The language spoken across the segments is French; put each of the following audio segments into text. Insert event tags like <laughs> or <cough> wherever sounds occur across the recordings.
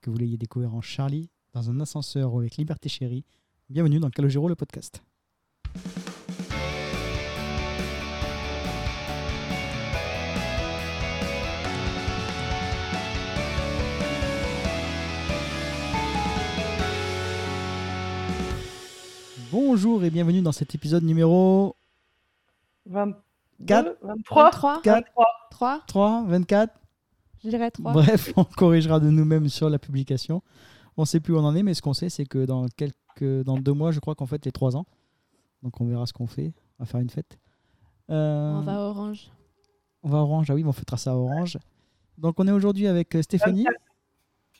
que vous l'ayez découvert en Charlie, dans un ascenseur ou avec Liberté Chérie. Bienvenue dans Calogero, le podcast. Bonjour et bienvenue dans cet épisode numéro 24, Quatre. 23, 3, 4, 3, 3, 24. je dirais 3. Bref, <laughs> on corrigera de nous-mêmes sur la publication. On ne sait plus où on en est, mais ce qu'on sait, c'est que dans, quelques, dans deux mois, je crois qu'on fête les trois ans. Donc on verra ce qu'on fait. On va faire une fête. Euh, On va à orange. on va à Orange. Ah oui, mais on fêtera ça à Orange. Donc on est aujourd'hui avec euh, Stéphanie. 24.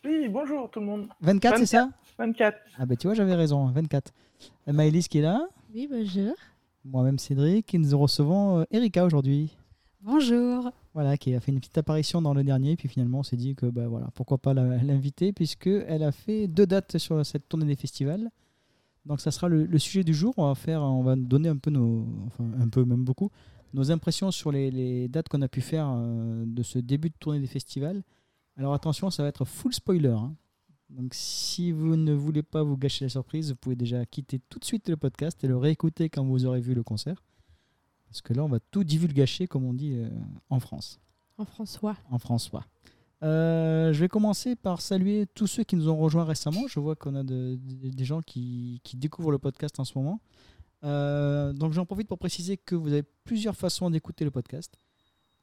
Oui, bonjour tout le monde. 24, c'est ça 24. Ah ben tu vois, j'avais raison. 24. Euh, Maëlys qui est là. Oui, bonjour. Moi-même Cédric. Et nous recevons euh, Erika aujourd'hui. Bonjour. Voilà, qui a fait une petite apparition dans le dernier, puis finalement on s'est dit que bah, voilà, pourquoi pas la- l'inviter, puisque elle a fait deux dates sur cette tournée des festivals. Donc ça sera le, le sujet du jour. On va faire, on va donner un peu nos, enfin un peu même beaucoup, nos impressions sur les, les dates qu'on a pu faire euh, de ce début de tournée des festivals. Alors attention, ça va être full spoiler. hein. Donc si vous ne voulez pas vous gâcher la surprise, vous pouvez déjà quitter tout de suite le podcast et le réécouter quand vous aurez vu le concert. Parce que là, on va tout divulgacher, comme on dit euh, en France En François. en François. Euh, je vais commencer par saluer tous ceux qui nous ont rejoints récemment. Je vois qu'on a de- de- des gens qui, qui découvrent le podcast en ce moment. Euh, donc j'en profite pour préciser que vous avez plusieurs façons d'écouter le podcast.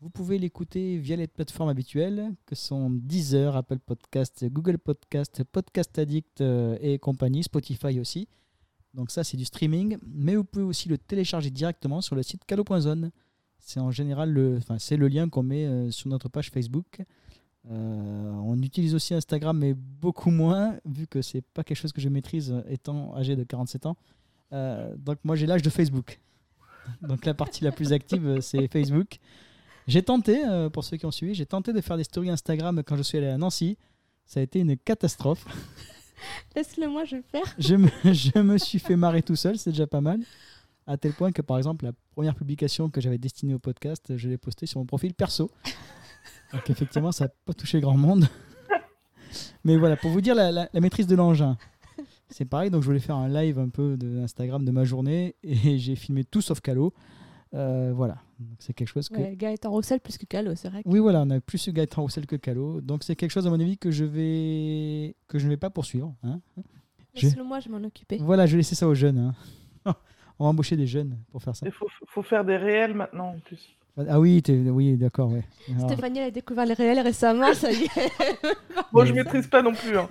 Vous pouvez l'écouter via les plateformes habituelles, que sont Deezer, Apple Podcast, Google Podcast, Podcast Addict euh, et compagnie, Spotify aussi. Donc ça c'est du streaming, mais vous pouvez aussi le télécharger directement sur le site calo.zone. C'est en général le, enfin, c'est le lien qu'on met euh, sur notre page Facebook. Euh, on utilise aussi Instagram, mais beaucoup moins, vu que c'est pas quelque chose que je maîtrise euh, étant âgé de 47 ans. Euh, donc moi j'ai l'âge de Facebook. <laughs> Donc la partie la plus active, euh, c'est Facebook. J'ai tenté, euh, pour ceux qui ont suivi, j'ai tenté de faire des stories Instagram quand je suis allé à Nancy. Ça a été une catastrophe. Laisse-le moi, je vais le faire. Je me, <laughs> je me suis fait marrer tout seul, c'est déjà pas mal. À tel point que, par exemple, la première publication que j'avais destinée au podcast, je l'ai postée sur mon profil perso. Donc, effectivement, ça n'a pas touché grand monde. Mais voilà, pour vous dire la, la- la maîtrise de l'engin. C'est pareil, donc je voulais faire un live un peu de Instagram de ma journée et <laughs> j'ai filmé tout sauf Calo. Euh, voilà, donc c'est quelque chose que Ouais, Gaëtan Roussel plus que Calo, c'est vrai. que- oui, voilà, on a plus eu Gaëtan Roussel que Calo. Donc c'est quelque chose, à mon avis, que je, vais... que je ne vais pas poursuivre. Hein. j'ai- Laisse-le moi, je vais m'en occuper. Voilà, je vais laisser ça aux jeunes. hein. <laughs> On va embaucher des jeunes pour faire ça. Il faut, faut faire des réels maintenant en plus. Ah oui, t'es- oui d'accord, ouais. Alors, Stéphanie, elle a découvert les réels récemment, ça y est. Moi je Mais- maîtrise pas non plus, hein.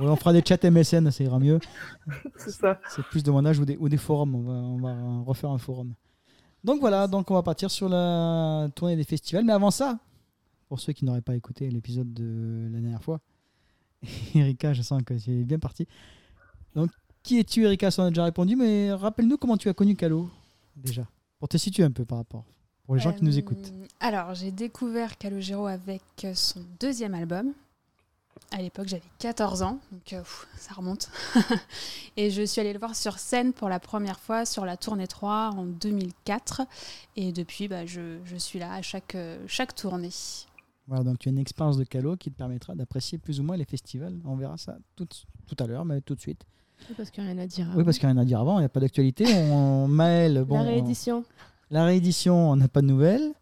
ouais, on fera des chats MSN, ça ira mieux. c'est ça. C'est plus de mon âge ou des, ou des forums. On va, on va refaire un forum. Donc voilà, donc on va partir sur la tournée des festivals. Mais avant ça, pour ceux qui n'auraient pas écouté l'épisode de la dernière fois, <laughs> Erika, je sens que tu es bien parti. Donc, qui es-tu, Erika Ça, On a déjà répondu, mais rappelle-nous comment tu as connu Calo, déjà, pour te situer un peu par rapport, pour les gens qui nous Euh, écoutent. Alors, j'ai découvert Calogero avec euh, son deuxième album. À l'époque, j'avais 14 ans, donc euh, pff, ça remonte. <laughs> et je suis allée le voir sur scène pour la première fois sur la tournée 3 en 2004. Et depuis, bah, je, je suis là à chaque, euh, chaque tournée. Voilà, donc tu as une expérience de Calo qui te permettra d'apprécier plus ou moins les festivals. On verra ça tout, tout à l'heure, mais tout de suite. Oui, Parce qu'il n'y a rien à dire. hein. Oui, parce qu'il n'y a rien à dire avant, il n'y a pas d'actualité. <laughs> On... Maël, bon, Ah La réédition. la réédition, on n'a pas de nouvelles.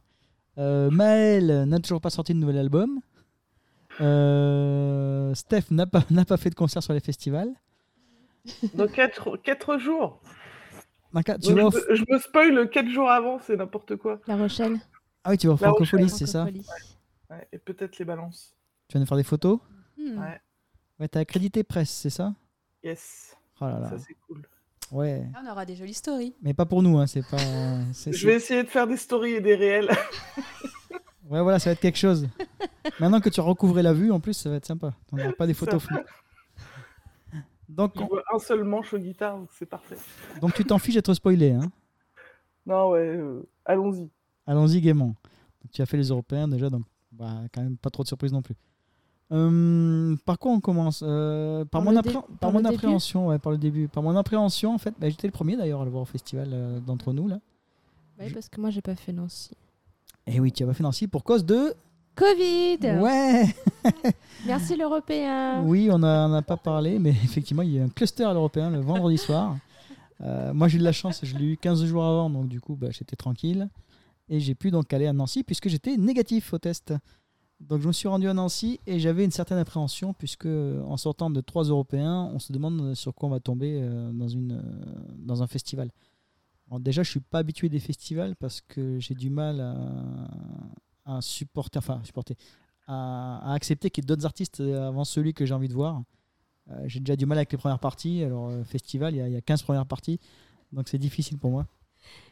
Euh, Maël n'a toujours pas sorti de nouvel album. Euh, Steph n'a pas, <laughs> n'a pas fait de concert sur les festivals. Dans 4, jours. Donc, ah, tu Donc, vas au... je, me- je me spoil 4 jours avant, c'est n'importe quoi. La Rochelle. Ah oui, tu vas au La Rochelle. Francopolis, c'est ça Francopolis. Ouais, et peut-être les balances. Tu vas nous faire des photos Hmm. Ouais. Ouais, t'as accrédité presse, c'est ça Yes, Oh là là. ça c'est cool. Ouais, Là, on aura des jolies stories. mais pas pour nous, hein, c'est pas. <laughs> c'est- Je vais essayer de faire des stories et des <laughs> réels. Ouais, voilà, ça va être quelque chose. Maintenant que tu as recouvré la vue, en plus, ça va être sympa. On n'aura pas des Ça. photos floues. Donc, Je vois un seul manche aux guitares, donc c'est parfait. donc tu t'en fiches d'être spoilé. Hein Non, ouais, euh, allons-y. Allons-y gaiement. Donc, tu as fait les Européens déjà, donc bah, quand même pas trop de surprises non plus. Euh, par quoi on commence Euh, Par Par mon, le appré- dé- par par mon le début appréhension, ouais, par le début. Par mon appréhension, en fait, bah, j'étais le premier d'ailleurs à le voir au festival euh, d'entre nous là. Bah Oui, parce que moi, j'ai pas fait Nancy. Et oui, tu as pas fait Nancy pour cause de Covid Ouais Merci l'Européen Oui, on n'en a pas parlé, mais <laughs> effectivement, il y a eu un cluster à l'européen le vendredi soir. Euh, moi, j'ai eu de la chance, je l'ai eu 15 jours avant, donc du coup, bah, j'étais tranquille. Et j'ai pu donc aller à Nancy puisque j'étais négatif au test. Donc, je me suis rendu à Nancy et j'avais une certaine appréhension puisque, euh, en sortant de trois Européens, on se demande sur quoi on va tomber euh, dans, une, euh, dans un festival. Alors, déjà, je suis pas habitué des festivals parce que j'ai du mal à, à supporter, enfin, à supporter, à, à accepter qu'il y ait d'autres artistes euh, avant celui que j'ai envie de voir. Euh, j'ai déjà du mal avec les premières parties. Alors, euh, festival, il y a- il y, a 15 premières parties. Donc, c'est difficile pour moi.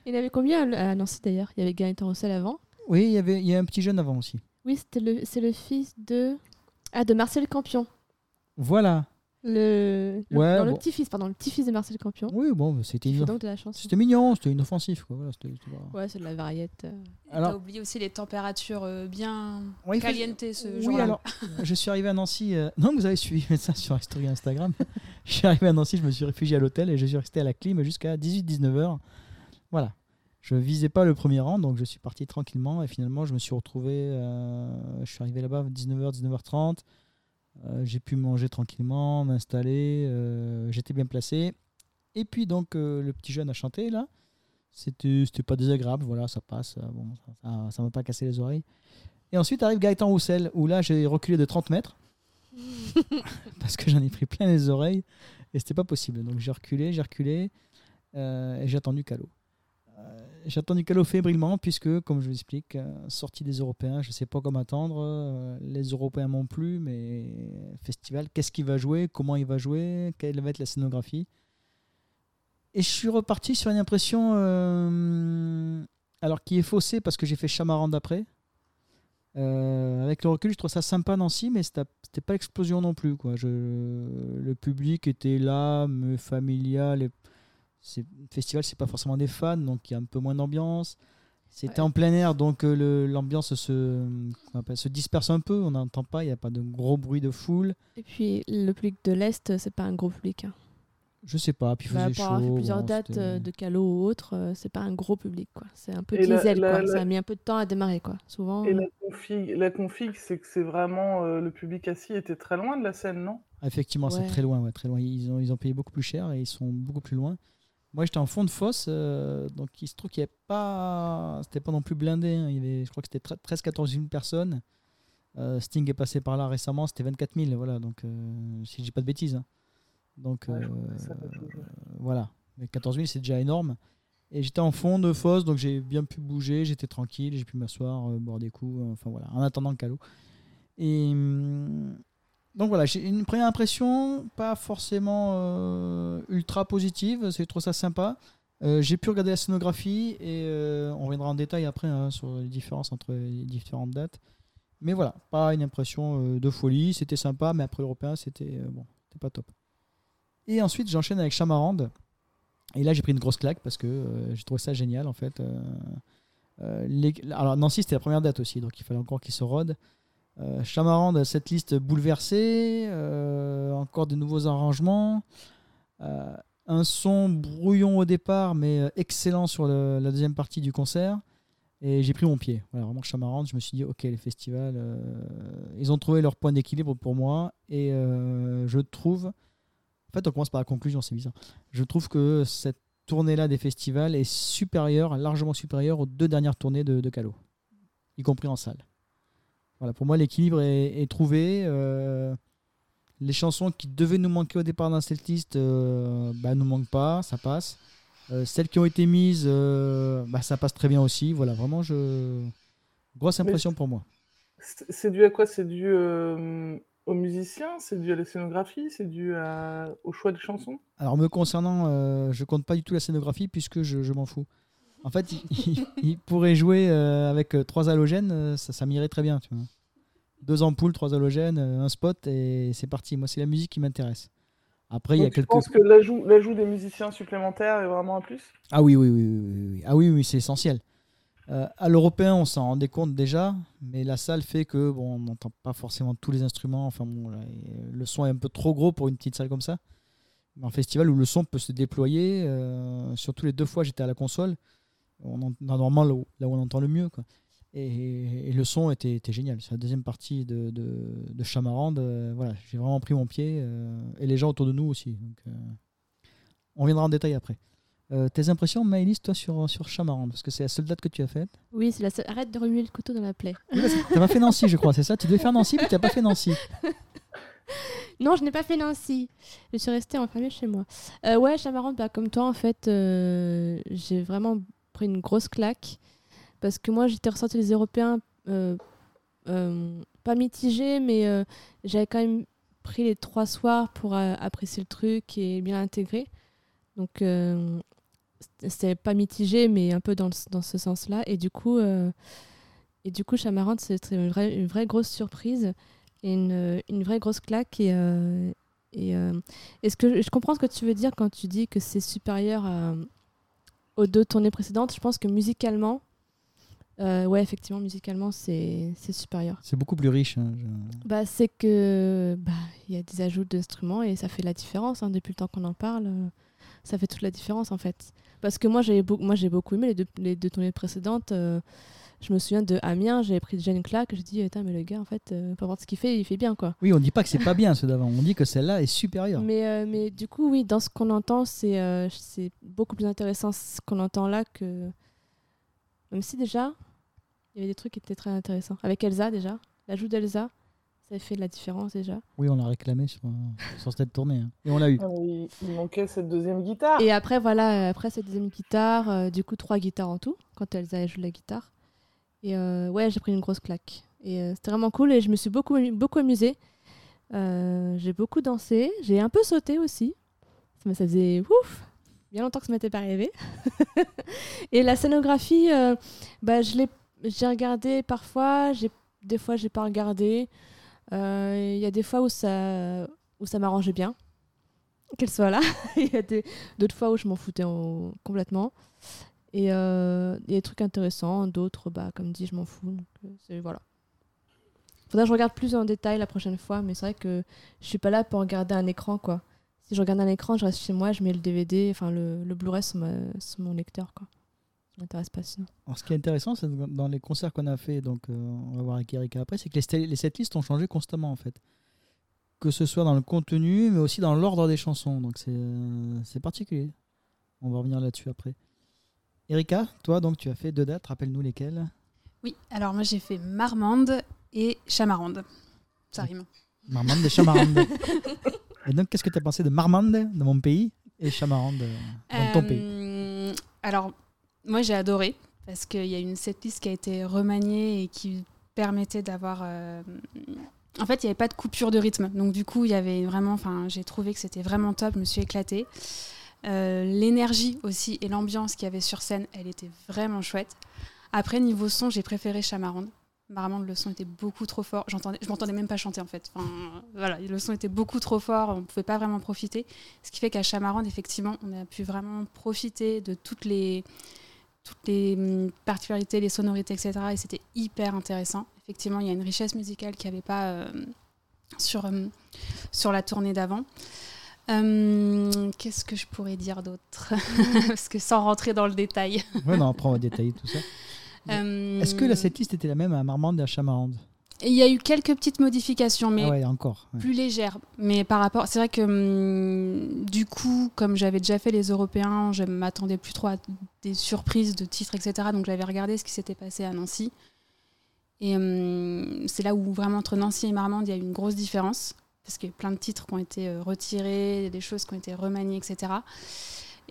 Il y en avait combien euh, à à Nancy d'ailleurs Il y avait Gaëtan Roussel avant Oui, il y avait il y a un petit jeune avant aussi. Oui, c'était le, c'est le fils de. Ah, de Marcel Campion. Voilà. Le, le- Ouais, non, le bon. petit-fils, pardon, le petit-fils de Marcel Campion. Oui, bon, bah, c'était Il fait inoff- donc de la chanson. c'était mignon, c'était inoffensif. Quoi. Voilà, c'était- c'était pas- Ouais, c'est de la variette. euh. T'as Alors- oublié aussi les températures euh, bien Ouais, il faut- calientes ce Oui, jour-là. alors, <laughs> je suis arrivé à Nancy. euh, Non, vous avez suivi ça sur la story Instagram. <laughs> je suis arrivé à Nancy, je me suis réfugié à l'hôtel et je suis resté à la clim jusqu'à 18-19h. Voilà. Je visais pas le premier rang, donc je suis parti tranquillement et finalement, je me suis retrouvé. euh, Je suis arrivé là-bas 19h, 19h30. Euh, J'ai pu manger tranquillement, m'installer. euh, J'étais bien placé. Et puis, donc, euh, le petit jeune a chanté là. C'était c'était pas désagréable, voilà, ça passe. euh, Bon, ça- ça- ça m'a pas cassé les oreilles. Et ensuite arrive Gaëtan Roussel, où là j'ai reculé de 30 mètres. parce que j'en ai pris plein les oreilles et c'était pas possible. Donc j'ai reculé, j'ai reculé euh, et j'ai attendu Calo. Euh, j'ai attendu Calo fébrilement, puisque, comme je vous explique, euh, sortie des Européens, je sais pas comment attendre. euh, les Européens m'ont plu, mais festival, qu'est-ce qu'il va jouer Comment il va jouer Quelle va être la scénographie Et je suis reparti sur une impression. euh, alors qui est faussée parce que j'ai fait Chamaran d'après. Euh, avec le recul, je trouve ça sympa Nancy, mais c'était c'était pas l'explosion non plus. Quoi. Je, le public était là, mais familial. et c'est- le festival, c'est pas forcément des fans, donc il y a un peu moins d'ambiance. C'était Ouais. en plein air, donc euh, le- l'ambiance se, qu'on appelle- se disperse un peu. On n'entend pas, il n'y a pas de gros bruit de foule. Et puis, le public de l'Est, euh, c'est pas un gros public. hein. Je sais pas, puis il Bah, faisait pour avoir fait chaud, plusieurs bon, dates c'était- euh, de Calo ou autre, euh, c'est pas un gros public. quoi. C'est un peu Et la- diesel. la- quoi. la- Ça a mis un peu de temps à démarrer. quoi. Souvent, Et Hmm. euh, la config, la config c'est que c'est vraiment euh, le public assis était très loin de la scène, non Ah, Effectivement, c'est Ouais. très loin, ouais, très loin. Ils ont, ils ont payé beaucoup plus cher et ils sont beaucoup plus loin. Moi, j'étais en fond de fosse, euh, donc il se trouve qu'il n'y avait pas. C'était pas non plus blindé. hein. Il y avait, je crois que c'était 13-14 000 personnes. Euh, Sting est passé par là récemment, c'était 24 000, voilà, donc euh, si je dis pas de bêtises. hein. Donc Ouais, je euh, Ça peut changer. voilà. Mais 14 000, c'est déjà énorme. Et j'étais en fond de fosse, donc j'ai bien pu bouger, j'étais tranquille, j'ai pu m'asseoir, euh, boire des coups, euh, enfin voilà, en attendant le calot. Et hum, donc voilà, j'ai une première impression, pas forcément euh, ultra positive, c'est je trouve ça sympa. Euh, j'ai pu regarder la scénographie et euh, on reviendra en détail après hein, sur les différences entre les différentes dates. Mais voilà, pas une impression euh, de folie, c'était sympa, mais après l'européen, c'était euh, bon, c'était pas top. Et ensuite, j'enchaîne avec Chamarande. Et là, j'ai pris une grosse claque parce que euh, j'ai trouvé ça génial, en fait. Euh, euh, les- Alors, Nancy, c'était la première date aussi, donc il fallait encore qu'il se rôde. Euh, Chamarande, cette liste bouleversée, euh, encore de nouveaux arrangements, euh, un son brouillon au départ, mais euh, excellent sur le- la deuxième partie du concert. Et j'ai pris mon pied. Voilà, vraiment, Chamarande, je me suis dit, ok, les festivals, euh, ils ont trouvé leur point d'équilibre pour moi. Et euh, je trouve en fait, on commence par la conclusion, c'est bizarre. Je trouve que cette tournée-là des festivals est supérieure, largement supérieure aux deux dernières tournées de, de Calo, y compris en salle. Voilà, pour moi, l'équilibre est, est trouvé. euh, les chansons qui devaient nous manquer au départ d'un setlist euh, bah, nous manquent pas, ça passe. Euh, celles qui ont été mises, euh, bah, ça passe très bien aussi. Voilà, vraiment, je... grosse impression pour moi. C'est c'est dû à quoi C'est dû euh, aux musiciens C'est dû à la scénographie C'est dû à- au choix des chansons Alors me concernant, euh, je compte pas du tout la scénographie puisque je, je m'en fous. En fait, il, <laughs> il- il pourrait jouer euh, avec euh, trois halogènes, euh, ça, ça m'irait très bien. Tu vois. Deux ampoules, trois halogènes, euh, un spot et c'est parti. Moi, c'est la musique qui m'intéresse. Après, il y a Donc, tu quelques. penses que l'ajout l'ajout des musiciens supplémentaires est vraiment un plus Ah oui, oui, oui, oui, oui, oui. Ah oui, oui, c'est essentiel. Euh, à l'européen, on s'en rendait compte déjà, mais la salle fait que bon, on n'entend pas forcément tous les instruments. Enfin bon, là, et, euh, le son est un peu trop gros pour une petite salle comme ça. Mais en festival où le son peut se déployer, euh, surtout les deux fois j'étais à la console, on en- normalement là où, là où on entend le mieux. Quoi. Et, et le son était, était génial. C'est la deuxième partie de, de, de Chamarande. euh, voilà, j'ai vraiment pris mon pied. euh, et les gens autour de nous aussi. Donc, euh, on viendra en détail après. Euh, tes impressions, Maëlys, toi, sur, sur Chamarande Parce que c'est la seule date que tu as faite. Oui, c'est la seule. Arrête de remuer le couteau dans la plaie. Tu pas fait Nancy, je crois, c'est ça Tu devais faire Nancy, mais tu n'as pas fait Nancy. Non, je n'ai pas fait Nancy. Je suis restée enfermée chez moi. Euh, ouais, Chamarante, bah, comme toi, en fait, euh, j'ai vraiment pris une grosse claque. Parce que moi, j'étais ressortie des Européens, euh, euh, pas mitigée, mais euh, j'avais quand même pris les trois soirs pour euh, apprécier le truc et bien l'intégrer. Donc, euh, c'était- c'était pas mitigé, mais un peu dans, le- dans ce sens-là. Et du coup, euh, et du coup Chamarante, c'était une vraie, une vraie grosse surprise et une, une vraie grosse claque. Et, euh, et, euh, est-ce que je comprends ce que tu veux dire quand tu dis que c'est supérieur à- aux deux tournées précédentes Je pense que musicalement, euh, ouais, effectivement, musicalement, c'est c'est supérieur. C'est beaucoup plus riche. hein, je- Bah, c'est que bah, il y a des ajouts d'instruments et ça fait la différence hein, depuis le temps qu'on en parle. euh, Ça fait toute la différence en fait. Parce que moi j'ai moi j'ai beaucoup aimé les deux, les deux tournées précédentes. euh, je me souviens de Amiens, j'avais pris déjà une claque. J'ai dit, Putain, mais le gars en fait, euh, peu importe ce qu'il fait, il fait bien quoi. Oui, on dit pas que c'est pas bien ceux d'avant, on dit que celle-là est supérieure. Mais, euh, mais du coup, oui, dans ce qu'on entend, c'est euh, c'est beaucoup plus intéressant ce qu'on entend là que. Même si déjà, il y avait des trucs qui étaient très intéressants. Avec Elsa déjà, l'ajout d'Elsa, ça fait de la différence déjà. Oui, on l'a réclamé sur, sur cette tournée. hein. Et on l'a eu. Ah, Il, il manquait cette deuxième guitare. Et après, voilà, euh, après cette deuxième guitare, euh, du coup, trois guitares en tout, quand Elsa elle joue de la guitare. Et euh, ouais, j'ai pris une grosse claque. Et euh, c'était vraiment cool et je me suis beaucoup, beaucoup amusée. Euh, j'ai beaucoup dansé, j'ai un peu sauté aussi. Ça, me- ça faisait ouf Bien longtemps que ça m'était pas arrivé. <laughs> et la scénographie, euh, bah, je l'ai, j'ai regardé parfois, j'ai, des fois j'ai pas regardé. Euh, Il y a des fois où ça, où ça m'arrangeait bien qu'elle soit là. <laughs> Il y a des, d'autres fois où je m'en foutais en- complètement. Et euh, il y a des trucs intéressants, d'autres, bah, comme dit, je m'en fous. Donc, euh, c'est- voilà. Faudra que je regarde plus en détail la prochaine fois, mais c'est vrai que je suis pas là pour regarder un écran, quoi. Si je regarde un écran, je reste chez moi, je mets le DVD, enfin le, le Blu-ray sur, ma- sur mon lecteur, quoi. Ça m'intéresse pas sinon. Alors, ce qui est intéressant, c'est que dans les concerts qu'on a fait, donc euh, on va voir avec Erika après, c'est que les, stel- les setlists ont changé constamment en fait. Que ce soit dans le contenu, mais aussi dans l'ordre des chansons. Donc c'est euh, c'est particulier. On va revenir là-dessus après. Erika, toi donc tu as fait deux dates, rappelle-nous lesquelles. Oui, alors moi j'ai fait Marmande et Chamarande. Ça rime. Marmande et Chamarande. et donc qu'est-ce que tu as pensé de Marmande dans mon pays et Chamarande euh, dans ton pays Euh, Alors, moi j'ai adoré parce qu'il y a une setlist qui a été remaniée et qui permettait d'avoir. euh, En fait, il n'y avait pas de coupure de rythme. Donc, du coup, il y avait vraiment. Enfin, j'ai trouvé que c'était vraiment top. Je me suis éclatée. Euh, L'énergie aussi et l'ambiance qu'il y avait sur scène, elle était vraiment chouette. Après, niveau son, j'ai préféré Chamarande. Marmande, le son était beaucoup trop fort. J'entendais- Je m'entendais même pas chanter en fait. Enfin, voilà, le son était beaucoup trop fort. On ne pouvait pas vraiment profiter. Ce qui fait qu'à Chamarande, effectivement, on a pu vraiment profiter de toutes les, toutes les hum, particularités, les sonorités, etc. Et c'était hyper intéressant. Effectivement, il y a une richesse musicale qu'il n'y avait pas euh, sur, hum, sur la tournée d'avant. Hum, Qu'est-ce que je pourrais dire d'autre <laughs> Parce que sans rentrer dans le détail. Euh, Ouais, non, après on va détailler tout ça. Est-ce Hmm. que la setlist était la même à Marmande et à Chamarande Il y a eu quelques petites modifications, mais Ah ouais, encore. ouais. plus légère. Mais par rapport, c'est vrai que hum, du coup, comme j'avais déjà fait les Européens, je m'attendais plus trop à des surprises de titres, etc. Donc j'avais regardé ce qui s'était passé à Nancy. Et hum, c'est là où vraiment entre Nancy et Marmande, il y a eu une grosse différence. Parce qu'il y a eu plein de titres qui ont été euh, retirés, des choses qui ont été remaniées, etc.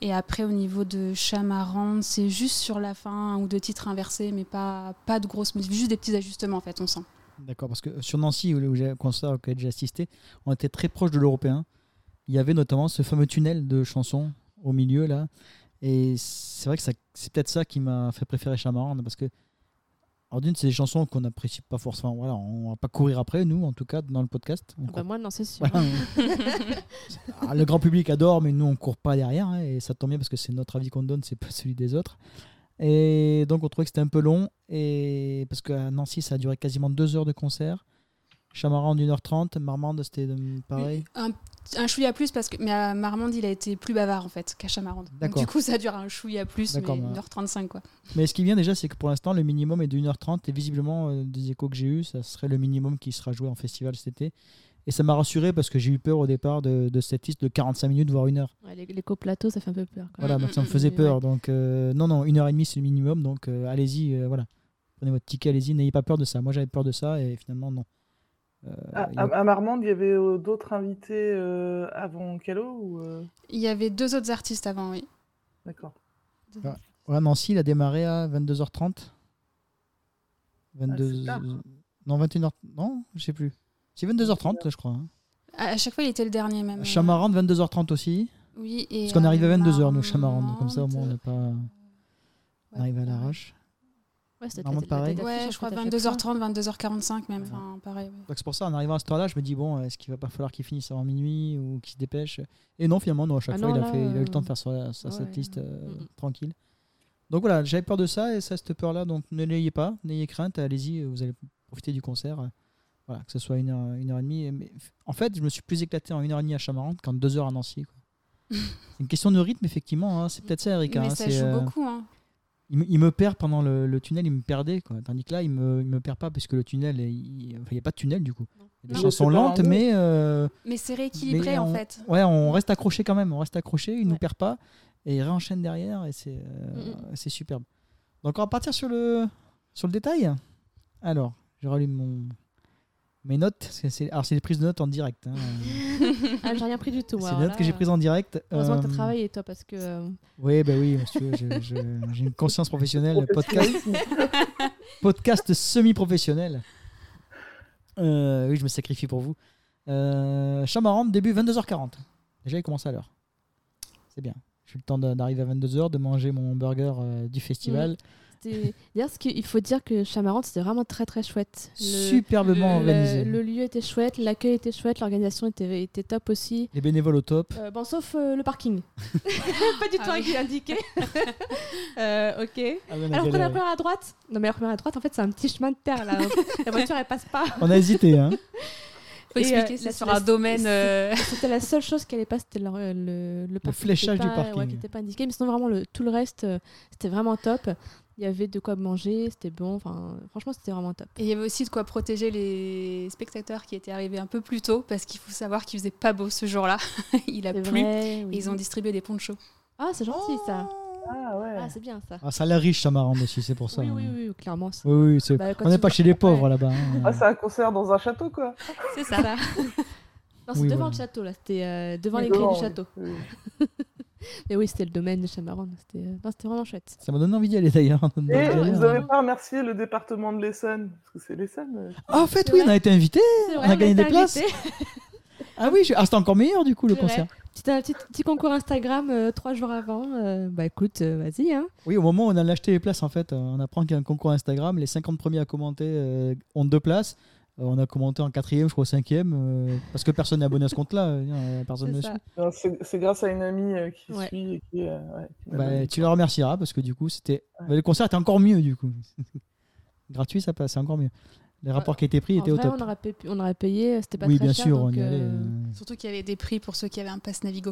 Et après, au niveau de Chamarande, c'est juste sur la fin, un ou deux titres inversés, mais pas, pas de grosses modifications, juste des petits ajustements en fait, on sent. D'accord, parce que euh, sur Nancy, où où j'ai un concert auquel j'ai assisté, on était très proche de l'européen. Il y avait notamment ce fameux tunnel de chansons au milieu, là. Et c'est vrai que ça- c'est peut-être ça qui m'a fait préférer Chamarande, parce que, alors d'une, c'est des chansons qu'on n'apprécie pas forcément. Voilà, on va pas courir après, nous, en tout cas, dans le podcast. On Ah bah, court- moi, non, c'est sûr. Voilà, on- Ah, le grand public adore, mais nous, on court pas derrière. hein, et ça tombe bien, parce que c'est notre avis qu'on donne, c'est pas celui des autres. Et donc on trouvait que c'était un peu long, et parce qu'à Nancy ça a duré quasiment deux heures de concert. Chamara en 1h30, Marmande, c'était euh, pareil. Un, un chouïa plus parce que mais à Marmande il a été plus bavard en fait qu'à Chamarande. Donc, D'accord. Du coup ça dure un chouïa plus mais D'accord, bah. 1h35 quoi. Mais ce qui vient déjà, c'est que pour l'instant, le minimum est de 1h30 et visiblement, euh, des échos que j'ai eus, ça serait le minimum qui sera joué en festival cet été. Et ça m'a rassuré parce que j'ai eu peur au départ de, de cette liste de 45 minutes, voire 1 heure. Ouais, les, les coplateaux, ça fait un peu peur. Quand Voilà, Mm, donc mm, ça me mm, faisait mais peur. Donc euh, non, non, 1 heure et demie, c'est le minimum. Donc euh, allez-y, euh, voilà. Prenez votre ticket, allez-y, n'ayez pas peur de ça. Moi, j'avais peur de ça et finalement, non. Euh, Ah, À, il y a- bah. à- à Marmande, il y avait euh, d'autres invités euh, avant Calo ou euh, Il y avait deux autres artistes avant oui. D'accord. Ah, Ouais, Nancy, il a démarré à 22h30. 22... Ah, c'est tard. non, 21h. Non, je sais plus. C'est 22h30, je crois. hein. À, à chaque fois il était le dernier même. euh, Chamarande, 22h30 aussi. Oui Ah, et euh, Parce qu'on arrive à 22h, nous, Marmande, Chamarande. donc Comme ça, au moins, on n'est pas. ouais, On arrive à pareil. l'arrache. Ouais, c'était Marmande, la- la pareil. tête d'affiche, Ouais, en je crois fait, à chaque 22h30, 22h45 même. Voilà. Enfin, pareil. ouais. Donc, c'est pour ça, en arrivant à ce temps-là, je me dis, bon, est-ce qu'il va pas falloir qu'il finisse avant minuit ou qu'il se dépêche Et non, finalement, non, à chaque Ah fois, non, il, a là, fait, il a eu le temps de euh, faire sa, sa- ouais. cette liste euh, Mm, mm. tranquille. Donc voilà, j'avais peur de ça et ça, cette peur-là, donc ne l'ayez pas, n'ayez crainte, allez-y, euh, vous allez profiter du concert. euh, Voilà, que ce soit une heure, une heure et demie. Mais f- en fait, je me suis plus éclaté en une heure et demie à Chamarante qu'en deux heures à Nancy. <laughs> quoi. c'est une question de rythme, effectivement. hein. C'est peut-être ça, Erika. Mais hein, ça c'est, joue euh, beaucoup. Hein. il, me- il me perd pendant le, le tunnel, il me perdait. Quoi. Tandis que là, il me, il me perd pas parce que le tunnel, est- il n'y a pas de tunnel du coup. Les Non. choses sont C'est pas lentes, un mot. mais euh, Mais c'est rééquilibré mais en on- fait. ouais, on reste accroché quand même. On reste accroché, il nous Ouais. perd pas et il réenchaîne derrière et c'est euh, c'est superbe. Donc on va partir sur le sur le détail. Alors, je rallume mon mes notes. parce que c'est- alors c'est des prises de notes en direct. <laughs> hein. fois. Ah, j'ai rien pris du tout. c'est des alors notes là, que j'ai prises en direct. Heureusement que Euh, t'as travaillé, toi, parce que. euh, Oui, bah oui, si tu veux, je- je- j'ai une conscience <laughs> professionnelle, podcast, Professionnalisme. podcast semi-professionnel. Euh, oui, je me sacrifie pour vous. Euh, Chamarande, début 22h40. Déjà, il commence à l'heure. C'est bien. J'ai eu le temps de- d'arriver à 22h, de manger mon burger euh, du festival. c'était- D'ailleurs, ce qu'il faut dire que Chamarante, c'était vraiment très très chouette. Le, Superbement le- organisé. le lieu était chouette, l'accueil était chouette, l'organisation était, était top aussi. Les bénévoles au top. Euh, bon, sauf euh, le parking. <laughs> pas du Ah tout oui. <laughs> indiqué. Euh, Ah ok. ouais, on, a Alors qu'on a la galéré. première à droite. Non, mais la première à droite, en fait, c'est un petit chemin de terre <laughs> là. la voiture, elle passe pas. On a hésité. <laughs> Hein. Faut Et, expliquer, euh, c'est la- sur la- un domaine. c'est- euh, <laughs> C'était la seule chose qui allait pas, c'était le, le, le parking qui fléchage était du pas- parking. ouais, qui n'était pas indiqué. Mais sinon, vraiment, le, tout le reste, euh, c'était vraiment top. Il y avait de quoi manger, c'était bon. Enfin, franchement, c'était vraiment top. Et il y avait aussi de quoi protéger les spectateurs qui étaient arrivés un peu plus tôt, parce qu'il faut savoir qu'il faisait pas beau ce jour-là. <laughs> il a C'est plu. vrai, Et oui. ils ont distribué des ponchos. Ah, c'est gentil ça. Ah ouais. Ah, c'est bien ça. Ah, ça a l'air riche, Chamarande aussi, c'est pour ça. oui, hein. oui, oui, oui, clairement. ça. Oui, oui, c'est- Bah, quand on n'est tu pas vois- chez les pauvres Ouais. là-bas. hein. Ah, c'est un concert dans un château, quoi. <laughs> C'est ça. Non, c'est Oui, devant voilà. le château là, c'était euh, devant les Devant, grilles du oui. château. Oui. Mais oui, c'était le domaine de Chamarande. C'était euh, non, c'était vraiment chouette. Ça m'a donné envie d'y aller d'ailleurs. Et D'ailleurs, vous hein. Eh, n'avez pas remercié le département de l'Essonne, parce que c'est l'Essonne. euh. Ah, en fait, C'est oui, on vrai. a été invités. C'est On a gagné était des places. invités. Ah oui, je- ah, c'était encore meilleur du coup le C'est concert. C'était un petit, petit concours Instagram euh, trois jours avant. Euh, bah écoute, euh, vas-y. Hein. Oui, au moment où on a acheté les places, en fait, euh, on apprend qu'il y a un concours Instagram. Les 50 premiers à commenter euh, ont deux places. Euh, on a commenté en quatrième, je crois, au cinquième, euh, parce que personne n'est abonné à ce compte-là. euh, personne C'est ne ça. suit. Non, C'est c'est grâce à une amie euh, qui Ouais. suit et qui. euh, ouais, qui m'a Bah, donné. tu la remercieras parce que du coup, c'était bah, le concert était encore mieux du coup. <laughs> Gratuit, ça passe, c'est encore mieux. Les rapports qui étaient pris En étaient vrai, au on top. aurait, pu- on aurait payé, euh, c'était pas Oui, très bien cher. sûr, donc, on y allait. euh, euh, Surtout qu'il y avait des prix pour ceux qui avaient un pass Navigo.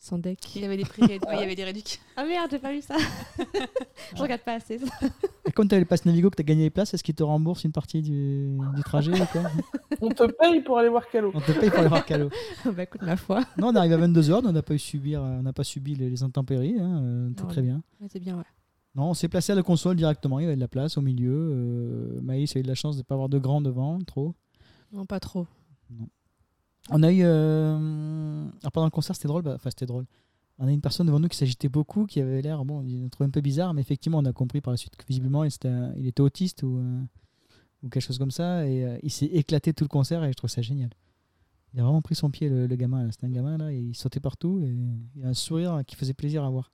Sans deck. Il y avait des prix, <laughs> ouais, il y avait des réductions. Ah merde, j'ai pas vu ça. <laughs> Je regarde pas assez. Et comme tu avais le pass Navigo, que tu as gagné les places, est-ce qu'ils te remboursent une partie du, du trajet ou quoi On te paye pour aller voir Calo. On te paye pour aller voir Calo. <laughs> bah écoute, ma foi. Non, on arrive à 22h, on n'a pas, eu subir, euh, on n'a pas subi les, les intempéries, hein, euh, tout Non. très bien. Ouais, c'est bien, ouais. Non, on s'est placé à la console directement, il y avait de la place au milieu. euh, Maïs a eu de la chance de ne pas avoir de grand devant, trop. Non, pas trop. On a eu. euh, alors pendant le concert, c'était drôle, bah, enfin c'était drôle. On a une personne devant nous qui s'agitait beaucoup, qui avait l'air, bon, il nous trouvait un peu bizarre, mais effectivement, on a compris par la suite que visiblement, il, était un- il était autiste ou, euh, ou quelque chose comme ça, et euh, il s'est éclaté tout le concert, et je trouve ça génial. Il a vraiment pris son pied, le, le gamin, là. C'était un gamin, là, et il sautait partout, et il a un sourire qui faisait plaisir à voir.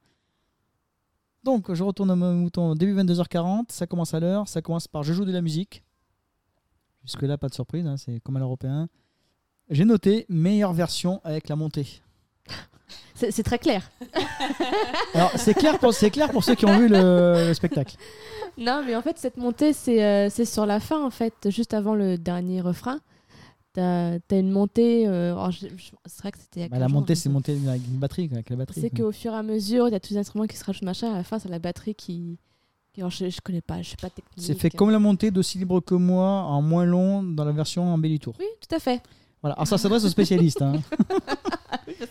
Donc, je retourne à mon mouton, début 22h40, ça commence à l'heure, ça commence par Je joue de la musique. Jusque-là, pas de surprise, hein, c'est comme à l'européen. J'ai noté meilleure version avec la montée. C'est c'est très clair. Alors c'est clair pour c'est clair pour ceux qui ont vu le, le spectacle. Non, mais en fait, cette montée, c'est euh, c'est sur la fin, en fait, juste avant le dernier refrain. t'as as une montée. euh, alors, je- je- c'est vrai que c'était. il y a Bah, quelques la jours, montée, mais c'est monter avec une batterie. quoi, Avec la batterie C'est quoi. qu'au fur et à mesure, il y a tous les instruments qui se rajoutent, machin. À la fin, c'est la batterie qui. qui- alors, je, je connais pas, je suis pas technique. C'est fait comme la montée, d'aussi libre que moi, en moins long dans la version Embelli Tour. Oui, tout à fait. Voilà. Alors ça s'adresse aux spécialistes. <laughs> hein.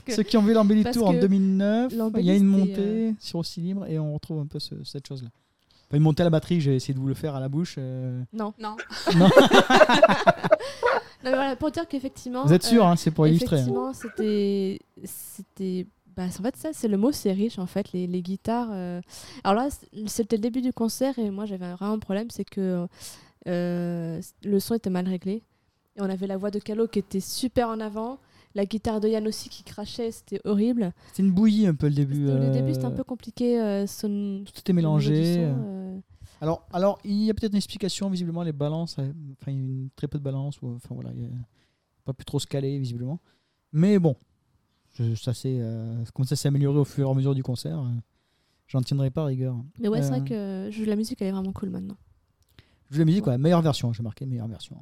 que- Ceux qui ont vu l'Embelli parce Tour en que euh, 2009, il y a l'Embelli, une c'était, montée sur aussi libre et on retrouve un peu ce- cette chose-là. Enfin, une montée à la batterie, j'ai essayé de vous le faire à la bouche. euh. Non, Non, mais voilà, pour dire qu'effectivement. Vous êtes sûr, euh, hein, c'est pour illustrer. hein. Effectivement, c'était. c'était bah, en fait, ça, c'est le mot, c'est riche, en fait, les, les guitares. euh. Alors là, c- c'était le début du concert et moi, j'avais un vraiment problème, c'est que euh, le son était mal réglé. Et on avait la voix de Calo qui était super en avant, la guitare de Yann aussi qui crachait, c'était horrible. C'était une bouillie un peu le début. C'était- Au début, c'était un euh, peu compliqué. euh, son... Tout était au niveau mélangé. du son, euh. euh. Alors, alors, il y a peut-être une explication. Visiblement, les balances, euh, enfin, il y a une, très peu de balances. ou, Enfin, voilà, il y a pas pu trop se caler, visiblement. Mais bon, je- ça s'est, euh, comme ça s'est amélioré au fur et à mesure du concert. euh, J'en tiendrai pas rigueur. Mais ouais, c'est Euh. vrai que je- la musique, elle est vraiment cool maintenant. Je vous l'ai mis, quoi. Meilleure version, j'ai marqué meilleure version.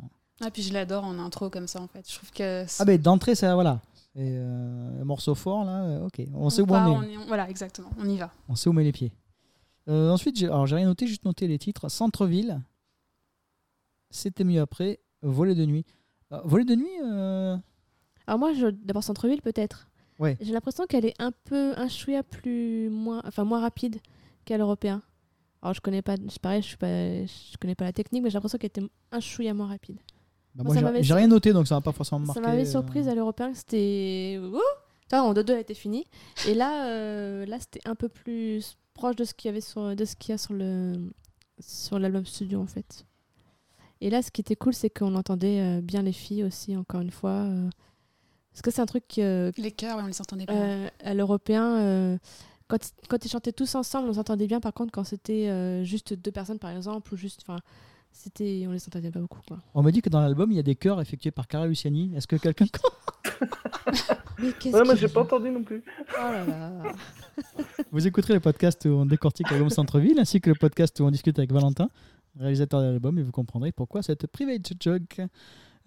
Ah, puis je l'adore en intro comme ça en fait. Je trouve que Ah, ben d'entrée, ça, voilà. Et, euh, un morceau fort, là, euh, ok. On, sait où part, on est. on y- on- Voilà, exactement, on y va. On sait où met les pieds. Euh, ensuite, j'ai alors, j'ai rien noté, juste noté les titres. Centre-ville. C'était mieux après. Volet de nuit. Euh, volet de nuit euh, Alors moi, je... d'abord Centreville peut-être. Ouais. J'ai l'impression qu'elle est un peu un chouïa plus moins, enfin moins rapide qu'à l'européen. Alors je connais pas, je pareil, je suis pas, je connais pas la technique, mais j'ai l'impression qu'elle était un chouïa moins rapide. bah, Moi, moi, ça j'ai- m'avait j'ai rien noté, donc ça va pas forcément me marquer. Ça m'avait euh, surprise à l'européen que c'était, Ouh Enfin, en 2-2 elle était finie. Et là, euh, là c'était un peu plus proche de ce qu'il y avait sur, de ce qu'il y a sur le, sur l'album studio en fait. Et là, ce qui était cool, c'est qu'on entendait euh, bien les filles aussi, encore une fois. euh. parce que c'est un truc euh, Les chœurs, ouais, on les entendait pas. Euh, à l'européen, euh, quand, quand ils chantaient tous ensemble, on s'entendait bien. Par contre, quand c'était euh, juste deux personnes, par exemple, ou juste, enfin, c'était, on les entendait pas beaucoup, quoi. On m'a dit que dans l'album, il y a des chœurs effectués par Clara Luciani. Est-ce que <laughs> quelqu'un. Mais qu'est-ce Ouais, moi, que- j'ai pas entendu non plus. Oh là là. Vous écouterez le podcast où on décortique l'album Centre-ville, ainsi que le podcast où on discute avec Valentin, réalisateur de l'album, et vous comprendrez pourquoi cette private joke.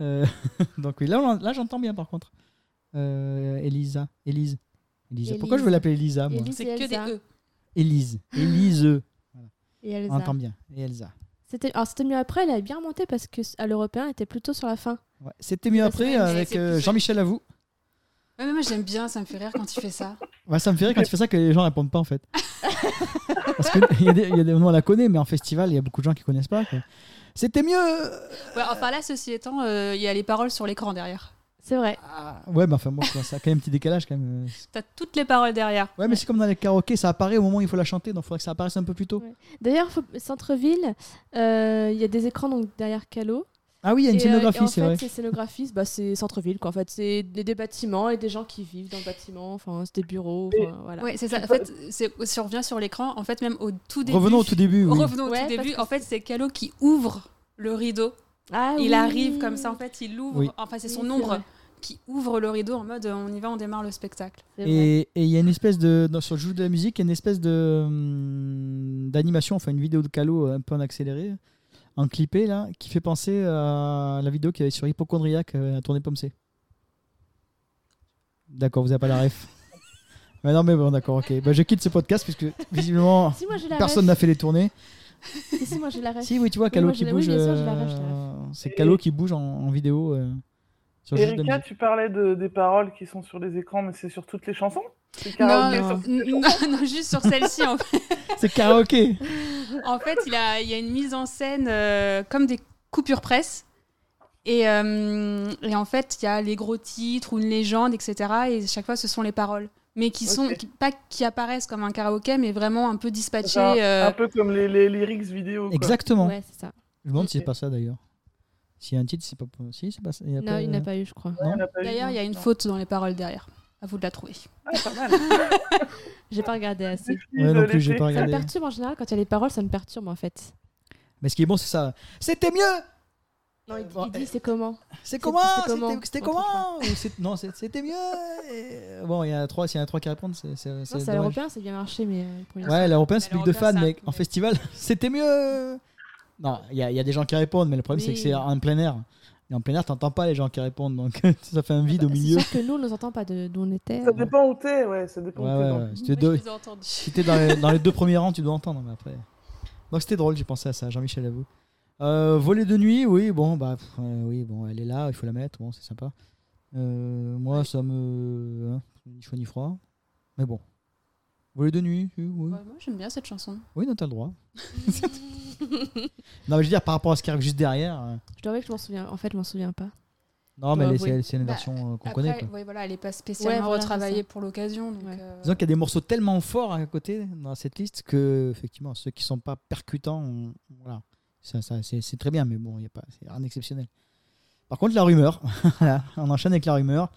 Euh, <laughs> donc oui, là, on- là j'entends bien par contre. Euh, Elisa. Elise. Elisa. Pourquoi Élise. je veux l'appeler Elisa moi Élise C'est et que des Elsa. E. Élise. Élise. Et On Elsa. entend bien. Et Elsa. C'était, alors c'était mieux après. Elle avait bien remonté parce que à l'européen, elle était plutôt sur la fin. Ouais. C'était mieux La après semaine, avec c'est euh, plus- Jean-Michel Avoue. Ouais, mais moi j'aime bien, ça me fait rire quand il fait ça. Ouais, ça me fait rire quand tu fais ça que les gens répondent pas en <laughs> fait. Parce qu'il y, a des- il y a des moments on la connaît, mais en festival, il y a beaucoup de gens qui connaissent pas. quoi. C'était mieux Ouais, enfin là, ceci étant, euh, il y a les paroles sur l'écran derrière. C'est vrai. Ah, Ouais, mais enfin, moi, ça a quand même un petit décalage quand même. euh, T'as toutes les paroles derrière. Ouais, mais c'est comme dans les karaokés, ça apparaît au moment où il faut la chanter, donc il faudrait que ça apparaisse un peu plus tôt. Ouais. D'ailleurs, faut- centre-ville, euh, il y a des écrans donc derrière Calo. Ah oui, il y a une Et, euh, scénographie, et en c'est fait, vrai. Ces scénographies, bah, c'est centre-ville, quoi. En fait, c'est des, des bâtiments et des gens qui vivent dans le bâtiment. Enfin, c'est des bureaux. enfin, voilà. Ouais, c'est ça. En fait, c'est- si on revient sur l'écran, en fait, même au tout début. Revenons au tout début. oui. Revenons au Ouais, tout parce début. que En fait, c'est Calo qui ouvre le rideau. Ah il oui. arrive comme ça, en fait, il ouvre. Oui. Enfin, c'est Oui, son vrai. ombre qui ouvre le rideau en mode euh, on y va, on démarre le spectacle. C'est vrai. Et et il y a une espèce de. dans- sur le jeu de la musique, il y a une espèce de. hum, d'animation, enfin une vidéo de Calo euh, un peu en accéléré, en clippé, là, qui fait penser à la vidéo qu'il y avait sur Hypochondriac euh, à tourner Pomme C. D'accord, vous n'avez pas la <laughs> ref. mais non, mais bon, d'accord, ok. Bah, je quitte ce podcast, puisque visiblement, Si moi j'ai la personne n'a fait les tournées. ref. Si, si, moi j'ai la ref. Si, oui, tu vois, Oui, Calo moi, qui je l'ai- oui, bouge. bien sûr, je la ref, je la euh, C'est Calo qui bouge en, en vidéo euh, sur le jeu de la Erika, musique. tu parlais de, des paroles qui sont sur les écrans, mais c'est sur toutes les chansons C'est karaoké non, sur toutes les non, chansons non, <laughs> juste sur celle-ci. En fait, C'est karaoké En fait, il, a, il y a une mise en scène euh, comme des coupures presse. Et, euh, et en fait, il y a les gros titres ou une légende, etc. Et chaque fois, ce sont les paroles. Mais qui sont, Ok. qui- pas qui apparaissent comme un karaoké, mais vraiment un peu dispatchés. Enfin, euh, Un peu comme les, les lyrics vidéo. quoi. Exactement. Ouais, c'est ça. Je me demande si c'est Ok. pas ça d'ailleurs. S'il y a un titre, c'est pas. Si, c'est pas ça. y a Non, il n'a pas eu, je crois. Ouais, on l'a pas eu, D'ailleurs, il y a une non. faute dans les paroles derrière. À vous de la trouver. Ah, pas mal. J'ai pas regardé assez. Ouais, non plus, j'ai L'été. pas Ça me regardé. perturbe en général quand il y a les paroles, ça me perturbe en fait. Mais ce qui est bon, c'est ça. C'était mieux Non, il, Bon, il dit eh. c'est comment C'est C'est- comment c'est C'était- comment C'était Entre comment Ou c'est- Non, c'est- c'était mieux Et- Bon, il y a trois, s'il y en a trois qui répondent, c'est. c'est- c'est Non, c'est à dommage. l'européen, c'est bien marché, mais euh, pour une fois. Ouais, l'européen, c'est Mais public de l'Européen, fans, c'est mec. un En peu- <laughs> festival, c'était mieux Non, il y, a- il y a des gens qui répondent, mais le problème, c'est que Oui. c'est en plein air. Et en plein air, t'entends pas les gens qui répondent, donc <laughs> ça fait un vide au Bah, milieu. C'est sûr que nous, on nous entend pas de- d'où on était. Ça euh, dépend où t'es, ouais, ça dépend Ouais, où t'es. ouais, dans- ouais. Si Moi, t'es je deux- les ai entendus. si t'es dans, les- dans les deux premiers rangs, tu dois entendre, mais après. Donc c'était drôle, j'ai pensé à ça, Jean-Michel, à vous. Euh, voler de nuit, oui, bon, bah, pff, euh, oui, bon, elle est là, il faut la mettre, bon, c'est sympa. Euh, moi, ça me. hein, ni chaud ni froid. Mais bon. Voler de nuit, oui, oui. Ouais, moi, j'aime bien cette chanson. Oui, non, t'as le <laughs> droit. non, mais je veux dire, par rapport à ce qui arrive juste derrière. euh, Je dois avouer que je m'en souviens. En fait, je m'en souviens pas. Non, Bah, mais oui. c'est c'est une Bah, version euh, qu'on Après, connaît. Quoi. ouais, voilà, elle n'est pas spécialement Ouais, voilà, c'est retravaillée ça. pour l'occasion. donc, Ouais. euh, Disons qu'il y a des morceaux tellement forts à côté dans cette liste que, effectivement, ceux qui sont pas percutants, on- voilà. Ça, ça, c'est c'est très bien, mais bon, il y a pas, c'est rien d'exceptionnel. Par contre, la rumeur, <laughs> voilà, on enchaîne avec la rumeur.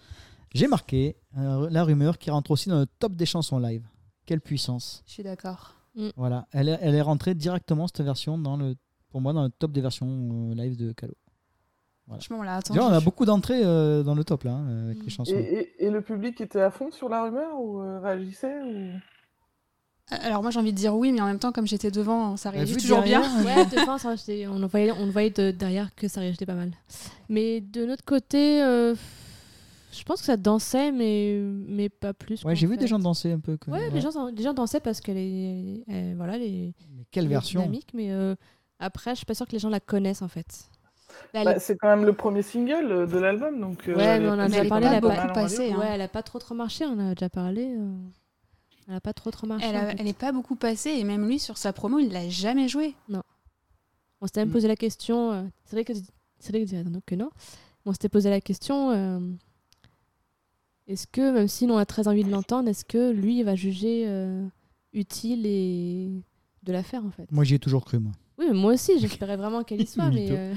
J'ai marqué euh, la rumeur qui rentre aussi dans le top des chansons live. Quelle puissance je suis d'accord. Voilà, elle, est- elle est rentrée directement cette version dans le, pour moi, dans le top des versions euh, live de Calo. Franchement, on l'a attendu. Déjà, on a beaucoup d'entrées euh, dans le top là, hein, avec les chansons. Et, et- et le public était à fond sur la rumeur ou euh, réagissait ou... Euh, Alors, moi, j'ai envie de dire oui, mais en même temps, comme j'étais devant, ça réagit vu toujours derrière, bien. Ouais, de fin, ça, j'étais- on, voyait, on voyait de- derrière que ça réagissait pas mal. Mais de notre côté, euh, je pense que ça dansait, mais, mais pas plus. Ouais, qu'en j'ai vu fait. des gens danser un peu. Que, Ouais, ouais. Les, gens, les gens dansaient parce qu'elle est. elle- voilà, les. Mais quelle version dynamique, mais euh, après, je suis pas sûre que les gens la connaissent en fait. Là, elle Bah, est- c'est quand même le premier single euh, de l'album, donc... euh, Ouais, elle mais est on en a passée déjà parlé, quand elle a même pas beaucoup mal en radio. passé, hein. ouais, elle a pas trop trop marché, on en a déjà parlé. euh, Elle a pas trop trop marché. Elle, en a- fait. elle est pas beaucoup passée et même lui sur sa promo il l'a jamais joué. On s'était même Mm. posé la question. euh, C'est vrai que c'est vrai que, je dirais donc que non. On s'était posé la question. euh, Est-ce que même si nous on a très envie de l'entendre, est-ce que lui il va juger euh, utile et de la faire en fait Moi, j'y ai toujours cru, moi. Oui, mais moi aussi, j'espérais vraiment qu'elle <laughs> y soit, mais Mytho. euh,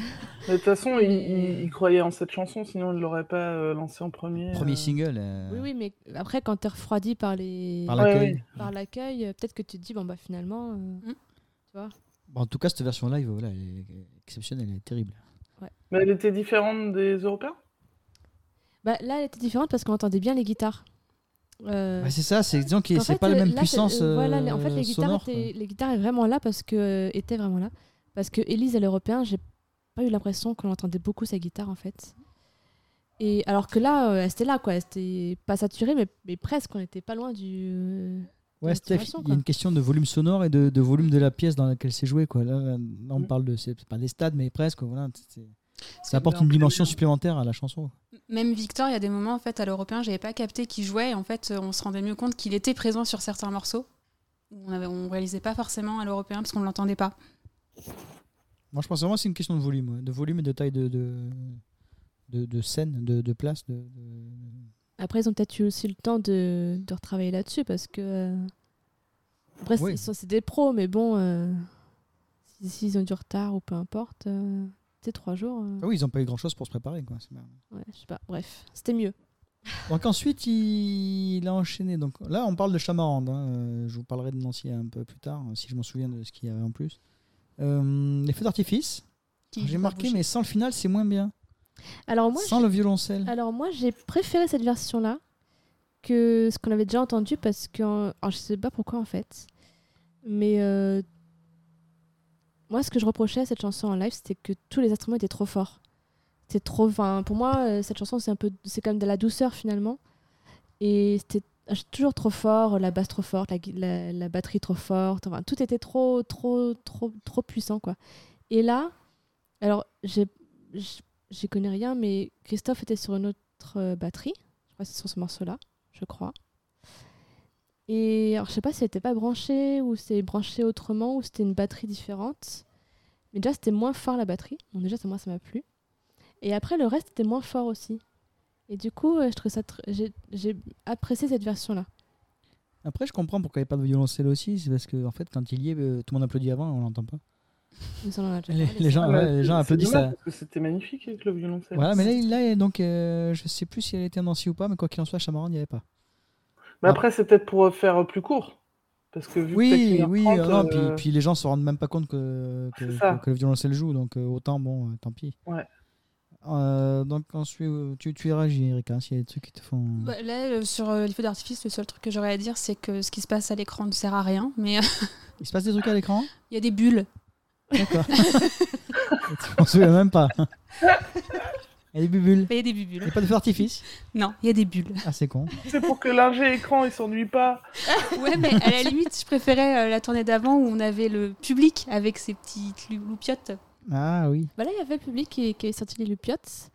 Mais de toute façon, il, il- Et- il croyait en cette chanson, sinon il l'aurait pas euh, lancée en premier. Premier euh. single. euh, oui, oui, mais après quand t'es refroidi par les Par Ouais, l'accueil. ouais. par l'accueil, euh, peut-être que tu te dis, bon, bah finalement, euh, Bon, en tout cas, cette version live, voilà, elle est exceptionnelle, elle est terrible. Mais elle était différente des Européens bah, là, elle était différente parce qu'on entendait bien les guitares. Euh, Ouais, c'est ça, c'est disons que en c'est fait, pas la euh, même là, puissance. c'est- euh, voilà, les- euh, en fait, les guitares, sonore, étaient, les guitares étaient vraiment là parce que, euh, étaient vraiment là. Parce que Elise et l'Européen, j'ai pas eu l'impression qu'on entendait beaucoup sa guitare, en fait. Et alors que là, euh, elle était là, quoi. Elle était pas saturée, mais, mais presque. On était pas loin du. euh, quoi. Ouais, de Steph, saturation, il y a une quoi. question de volume sonore et de, de volume de la pièce dans laquelle c'est joué. Quoi. Là, là, là, on Mm. parle de. C'est c'est pas des stades, mais presque. Voilà, c'est- c'est- Parce ça apporte bien, une dimension supplémentaire à la chanson. Même Victor, il y a des moments en fait à l'européen, j'avais pas capté qu'il jouait. et En fait, euh, on se rendait mieux compte qu'il était présent sur certains morceaux. On, avait, on réalisait pas forcément à l'européen parce qu'on l'entendait pas. Moi, je pense vraiment que c'est une question de volume, ouais, de volume et de taille de, de, de, de scène, de, de place. De, de- Après, ils ont peut-être eu aussi le temps de, de retravailler là-dessus parce que. euh, Après, c'est- Oui. ils sont- c'est des pros, mais bon. euh, si- S'ils ont du retard ou peu importe, euh, tu sais, trois jours. euh, Ah oui, ils n'ont pas eu grand-chose pour se préparer. Quoi. c'est marrant. ouais, je sais pas. Bref, c'était mieux. Donc ensuite, il... il a enchaîné. Donc là, on parle de Chamarande. hein. Euh, Je vous parlerai de Nancy un peu plus tard, si je m'en souviens de ce qu'il y avait en plus. Euh, les feux d'artifice. Qui J'ai va marqué, bouger. mais sans le final, c'est moins bien. Alors, moi, Ah. sans le violoncelle. Alors moi, j'ai préféré cette version-là que ce qu'on avait déjà entendu parce que euh, alors, je sais pas pourquoi en fait, mais euh, moi, ce que je reprochais à cette chanson en live, c'était que tous les instruments étaient trop forts. C'était trop. Enfin, pour moi, euh, cette chanson, c'est un peu, c'est quand même de la douceur finalement, et c'était toujours trop fort, la basse trop forte, la, gui- la- la batterie trop forte. Enfin, tout était trop, trop, trop, trop puissant quoi. Et là, alors j'ai j'ai- j'y connais rien, mais Christophe était sur une autre euh, batterie. Je crois que c'est sur ce morceau-là, je crois. Et alors, je sais pas si elle était pas branchée ou c'est branché autrement ou c'était une batterie différente. Mais déjà, c'était moins fort la batterie. Donc, déjà, ça, moi, ça m'a plu. Et après, le reste était moins fort aussi. Et du coup, euh, je trouve ça tr- j'ai- j'ai apprécié cette version-là. Après, je comprends pourquoi il n'y a pas de violoncelle aussi. C'est parce que, en fait, quand il y est, euh, tout le monde applaudit avant, on l'entend pas. Nous en avons déjà Les, parlé, les ça. gens, Ah, ouais, mais les gens c'est- c'est applaudissent. dommage, à- parce que C'était magnifique avec le violoncelle. Voilà, mais là, il- là, donc, euh, je sais plus si elle était à Nancy ou pas, mais quoi qu'il en soit, Chamarande, il n'y avait pas. Mais après, c'est peut-être pour euh, faire euh, plus court. Parce que vu Oui, que oui, 1h30, euh, non, puis, euh, puis les gens se rendent même pas compte que, que, C'est ça. que- que le violoncelle joue, donc euh, autant, bon, euh, tant pis. Ouais. Euh, donc ensuite, euh, tu, tu y réagis, Eric, hein, s'il y a des trucs qui te font. Bah, là, euh, sur euh, les feux d'artifice, le seul truc que j'aurais à dire, c'est que ce qui se passe à l'écran ne sert à rien, mais euh, <laughs> Il se passe des trucs à l'écran il y a des bulles. D'accord. <laughs> tu m'en souviens même pas. <laughs> Il y a des bulles. Il y a des Il bulles. n'y a pas de feu d'artifice. Non, il y a des bulles. Ah, c'est con. C'est pour que l'ingé écran il s'ennuie pas. Ouais, mais à la limite, je préférais euh, la tournée d'avant où on avait le public avec ses petites lou- <laughs> loupiottes. Ah oui. Bah là, il y avait le public qui, qui avait sorti les lupiotes.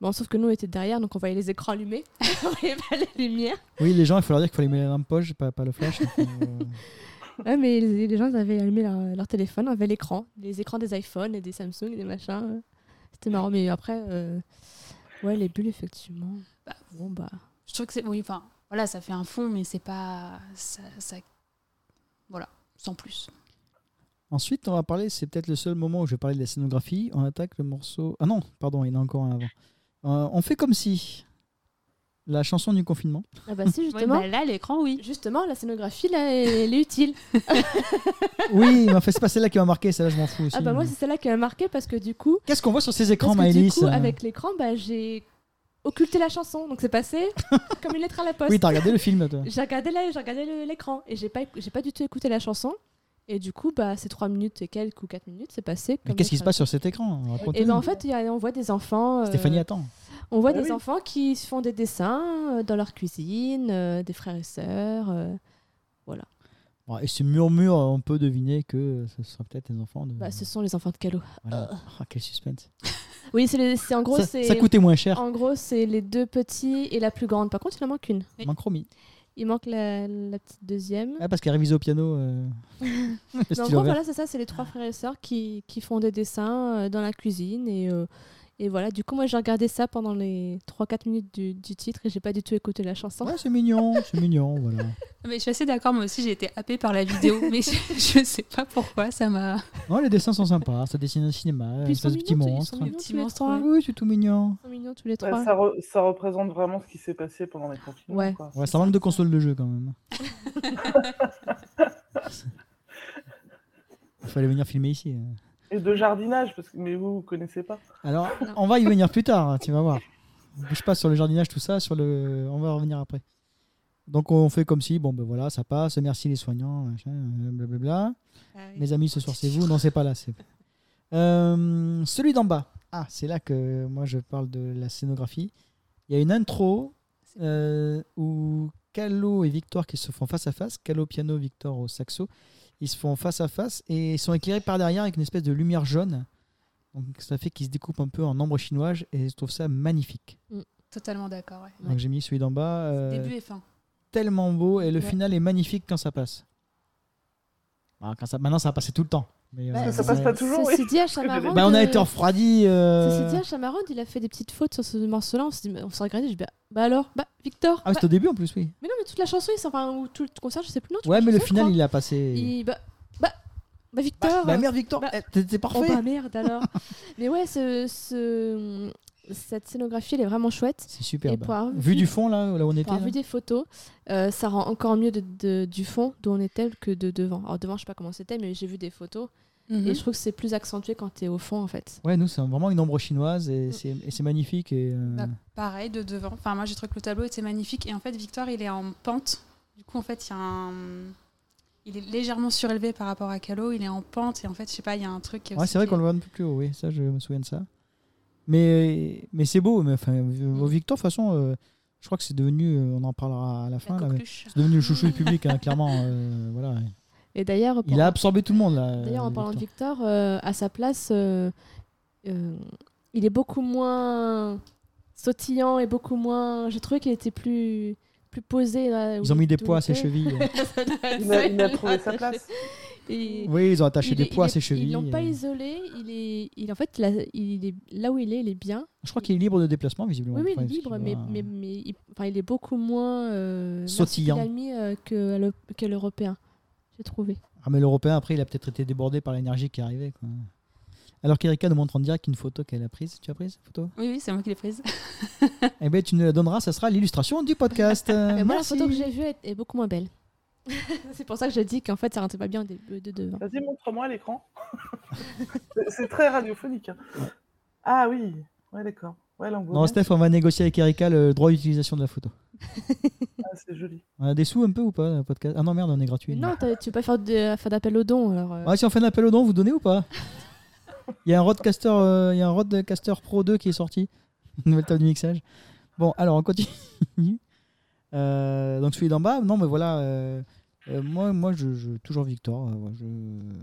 Bon, sauf que nous, on était derrière, donc on voyait les écrans allumés. on voyait bah, pas les lumières. Oui, les gens, il faut leur dire qu'il faut les mettre dans la poche, pas, pas le flash. donc, euh, Ouais, mais les, les gens ils avaient allumé leur, leur téléphone, avaient l'écran, les écrans des iPhones et des Samsung et des machins. euh. C'était marrant, mais après, euh, ouais, les bulles, effectivement. Bah, Bon, bah. Je trouve que c'est. Oui, enfin, voilà, ça fait un fond, mais c'est pas. Ça, ça- Voilà, sans plus. Ensuite, on va parler, c'est peut-être le seul moment où je vais parler de la scénographie. On attaque le morceau. Ah non, pardon, il y en a encore un avant. Euh, on fait comme si. La chanson du <laughs> confinement. Ah bah si, justement. Ouais, bah là, l'écran, oui. Justement, la scénographie, là, elle, elle est utile. Ah, Oui, mais en fait, c'est pas celle-là qui m'a marqué, celle-là, je m'en fous aussi. Ah bah moi, mais- c'est celle-là qui m'a marqué parce que du coup, Qu'est-ce qu'on voit sur ces écrans, parce que, du Maëlys coup euh avec l'écran, bah, j'ai occulté la chanson. Donc <laughs> c'est passé comme une lettre à la poste. Oui, t'as regardé le <laughs> film, toi. J'ai regardé, la- j'ai regardé le- l'écran et j'ai pas, éc- j'ai pas du tout écouté la chanson. Et du coup, bah, ces 3 minutes et quelques ou 4 minutes, c'est passé. Mais comme qu'est-ce qui se notre- passe sur cet écran Et Raconte-nous. ben en fait, il y a- on voit des enfants. euh, Stéphanie, attends. On voit Ah des oui. enfants qui se font des dessins euh, dans leur cuisine, euh, des frères et sœurs. euh. Bon, et ce murmure, on peut deviner que ce sera peut-être les enfants. De... Bah, ce sont les enfants de Calo. Voilà. Ah, quel suspense. Oui, c'est les- c'est en gros, ça, c'est. ça coûtait moins cher. En gros, c'est les deux petits et la plus grande. Par contre, il en manque une. Oui. Mancromie. Il manque la, la petite deuxième. Ah, parce qu'elle révise au piano. <laughs> euh, le Mais en stylo gros, vert. voilà, c'est ça, c'est les trois frères et sœurs qui, qui font des dessins euh, dans la cuisine. Et, euh, et voilà, du coup, moi, j'ai regardé ça pendant les 3-4 minutes du, du titre et j'ai pas du tout écouté la chanson. Ouais, c'est mignon, c'est mignon, voilà. Mais je suis assez d'accord, moi aussi j'ai été happée par la <laughs> vidéo, mais je, je sais pas pourquoi ça m'a. Non, les dessins sont sympas, ça dessine un cinéma, Puis ils ça sont des petits mignons, tous- ils monstres. sont mignons Des petits tous les monstres, trois. Ah oui, c'est tout mignon. Ils sont mignons tous les Ouais, trois. Euh, ça, re- ça représente vraiment ce qui s'est passé pendant les confinements. Ouais. quoi. Ouais, ça manque de console de jeu quand <laughs> même. Il fallait venir filmer ici. hein. Et de jardinage, parce que mais vous, vous connaissez pas. Alors, Non. on va y venir plus tard, hein, tu vas voir. Bouge pas sur le jardinage, tout ça, sur le... on va revenir après. Donc on fait comme si, bon ben voilà, ça passe, merci les soignants, machin, euh, blablabla. Ah Mes amis, ce soir c'est vous, non c'est pas là. c'est- Euh, celui d'en bas. Ah, c'est là que moi je parle de la scénographie. Il y a une intro euh, où Calo et Victor qui se font face à face, Calo au piano, Victor au saxo, ils se font face à face et ils sont éclairés par derrière avec une espèce de lumière jaune. Donc ça fait qu'ils se découpent un peu en ombre chinoise et je trouve ça magnifique. Totalement d'accord, ouais. Donc j'ai mis celui d'en bas, euh, Début et fin. tellement beau et le Ouais. final est magnifique quand ça passe. Ah, quand ça... Maintenant ça a passé tout le temps. Mais, Bah, euh, Ça passe ouais. pas toujours. Ceci oui. <laughs> dit, à Chamarande, Bah, on a euh, été refroidi. euh. Ah, Ceci dit, à Chamarande, il a fait des petites fautes sur ce morceau-là. On s'est dit- on s'est regardé, je dis, bah, bah alors, bah Victor. Ah, bah- c'était au début en plus, oui. mais non, mais toute la chanson, il s'en enfin, ou tout le concert, je sais plus. Non, tout Ouais, mais le concert, je final, crois. il a passé. Il- bah, bah, bah, Victor. Bah merde, Victor, Bah- eh, t'étais Oh parfait. bah merde <laughs> alors. mais ouais, ce, ce- cette scénographie, elle est vraiment chouette. C'est super. Et pour avoir Vu vu- du fond, là, là où on était. Enfin, vu là. des photos, euh, ça rend encore mieux de- de- du fond d'où on était que de devant. Alors devant, je sais pas comment c'était, mais j'ai vu des photos Mhm. Mhm. et je trouve que c'est plus accentué quand t'es au fond en fait. Ouais, nous, c'est vraiment une ombre chinoise Mm. et c'est et c'est magnifique. Et, euh, Bah, pareil, de devant. Enfin, moi j'ai trouvé que le tableau était magnifique. Et en fait, Victor, il est en pente. Du coup, en fait, il y a un. Il est légèrement surélevé par rapport à Calo. Il est en pente. Et en fait, je sais pas, il y a un truc. qui est Ouais, aussi c'est vrai qui qu'on est- le voit un peu plus haut, oui, ça, je me souviens de ça. Mais, mais c'est beau. Mais, enfin, Mm. euh, Victor, de toute façon, euh, je crois que c'est devenu. euh, On en parlera à la fin. La là, mais coqueluche. C'est devenu le chouchou du public, hein, clairement. euh, voilà. Et d'ailleurs, Il pour- a absorbé tout le monde, là. D'ailleurs, en euh, parlant de Victor. Victor, euh, à sa place, euh, euh, il est beaucoup moins sautillant et beaucoup moins. J'ai trouvé qu'il était plus plus posé. là, où Ils ont mis des il poids à ses <laughs> était. chevilles. Il a, il a trouvé sa <laughs> place. Et- oui, ils ont attaché il des est- poids il à est- ses chevilles. Ils l'ont pas et- isolé. Il est, il en fait, là, il est là où il est, il est bien. Je crois qu'il est libre de déplacement, visiblement. Oui, oui, il Enfin, est ce qui libre, va- mais, mais, mais il, enfin, il est beaucoup moins euh, Sautillant. versatilami, euh, que l'e- que l'européen. J'ai trouvé. Ah, mais l'Européen, après, il a peut-être été débordé par l'énergie qui arrivait. Quoi. Alors qu'Erika nous montre en direct une photo qu'elle a prise. Tu as prise, cette photo Oui, oui, c'est moi qui l'ai prise. Eh bien, tu nous la donneras, ça sera l'illustration du <laughs> podcast. Euh, Mais moi, Ben, la merci. photo que j'ai vue est, est beaucoup moins <laughs> belle. c'est pour ça que je dis qu'en fait, ça rentrait pas bien des- de, de devant. Vas-y, montre-moi l'écran. <laughs> C'est- c'est très radiophonique. hein. Ah oui, ouais, d'accord. Ouais, là, on voit Non, bien. Steph, on va négocier avec Erika le droit d'utilisation de la photo. Ah, c'est joli. On a des sous un peu ou pas, le podcast Ah non, merde, on est gratuit. Mais non, t'as- tu peux pas faire de- faire d'appel aux dons alors. euh, Ouais, si on fait un appel au don, vous donnez ou pas Il y a un Rodecaster, euh, il y a un Rodecaster Pro 2 qui est sorti. <laughs> Une nouvelle table de mixage. Bon, alors on continue. <laughs> Euh, donc celui d'en bas, non mais voilà. euh, euh, moi, moi je, je- toujours Victor. euh, ouais, je-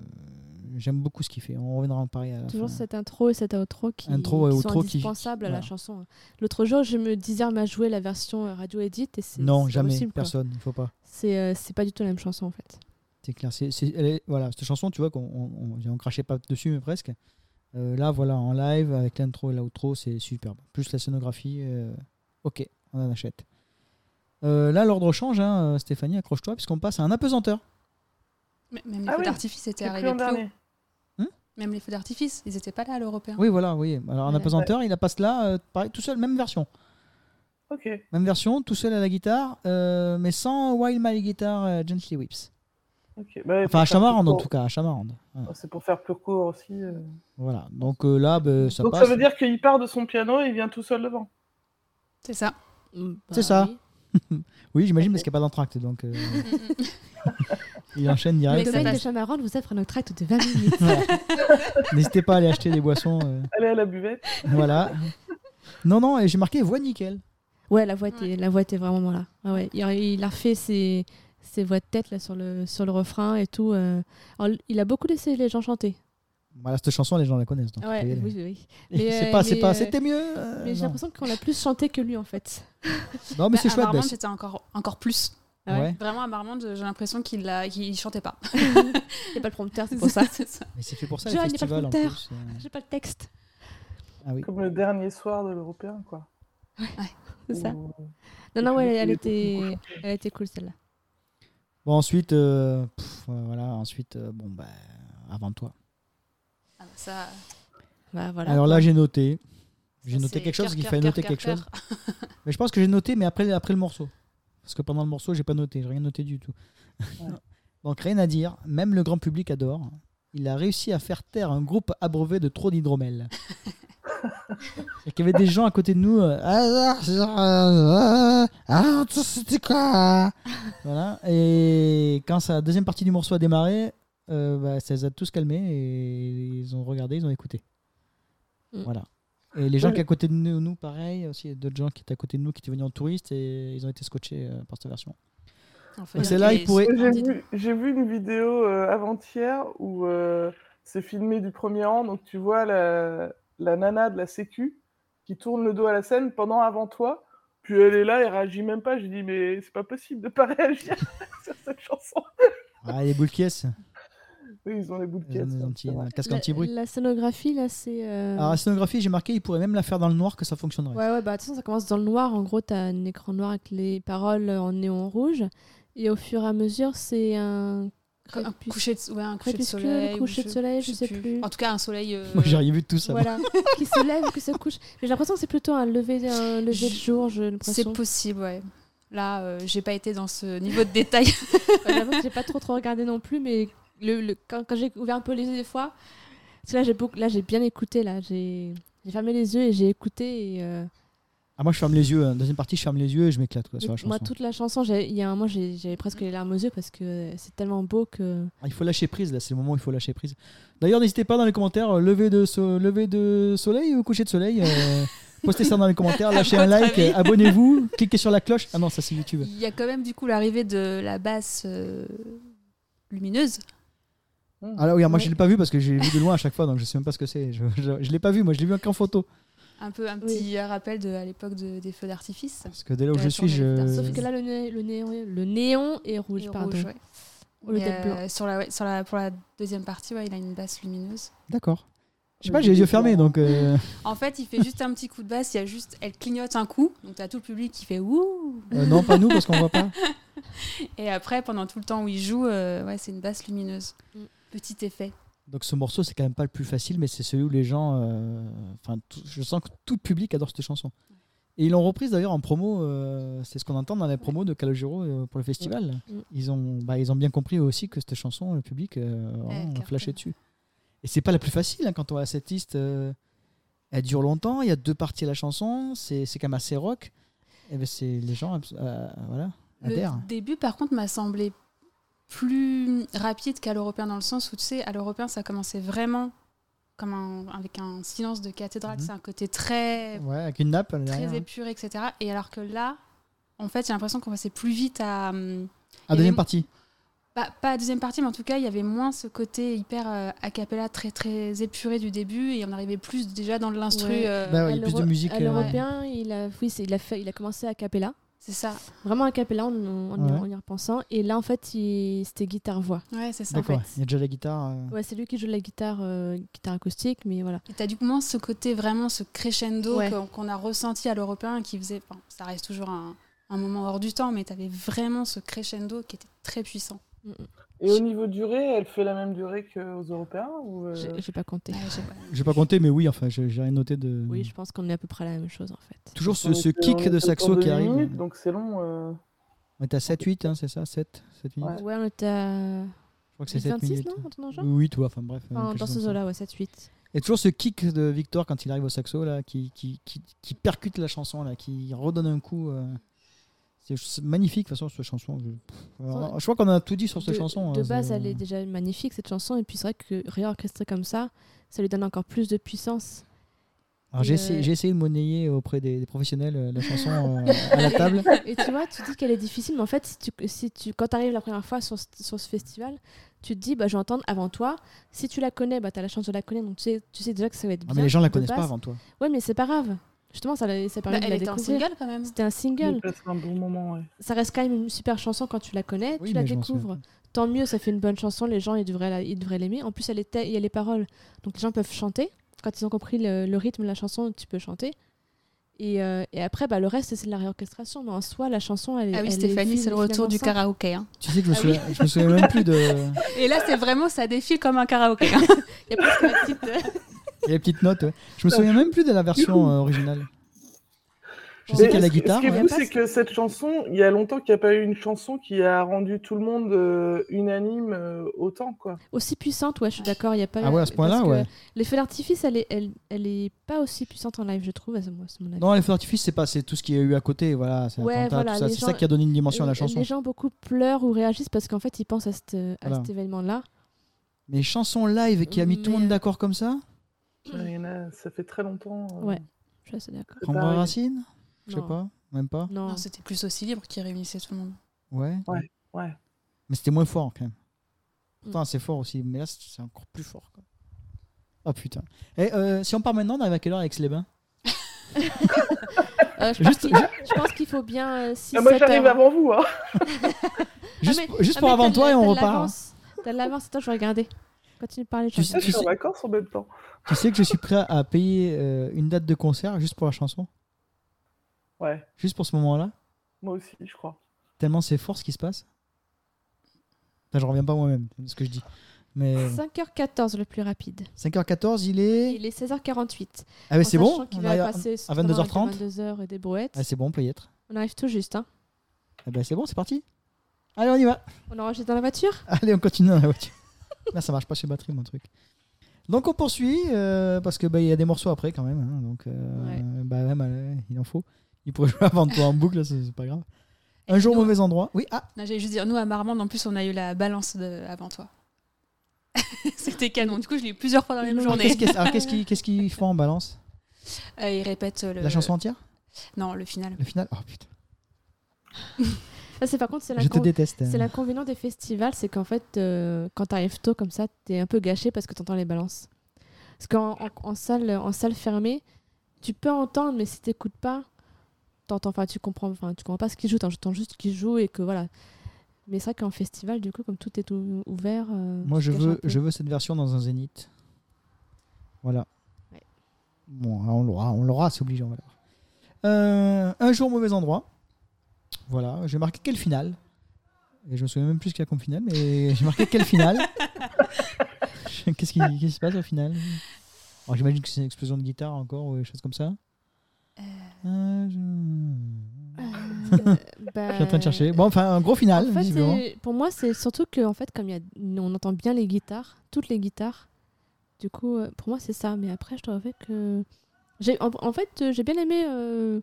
J'aime beaucoup ce qu'il fait. On reviendra en parler à la Toujours fin. cette intro et cette outro qui, Intro et qui sont outro qui- indispensables à la voilà. chanson. hein. L'autre jour, je me disais ah, à jouer la version euh, radio edit et c'est Non, c'est jamais, impossible, quoi. personne, il faut pas. C'est euh, c'est pas du tout la même chanson en fait. C'est clair. c'est c'est- elle est- voilà, cette chanson, tu vois, qu'on on, on- on crachait pas dessus, mais presque. Euh, là, voilà, en live, avec l'intro et l'outro, c'est superbe. Plus la scénographie, euh, ok, on en achète. Euh, là, l'ordre change, hein, euh, Stéphanie, accroche-toi, puisqu'on passe à un apesanteur. Mais- Même les Ah feux oui, d'artifice C'est étaient plus arrivés en plus haut. dernier. Même les feux d'artifice, ils n'étaient pas là à Ah. l'européen. Oui, voilà, oui. Alors, un Ouais. apesanteur, il la passe là, euh, pareil, tout seul, même version. Ok. Même version, tout seul à la guitare, euh, mais sans Wild My Guitar euh, Gently Whips. ok. Bah, Enfin, à pour faire Chamarande, plus en court- tout cas, à Chamarande. Ouais, C'est pour faire plus court aussi. euh. Voilà, donc euh, là, bah, ça Donc passe. ça veut dire qu'il part de son piano et il vient tout seul devant. C'est ça. Mm, bah C'est ça. Oui, j'imagine, parce qu'il n'y a pas d'entracte, donc euh, Mm, il enchaîne Mais Le direct. ça domaine passe. de Chamarande vous offre un tract de 20 minutes. <laughs> N'hésitez pas à aller acheter des boissons. euh, Aller à la buvette. voilà. Non, non, et j'ai marqué voix nickel. ouais, la voix, était- Ouais. la voix était vraiment là. Ah ouais, il, a- il a refait ses, ses voix de tête là, sur, le, sur le refrain et tout. euh. Alors, il a beaucoup laissé les gens chanter. Voilà, cette chanson, les gens la connaissent. donc Ouais, vous pouvez y aller. oui, oui. Et mais, c'est euh, pas, c'est mais, pas, euh, c'était mieux. euh, Mais j'ai non. l'impression qu'on l'a plus chanté que lui en fait. Non, mais Bah, c'est à chouette. Marmande, bah, c'était encore, encore plus. c'est- ouais. Vraiment, à Marmande, j'ai l'impression qu'il ne chantait pas. Il n'y a pas le prompteur, c'est pour ça. <laughs> C'est ça. Mais c'est fait pour ça, Johan, les il est pas festivals en conteur. plus. euh, <laughs> J'ai pas le texte. Ah oui. Comme le dernier soir de l'Européen, quoi. C'est ça. Où- Non, non, où ouais, il elle, elle était était, beaucoup elle était cool celle-là. Bon, ensuite, euh, pff, euh, voilà, ensuite, euh, bon, bah, avant toi. Ah bah, ça Bah, voilà. Alors là, j'ai noté. J'ai ça, noté c'est quelque chose, cœur, qu'il cœur, fallait cœur, noter cœur, Ah, quelque chose. cœur. Mais je pense que j'ai noté, mais après, après le morceau. Parce que pendant le morceau, j'ai pas noté, j'ai rien noté du tout. <laughs> Donc rien à dire, même le grand public adore. Il a réussi à faire taire un groupe abreuvé de trop d'hydromel. Il y avait des gens à côté de nous. euh, Ah, ah, ah, ah, ah, c'était quoi voilà. Et quand sa deuxième partie du morceau a démarré, euh, bah, ça les a tous calmés et ils ont regardé, ils ont écouté. Mm. Voilà. Et les gens Oui. qui étaient à côté de nous, nous, pareil, aussi il y a d'autres gens qui étaient à côté de nous qui étaient venus en touriste et ils ont été scotchés euh, par cette version. On fait Donc dire c'est là, qu'il il est pourrait. euh, J'ai splendide. vu, j'ai vu une vidéo euh, avant-hier où euh, c'est filmé du premier rang, donc tu vois la, la nana de la sécu qui tourne le dos à la scène pendant avant toi, puis elle est là, elle réagit même pas. J'ai dit mais c'est pas possible de pas <laughs> réagir sur cette chanson. Ah, les boules qui est-ce Oui, ils ont les bouts de Ils ont caisse. des hein, anti- c'est vrai. un casque la, anti-bruit. la scénographie là, c'est. euh, Alors, la scénographie, j'ai marqué, il pourrait même la faire dans le noir que ça fonctionnerait. Ouais, ouais, bah de toute façon, ça commence dans le noir. En gros, t'as un écran noir avec les paroles en néon rouge. Et au fur et à mesure, c'est un. Un crépus- coucher de, ouais, un coucher de crépuscule, soleil. ou coucher de soleil, je sais plus. En tout cas, un soleil. euh, Moi, j'ai rien vu de tout ça. moi. Voilà, qui se lève, qui se couche. Mais j'ai l'impression que c'est plutôt un lever, un lever de Je- jour, j'ai c'est l'impression. possible, ouais. Là, euh, j'ai pas été dans ce niveau de détail. Enfin, J'avoue que j'ai pas trop trop regardé non plus, mais le, le- quand, quand j'ai ouvert un peu les yeux des fois, parce que là j'ai beaucoup, là j'ai bien écouté, là j'ai j'ai fermé les yeux et j'ai écouté. Et, euh, Ah, moi, je ferme les yeux. hein. Deuxième partie, je ferme les yeux et je m'éclate quoi, sur la chanson. moi toute la chanson, j'ai- il y a un moment j'ai- j'avais presque les larmes aux yeux parce que c'est tellement beau que. Ah, il faut lâcher prise, là, c'est le moment où il faut lâcher prise. D'ailleurs, n'hésitez pas dans les commentaires, euh, lever de, so- lever de soleil ou coucher de soleil. <laughs> euh, postez ça dans les commentaires, lâchez un votre like, avis. euh, abonnez-vous, cliquez sur la cloche. Ah non, ça c'est YouTube. Il y a quand même du coup l'arrivée de la basse euh, lumineuse. Ah là, oui, moi Ouais. je l'ai pas vu parce que j'ai vu de loin à chaque fois, donc je sais même pas ce que c'est. Je, je, je l'ai pas vu, moi je l'ai vu qu'en photo. Un peu un petit rappel de à l'époque de- des feux d'artifice. Parce que dès là où Ouais, je sur suis, les je. guitares, Sauf que là le, né- le néon, le néon est rouge, Et pardon. rouge, ouais. Au lieu Et, d'être euh, Ah, blanc. sur la, ouais, sur la, pour la deuxième partie, ouais, il a une basse lumineuse. D'accord. Je sais pas, j'ai les yeux fermés, donc. euh, En fait, il fait juste un petit coup de basse. Il y a juste, elle clignote un coup, donc t'as tout le public qui fait ouh. euh, non, pas nous parce qu'on voit pas. Et après, pendant tout le temps où il joue, euh, ouais, c'est une basse lumineuse. Mm. Petit effet. Donc ce morceau, c'est quand même pas le plus facile, mais c'est celui où les gens. euh, Enfin, tout- je sens que tout le public adore cette chanson. Et ils l'ont reprise d'ailleurs en promo, euh, c'est ce qu'on entend dans les promos de Calogero euh, pour le festival. Mm. Ils, ont, bah, ils ont bien compris aussi que cette chanson, le public, euh, vraiment, cartonne. flashait dessus. Et c'est pas la plus facile hein, quand on voit cette liste. euh, elle dure longtemps, il y a deux parties à la chanson, c'est c'est quand même assez rock. Et ben, c'est les gens abs- euh, voilà, adhèrent. Le début, par contre, m'a semblé plus rapide qu'à l'européen dans le sens où, tu sais, à l'européen, ça commençait vraiment comme un- avec un silence de cathédrale. Mhm. C'est un côté très, Ouais, avec une nappe euh, derrière. hein. très épuré, etc. Et alors que là, en fait, j'ai l'impression qu'on passait plus vite à. hum, Ah, deuxième Et- partie. bah, pas à deuxième partie, mais en tout cas, il y avait moins ce côté hyper euh, a cappella, très, très épuré du début. Et on arrivait plus déjà dans de l'instru. Ouais. euh, Bah ouais, À il y a plus de l'euro- musique. À euh, l'européen, il, a, oui, c'est- il, a fait- il a commencé à cappella. C'est ça. Vraiment à cappella en, en, en y- Ouais. en y repensant. Et là, en fait, il- c'était guitare-voix. Ouais, c'est ça. D'accord, en fait. il y a déjà la guitare. euh. Ouais, c'est lui qui joue de la guitare, euh, guitare acoustique, mais voilà. Et t'as du moins ce côté vraiment, ce crescendo Ouais. qu'on qu'on a ressenti à l'européen qui faisait. enfin, ça reste toujours un, un moment hors du temps, mais t'avais vraiment ce crescendo qui était très puissant. Mm, Et au niveau durée, elle fait la même durée qu'aux Européens ou, euh, J'ai j'ai pas compté. Hmm. Ouais, je sais pas. J'ai pas compté, mais oui, enfin, j'ai j'ai rien noté de. Oui, je pense qu'on est à peu près à la même chose en fait. Toujours on ce, ce était- euh, on kick était de autour saxo de qui huit arrive. minutes, donc c'est long. euh. On est à 7-8, hein, c'est ça 7, 7 minutes Ouais. Ouais, on était à Je crois que c'est 7 26, minutes. non un truc dans le genre Ou 8, ouais, enfin bref. Enfin, quelque Dans chose ce comme ça. zoo-là, ouais, 7-8. Et toujours ce kick de Victor quand il arrive au saxo, là, qui, qui, qui, qui percute la chanson, là, qui redonne un coup. euh. C'est- C'est magnifique, de toute façon, cette chanson. Je, pff, alors, je crois qu'on a tout dit sur cette de, chanson. De hein, base, c'est- elle est déjà magnifique cette chanson, et puis c'est vrai que réorchestrer comme ça, ça lui donne encore plus de puissance. Alors, J'ai Et, essayé, euh, j'ai essayé de monnayer auprès des, des professionnels euh, la chanson <laughs> euh, à la table. et tu vois, tu dis qu'elle est difficile, mais en fait, si tu, si tu, quand tu arrives la première fois sur, ce- sur ce festival, tu te dis, bah, je vais entendre avant toi. Si tu la connais, bah, tu as la chance de la connaître, donc tu sais, tu sais déjà que ça va être Ah, bien. mais les gens la de connaissent pas base. avant toi. Ouais, mais c'est pas grave. Justement, ça, l'a- ça permet Bah, de elle la était en découvrir. single quand même. Ah C'était un single. J'ai passé un bon moment. ouais. Ça reste quand même une super chanson quand tu la connais, Oui, tu la mais je m'en souviens découvres. Tant mieux, ça fait une bonne chanson, les gens ils devraient la- ils devraient l'aimer. En plus, elle était, il y a les paroles, donc les gens peuvent chanter. Quand ils ont compris le, le rythme de la chanson, tu peux chanter. Et, euh, et après, bah, le reste, c'est de la réorchestration. Mais en soi, la chanson, elle est. Ah oui, elle est Stéphanie, fine- c'est le retour finalement du simple. karaoké. hein. Tu sais que je me Ah souviens, je me souviens même plus <laughs> de. Et là, c'est vraiment, ça défile comme un karaoké. hein. Il y a presque la <laughs> petite. euh, Et les petites notes. ouais. Je me souviens même plus de la version euh, originale. Je sais Mais qu'il y a la ce- guitare. Ce qui est ouais. fou, c'est que cette chanson, il y a longtemps qu'il n'y a pas eu une chanson qui a rendu tout le monde euh, unanime euh, autant. Quoi. Aussi puissante, ouais, je suis d'accord. Il y a pas. Ah ouais, à ce point-là, parce que ouais. L'effet d'artifice, elle est, elle, elle est pas aussi puissante en live, je trouve, à ce- moi, c'est mon avis. Non, les feux d'artifice, c'est pas, c'est tout ce qu'il y a eu à côté, voilà, c'est Ouais, l'attentat, voilà, tout ça, les c'est gens- ça qui a donné une dimension à la Les- chanson. Les gens beaucoup pleurent ou réagissent parce qu'en fait, ils pensent à, cette- à Voilà. cet événement-là. Mais chanson live qui a mis tout le Mais- euh, monde d'accord comme ça, Il y en a, ça fait très longtemps. euh, Ouais. Je suis assez d'accord. c'est prends pareil. racine, je sais Non. pas, même pas, Non. Non, c'était plus aussi libre qui réunissait tout le monde. ouais. Ouais, ouais. Mais c'était moins fort quand même. Mm. Pourtant, c'est fort aussi, mais là, c'est c'est encore plus fort. Quoi. Oh putain. Et euh, si on part maintenant, on arrive à quelle heure avec les bains Ah, Euh, je, Juste- pense qu'il- je pense qu'il faut bien euh, 6 Ah, moi, j'arrive avant vous. Hein. Juste, ah, juste pour avant toi et on repart. hein. T'as de l'avance, attends, je vais regarder. Continue de parler, je <laughs> Tu vais sais- Je regarder. suis en vacances en même temps. Tu sais que je suis prêt à payer euh, une date de concert juste pour la chanson, Ouais, juste pour ce moment-là. moi aussi, je crois. Tellement c'est fort ce qui se passe. Enfin, je reviens pas moi-même de ce que je dis. Mais 5h14 le plus rapide. 5h14, il est. Il est 16h48. Ah, mais En c'est bon sachant qu'il on va arrive à- passer 22h30. 22h et des brouettes. Ah, c'est bon, on peut y être. On arrive tout juste. hein. Ah, bah, c'est bon, c'est parti. Allez, on y va. <laughs> On enregistre dans la voiture Allez, on continue dans la <laughs> voiture. Là, ça marche pas chez batterie, mon truc. Donc, on poursuit euh, parce que bah, il y a des morceaux après quand même. hein, donc, euh, Ouais. bah, ouais, bah, ouais, il en faut. Il pourrait jouer avant toi en boucle, c'est c'est pas grave. Un jour, nous- mauvais endroit. Oui, ah, Non, J'allais juste dire, nous à Marmande, en plus, on a eu la balance de... avant toi. <laughs> c'était canon. Du coup, je l'ai eu plusieurs fois dans la même alors, journée. qu'est-ce qu'ils alors, qu'est-ce qu'ils- qu'est-ce qu'ils font en balance Euh, ils répètent euh, le... La chanson entière Non, le final. Le final Oh putain, Ça, c'est par contre, c'est je te l'incon- déteste. hein. c'est l'inconvénient des festivals, c'est qu'en fait, euh, quand t'arrives tôt comme ça, t'es un peu gâché parce que t'entends les balances. Parce qu'en en- en salle, euh, en salle fermée, tu peux entendre, mais si t'écoutes pas, t'entends, enfin, tu comprends, enfin, tu comprends pas ce qu'ils jouent, t'entends juste qu'ils jouent et que voilà. Mais c'est vrai qu'en festival, du coup, comme tout est ou- ouvert, euh, Moi, tu je te caches un veux, peu. je veux cette version dans un zénith. Voilà. Ouais. Bon, alors on l'aura, on l'aura, c'est obligé, on va l'avoir. Euh, un jour, mauvais endroit. Voilà, j'ai marqué quelle finale Et je me souviens même plus ce qu'il y a comme finale, mais <laughs> j'ai marqué quelle finale Qu'est-ce qui, qu'est-ce qui se passe au final Alors, J'imagine que c'est une explosion de guitare encore ou des choses comme ça. Euh, je... Euh, bah, je suis en train de chercher. Bon, enfin, un gros final, En fait, visiblement. c'est- pour moi, c'est surtout que en fait, comme il y a- on entend bien les guitares, toutes les guitares, du coup, euh, pour moi, c'est ça. Mais après, je te avouer que. j'ai- En, en fait, euh, j'ai bien aimé. euh,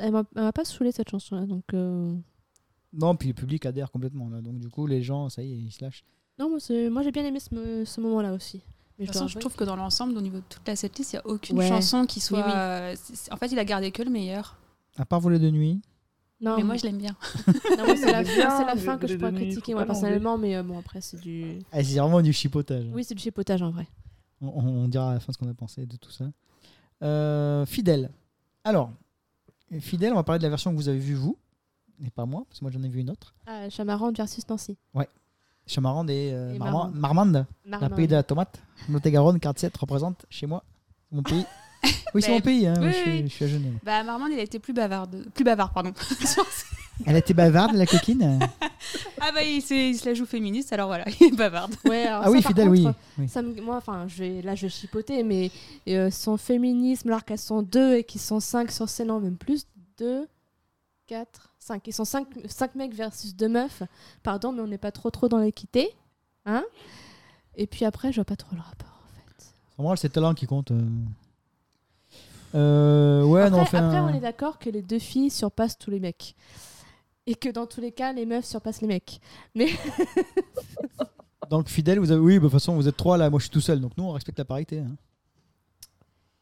Elle m'a elle m'a pas saoulé cette chanson-là. Donc, euh, Non, puis le public adhère complètement. Là. Donc, du coup, les gens, ça y est, ils se lâchent. Non, moi, c'est- moi, j'ai bien aimé ce, mo- ce moment-là aussi. Mais De toute façon, dois je avouer trouve que dans l'ensemble, au niveau de toute la setlist, il n'y a aucune Ouais. chanson qui soit. oui. euh, c'est- c'est- En fait, il a gardé que le meilleur. À part voler de nuit. Non, Ah mais moi, je l'aime bien. <laughs> non, <laughs> moi, c'est la J'aime fin, bien, c'est la mais fin que les je pourrais données, faut critiquer, pas moi, l'enlever. personnellement, mais euh, bon, après, c'est du. Ah, c'est vraiment du chipotage. hein. Oui, c'est du chipotage en vrai. On, on- on dira à la fin ce qu'on a pensé de tout ça. Euh, fidèle. Alors, fidèle, on va parler de la version que vous avez vue vous, et pas moi, parce que moi j'en ai vu une autre. Ah, Chamarande versus Nancy. Chamarande et, euh, Et Marmande, Marmande. Marmande, la Marmande. pays de la tomate. Lot-et-Garonne, quartier, représente chez moi, mon <laughs> pays. Oui, c'est Mais- Ben, mon pays, hein, oui, je, suis, oui. je suis à Genève. Bah, Marmande, il a été plus bavard. de- Plus bavard, pardon. <laughs> Sur ce- Elle a été bavarde, la <laughs> coquine Oh, ah, bah, il, s'est- il se la joue féministe, alors voilà, <laughs> il est bavard. Ouais, alors Ah ça, oui, par fidèle, contre, oui. oui. Ça me- moi, enfin, je vais, là, je vais chipoter, mais euh, son féminisme, alors qu'elles sont deux et qu'ils sont cinq sur scène, non, même plus, deux, quatre, cinq. Ils sont cinq, cinq mecs versus deux meufs. Pardon, mais on n'est pas trop trop dans l'équité, hein Et puis après, je vois pas trop le rapport, en fait. Pour moi, c'est le talent qui compte. euh. Euh, ouais, après, non, on fait après, un- on est d'accord que les deux filles surpassent tous les mecs. Et que dans tous les cas, les meufs surpassent les mecs. Donc, fidèle, vous avez... oui, bah, de toute façon, vous êtes trois là, moi je suis tout seul, donc nous on respecte la parité. hein.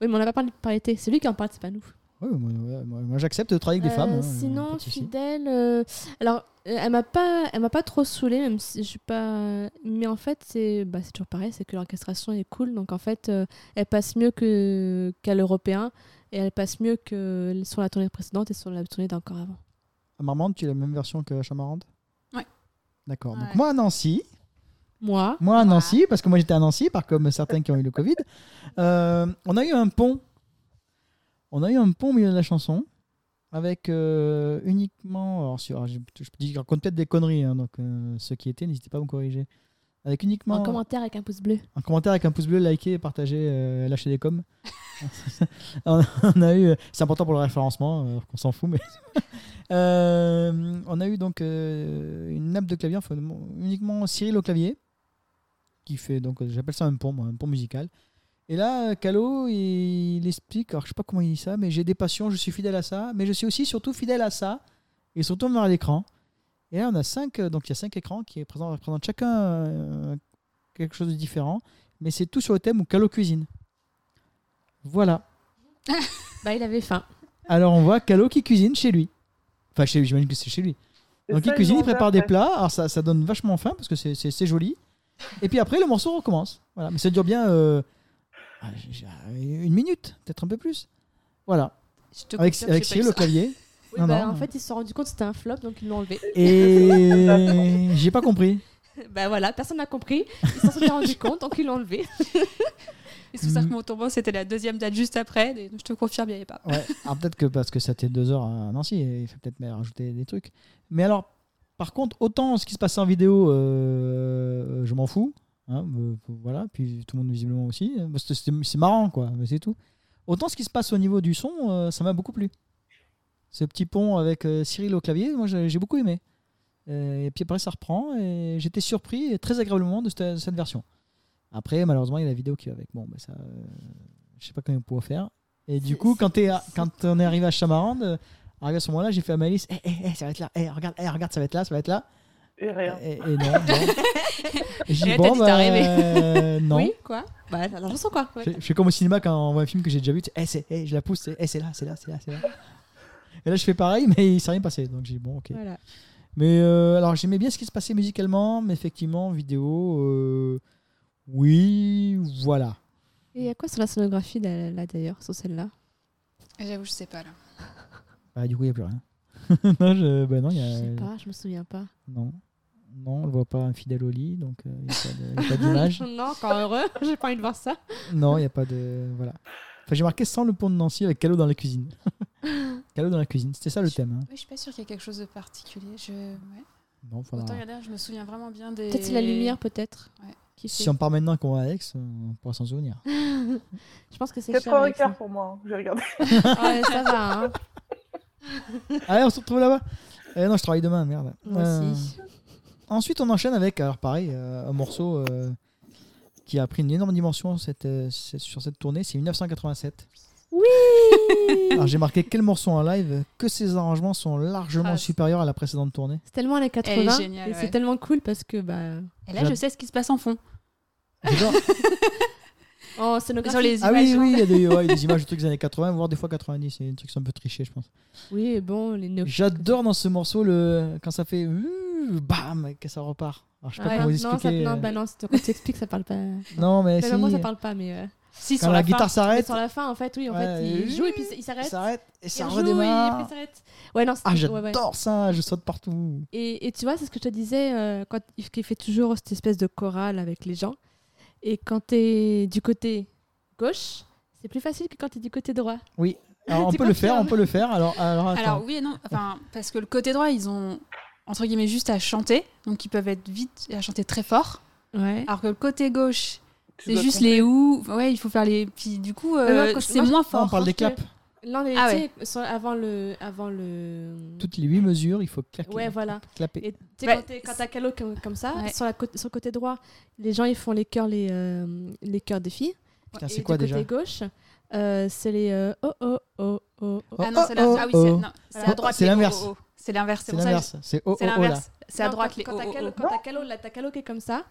Oui, mais on n'a pas parlé de parité. C'est lui qui en parle, c'est pas nous. Ouais, moi, ouais, moi- moi, j'accepte de travailler avec des Euh, femmes. hein, pas sinon, de souci. fidèle. euh, alors, euh, elle m'a pas, elle m'a pas trop saoulée, même si je suis pas. Mais en fait, c'est, bah, c'est toujours pareil, c'est que l'orchestration est cool, donc en fait, euh, elle passe mieux que qu'à l'européen et elle passe mieux que sur la tournée précédente et sur la tournée d'encore avant. Ah, Marmande, tu as la même version que Chamarande Ouais. D'accord. Donc Ouais. moi à Nancy, Moi, moi à Voilà. Nancy, parce que moi j'étais à Nancy, par comme certains qui ont eu le Covid, euh, on a eu un pont. On a eu un pont au milieu de la chanson, avec euh, uniquement, alors sur, alors, je, je dis- je raconte peut-être des conneries, hein, donc euh, ceux qui étaient, n'hésitez pas à me corriger. Avec uniquement en commentaire avec un pouce bleu. un commentaire avec un pouce bleu, liker, partager, euh, lâcher des coms. <laughs> on, on a eu, c'est important pour le référencement, euh, qu'on s'en fout, mais <laughs> Euh, on a eu donc euh, une nappe de clavier, enfin, uniquement Cyril au clavier, qui fait donc, euh, j'appelle ça un pont, moi, un pont musical. Et là, euh, Calo, il, il explique, alors je sais pas comment il dit ça, mais j'ai des passions, je suis fidèle à ça, mais je suis aussi surtout fidèle à ça. Et ils se retournent vers l'écran. Et là, on a cinq, euh, donc il y a cinq écrans qui représentent, représentent chacun euh, quelque chose de différent, mais c'est tout sur le thème ou Calo cuisine. Voilà. Bah, il avait faim. Alors on voit Calo qui cuisine chez lui. Enfin, chez lui, j'imagine que c'est chez lui. Et Donc ça, il cuisine, l'ont il prépare des fait. plats. Alors ça, ça donne vachement faim parce que c'est- c'est c'est joli. Et puis après, le morceau recommence. Voilà. Mais ça dure bien euh, ah, j'ai- j'ai- une minute, peut-être un peu plus. Voilà. Je te Avec, confirme, avec j'ai pas eu Cyril au ça. clavier. Oui, Ah Non, bah, non. en fait, ils se sont rendus compte que c'était un flop, donc ils l'ont <laughs> enlevé. <laughs> Et j'ai pas compris. bah voilà, personne n'a compris. Ils s'en sont rendus compte, donc ils l'ont enlevé. Et c'est pour ça Hmm. que mon tombeau, c'était la deuxième date juste après. et Je te confirme, il n'y avait pas. Ouais. Alors peut-être que parce que ça t'est deux heures à Nancy, et il faut peut-être même rajouter des trucs. Mais alors, par contre, autant ce qui se passait en vidéo, euh, je m'en fous. hein, euh, voilà, puis tout le monde visiblement aussi. hein, Parce que c'était- C'est marrant, quoi, mais c'est tout. Autant ce qui se passe au niveau du son, euh, ça m'a beaucoup plu. Ce petit pont avec euh, Cyril au clavier, moi j'ai j'ai beaucoup aimé. Euh, et puis après, ça reprend, et j'étais surpris et très agréablement de cette, cette version. Après, malheureusement, il y a la vidéo qui va avec. Bon, bah, ça, euh, je sais pas comment on pourra faire. Et du C'est- coup, quand, t'es à- c'est- quand on est arrivé à Chamarande, euh, arrivé à ce moment-là, j'ai fait à Malice Eh, eh, eh, ça va être là, Eh, regarde, eh, regarde, ça va être là, ça va être là. Et rien. Et, et non, bon. Et j'ai dit Et là, Bon, t'as dit, t'as bah, rêvé. euh, non. Oui. Quoi Bah, la chanson, quoi. ouais. Je, je fais comme au cinéma quand on voit un film que j'ai déjà vu, tu sais, Eh, c'est- eh, je la pousse, c'est eh, c'est là, c'est là, c'est là, c'est là. Et là, je fais pareil, mais il s'est rien passé. Donc j'ai dit, bon, ok. Voilà. Mais euh, alors, j'aimais bien ce qui se passait musicalement, mais effectivement, vidéo, euh, oui, voilà. Et il y a quoi sur la sonographie là, là, d'ailleurs, sur celle-là Ah, J'avoue, je sais pas là. Bah, du coup, il n'y a plus rien. <laughs> non, je, bah, non, il y Je sais a. pas, je me souviens pas. Non. Non, on ne voit pas un fidèle au lit, donc euh, il n'y a pas de- il y a pas d'image. <laughs> <laughs> Non, encore heureux, j'ai pas envie de voir ça. Non, il n'y a pas de. Voilà. Enfin, j'ai marqué sans le pont de Nancy avec Calo dans la <laughs> cuisine. Calo dans la cuisine, c'était ça le thème. hein. Oui, je suis pas sûre qu'il y ait quelque chose de particulier. Je... ouais. Bon, faudra- Autant il y en a, je me souviens vraiment bien des. Peut-être c'est la <laughs> lumière, peut-être. Ouais. qui fait- Si on part maintenant qu'on va à Alex, on pourra s'en souvenir. <laughs> Je pense que c'est 4 cher. heures et avec ça. quart pour moi, hein, j'ai regardé. Ouais, ça va, hein. Allez, on se retrouve là-bas. Eh non, je travaille demain, merde. Moi Euh, <laughs> aussi. Ensuite, on enchaîne avec, alors pareil, euh, un morceau euh, qui a pris une énorme dimension cette, euh, cette- sur cette tournée, c'est <laughs> 1987. Alors j'ai marqué quel morceau en live, que ces arrangements sont largement Ah, c'est- supérieurs à la précédente <laughs> tournée. C'est tellement les est 80 géniale, et ouais. c'est tellement cool parce que bah Et là, je sais ce qui se passe en fond. J'adore. En scénographie. Sur les Ah oui, images. oui, il y a des, ouais, <laughs> des images de trucs des années 80, voire des fois 90. C'est des trucs un peu trichés, je pense. Oui, bon, les no- J'adore dans ce morceau le quand ça fait ouh, bam et que ça repart. Alors, je sais pas Ouais, comment vous non, ça, expliquer. euh, non, bah non, c'est- quand tu expliques, ça parle pas. Non, mais Bah si. non, moi, ça parle pas, mais. euh, Si, Quand sur la, la, fin. guitare mais s'arrête, sur la fin, en fait, oui, en Ouais, fait, il euh, joue et puis il ça s'arrête. s'arrête et ça il rejoue, et redémarre. puis il s'arrête. Ouais, non, c'est- Ah, ouais, ouais. j'adore ça, je saute <laughs> partout. Et, et tu vois, c'est ce que je te disais, euh, quand il qu'il fait toujours cette espèce de chorale avec les gens. Et quand tu es du côté gauche, c'est plus facile que quand tu es du côté droit. Oui. Alors, on Tu peut le faire, on confirmes peut le faire. Alors, alors, attends. Alors oui et non, enfin, parce que le côté droit, ils ont entre guillemets juste à chanter, donc ils peuvent être vite et à chanter très fort. Ouais. Alors que le côté gauche, Tu c'est dois juste compter. les ou, ouais, il faut faire les. Puis du coup, Eh euh, ben, Non, non, quand- c'est moi, je- moins Non, Ah, on fort. parle des parce que- claps. Là, on est, Ah tu sais, sur- avant le. Avant le... Toutes les 8 mesures, il faut claquer. Ouais, voilà. Clapper. Et tu sais, Ouais. quand t'es- quand t'as Calo comme, comme ça, Ouais. sur, la côte- sur le côté droit, les gens ils font les chœurs, les, euh, les chœurs des filles. Putain, Et c'est du quoi côté déjà gauche, euh, c'est les euh, oh oh oh oh. oh. Ah non, c'est la... Oh, oh, ah oui, c'est oh. non, c'est à Oh, droite. c'est les l'inverse. oh, oh, oh. C'est l'inverse. C'est pour ça que je- l'inverse. C'est oh, C'est oh, oh là. l'inverse. C'est à Non, droite quand- les. Quand oh, t'as oh, Calo- oh. quand t'as Calo, là, t'as Calo qui est comme ça.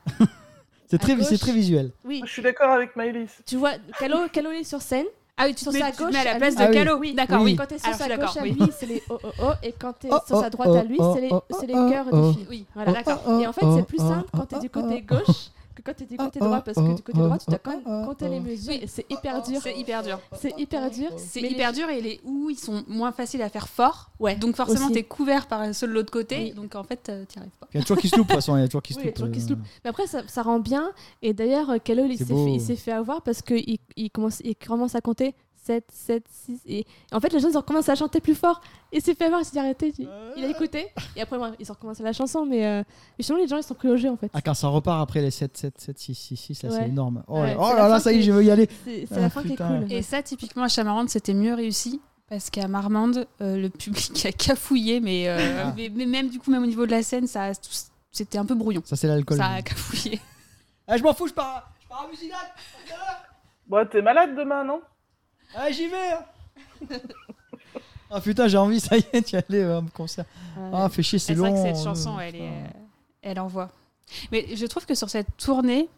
C'est très, vi- gauche. c'est très visuel. Oui. Je suis d'accord avec Maëlys. Tu vois, Calo, Calo est sur scène. Ah oui, tu te Sur mets, sa tu te gauche, mets à la à place lui. de Calo. Oui. D'accord, Ah Oui. oui. Et quand t'es sur Alors, sa je suis gauche d'accord, à oui. lui, c'est les oh oh oh. Et quand t'es Oh, sur oh, sa droite à lui, oh, c'est les, oh, c'est les oh, chœurs oh. de filles. Oui. Voilà, Oh, d'accord. oh, Et en fait, oh, c'est plus oh, simple oh, quand t'es oh, du oh, côté oh. gauche que quand t'es du côté droit, parce que du côté droit, tu dois quand Oh, oh, même oh, compter les oh. mesures et c'est hyper dur. oh, C'est hyper dur. C'est hyper dur. C'est mais les hyper dur et les ou ils sont moins faciles à faire fort. Ouais, Donc forcément, aussi. t'es couvert par ceux de l'autre côté. Donc en fait, euh, t'y arrives pas. Il y a toujours qui se loupe, de toute façon. Il y a toujours qui se Oui, il y a loupe. toujours qui se euh, loupe. Mais après, ça, ça rend bien. Et d'ailleurs, euh, Calo, il C'est s'est beau. fait, il s'est fait avoir parce qu'il il commence, il commence à compter 7, 7, 6. Et en fait, les gens, ils ont commencé à chanter plus fort. Il s'est fait avoir, il s'est dit arrêté. Il euh. il a écouté. Et après, moi, ils ont recommencé la chanson. Mais euh, mais sinon, les gens, ils sont pris au jeu, en fait. Ah, quand ça repart après les 7, 7, 7, 6, 6, 6, là, c'est Ouais. énorme. Oh, Ouais, là- oh c'est la là là, fin ça y est, qui- je veux y aller. C'est c'est Ah, la fin qui est putain. cool. Et ça, typiquement, à Chamarande, c'était mieux réussi. Parce qu'à Marmande, euh, le public a cafouillé, mais, euh, Ah. mais, mais même du coup, même au niveau de la scène, ça, a- c'était un peu brouillon. Ça, c'est l'alcool. Ça a cafouillé. Ah, je m'en fous, je pars, je pars à Musignac. Bon, t'es malade demain, non Ah, j'y vais. hein. <laughs> Ah putain, j'ai envie, ça y est, d'y aller euh, au concert. Ah, fais chier, c'est C'est long. vrai que cette euh, chanson, elle, est, putain. elle envoie. Mais je trouve que sur cette tournée,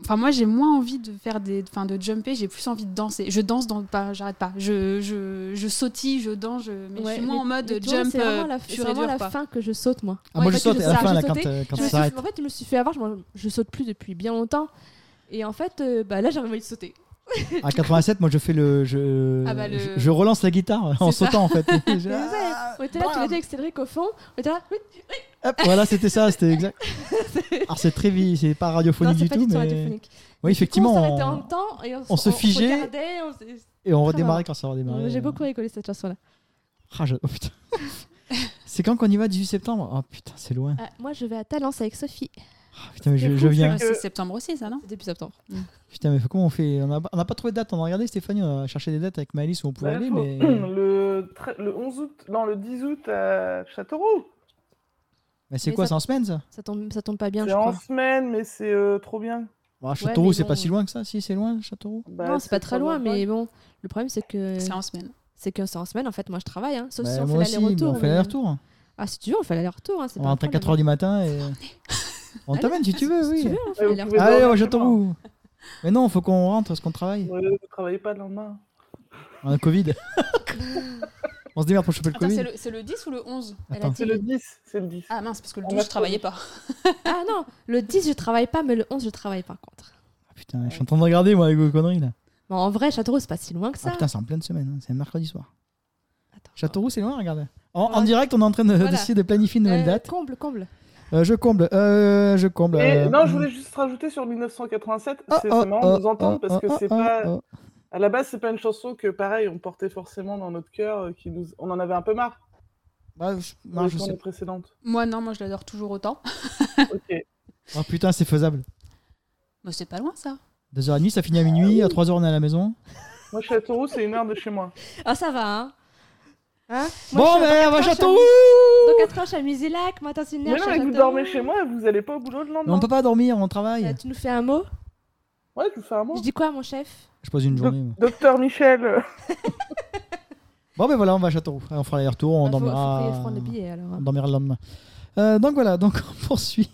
enfin moi j'ai moins envie de faire des, enfin de jumper, j'ai plus envie de danser. Je danse dans, pas, j'arrête pas. Je, je, je sautille, je danse, je, mais je Ouais, suis moins les- en mode les tournées, jump. C'est vraiment la, euh, c'est pur et vraiment dur, la quoi. fin que je saute, moi. Ah, moi, Ouais, je en fait, saute à la je fin, là, saute, quand, je euh, quand ça Je me suis- s'arrête. en fait, je me suis fait avoir, je, m'en- je saute plus depuis bien longtemps. Et en fait, euh, bah, là, j'avais envie de sauter. À 87, moi, je fais le. Je, Ah, bah, le- je, je relance la guitare en C'est ça. sautant, en <laughs> fait. Et je- Mais ouais, on était là tous les deux avec Cédric au fond. On était là, oui, Hop, voilà, c'était ça, c'était <laughs> exact. Alors, c'est très vite, c'est pas radiophonique non, c'est du pas tout, du tout mais. radiophonique. Oui, Effectivement, on effectivement. s'arrêtait en on- même temps et on, on se figeait. regardait, on se- Et on Très redémarrait marrant. quand ça redémarrait. J'ai beaucoup rigolé cette chanson-là. Ah, je- oh, <laughs> putain. c'est quand qu'on y va, 18 septembre Oh putain, c'est loin. Ah, moi, je vais à Talence avec Sophie. Ah, putain, mais je, C'est je fou, viens. Euh, C'est septembre aussi, ça non C'est début septembre. Putain, mais comment on fait On n'a on n'a pas trouvé de date. On a regardé Stéphanie, on a cherché des dates avec Malice où on pouvait Bah, aller, faut- mais. <clears throat> le, tre- le 11 août, non, le 10 août à Châteauroux. Mais c'est Mais quoi ça- C'est en semaine ça Ça tombe, ça tombe pas bien, C'est je en crois. semaine, mais c'est euh, trop bien. Bah, Châteauroux, mais c'est pas bon. si loin que ça Si, c'est loin, Châteauroux Bah, non, c'est pas très trop loin, bien. mais bon. Le problème, c'est que C'est en semaine. c'est que c'est en semaine. En fait, moi, je travaille. hein. Sauf Bah, si on Moi fait aussi, mais l'aller-retour. on fait mais- l'aller-retour. Ah, si tu veux, on fait l'aller-retour. hein, c'est On pas un rentre à problème. 4h du matin <laughs> et. On Allez, t'amène si tu veux, Si tu oui. veux, on fait Ouais, vous l'aller-retour. pouvez Allez, ouais, dormir chez moi. Châteauroux Mais non, faut qu'on rentre parce qu'on travaille. Ouais, Vous travaillez pas le lendemain. On a le Covid. On se démerde pour choper le Attends, Covid. c'est le, c'est le 10 ou le 11 Elle a Attends. dit- C'est le 10, c'est le 10. Ah mince, parce que le On 12, va je travaillais pas. <laughs> Ah non, le 10, je travaille pas, mais le 11, je travaille par contre. Ah, putain, je suis en train de regarder moi avec vos conneries là. Bon, en vrai, Châteauroux, c'est pas si loin que Ah ça. putain, c'est en pleine semaine, hein, c'est mercredi soir. Attends. Châteauroux, c'est loin, regarde. En, en Ouais. direct, on est en train de- Ah. Voilà. d'essayer de planifier une nouvelle Euh, date. Comble, comble. Euh, je comble, euh, je comble. Et euh, Eh, non, je voulais juste rajouter sur 1987, oh, c'est oh, c'est marrant oh, de vous entendre oh, parce que oh, c'est oh, pas. oh. À la base, c'est pas une chanson que, pareil, on portait forcément dans notre cœur, euh, qui nous... on en avait un peu marre Bah, je- dans non, les je tournées sais. <laughs> précédentes. Moi non, moi je l'adore toujours autant. Ok. Oh putain, c'est faisable. Mais c'est pas loin ça. 2h30, ça finit à Ah, minuit. À 3h, on est à la maison. Moi, Châteauroux, c'est une heure de chez moi. Ah, ça va, hein. Hein bon, ben, on va à Châteauroux Dans 4 heures, je suis à Musilac. Moi, attends, c'est une Mais heure, non, je suis à mais vous Châteauroux. dormez chez moi, vous allez pas au boulot le Mais On lendemain. peut pas dormir, on Euh, travaille. tu nous fais un mot Ouais, je vous fais un mot. Je dis quoi, mon chef Je pose une Do- journée. moi. Docteur Michel. euh, Bon, ben voilà, on va à Châteauroux. Allez, on fera les retours, on Bah, faut- faut dormira. payer- prendre le billet, alors. <laughs> On dormira le lendemain. Euh, donc voilà, donc on poursuit.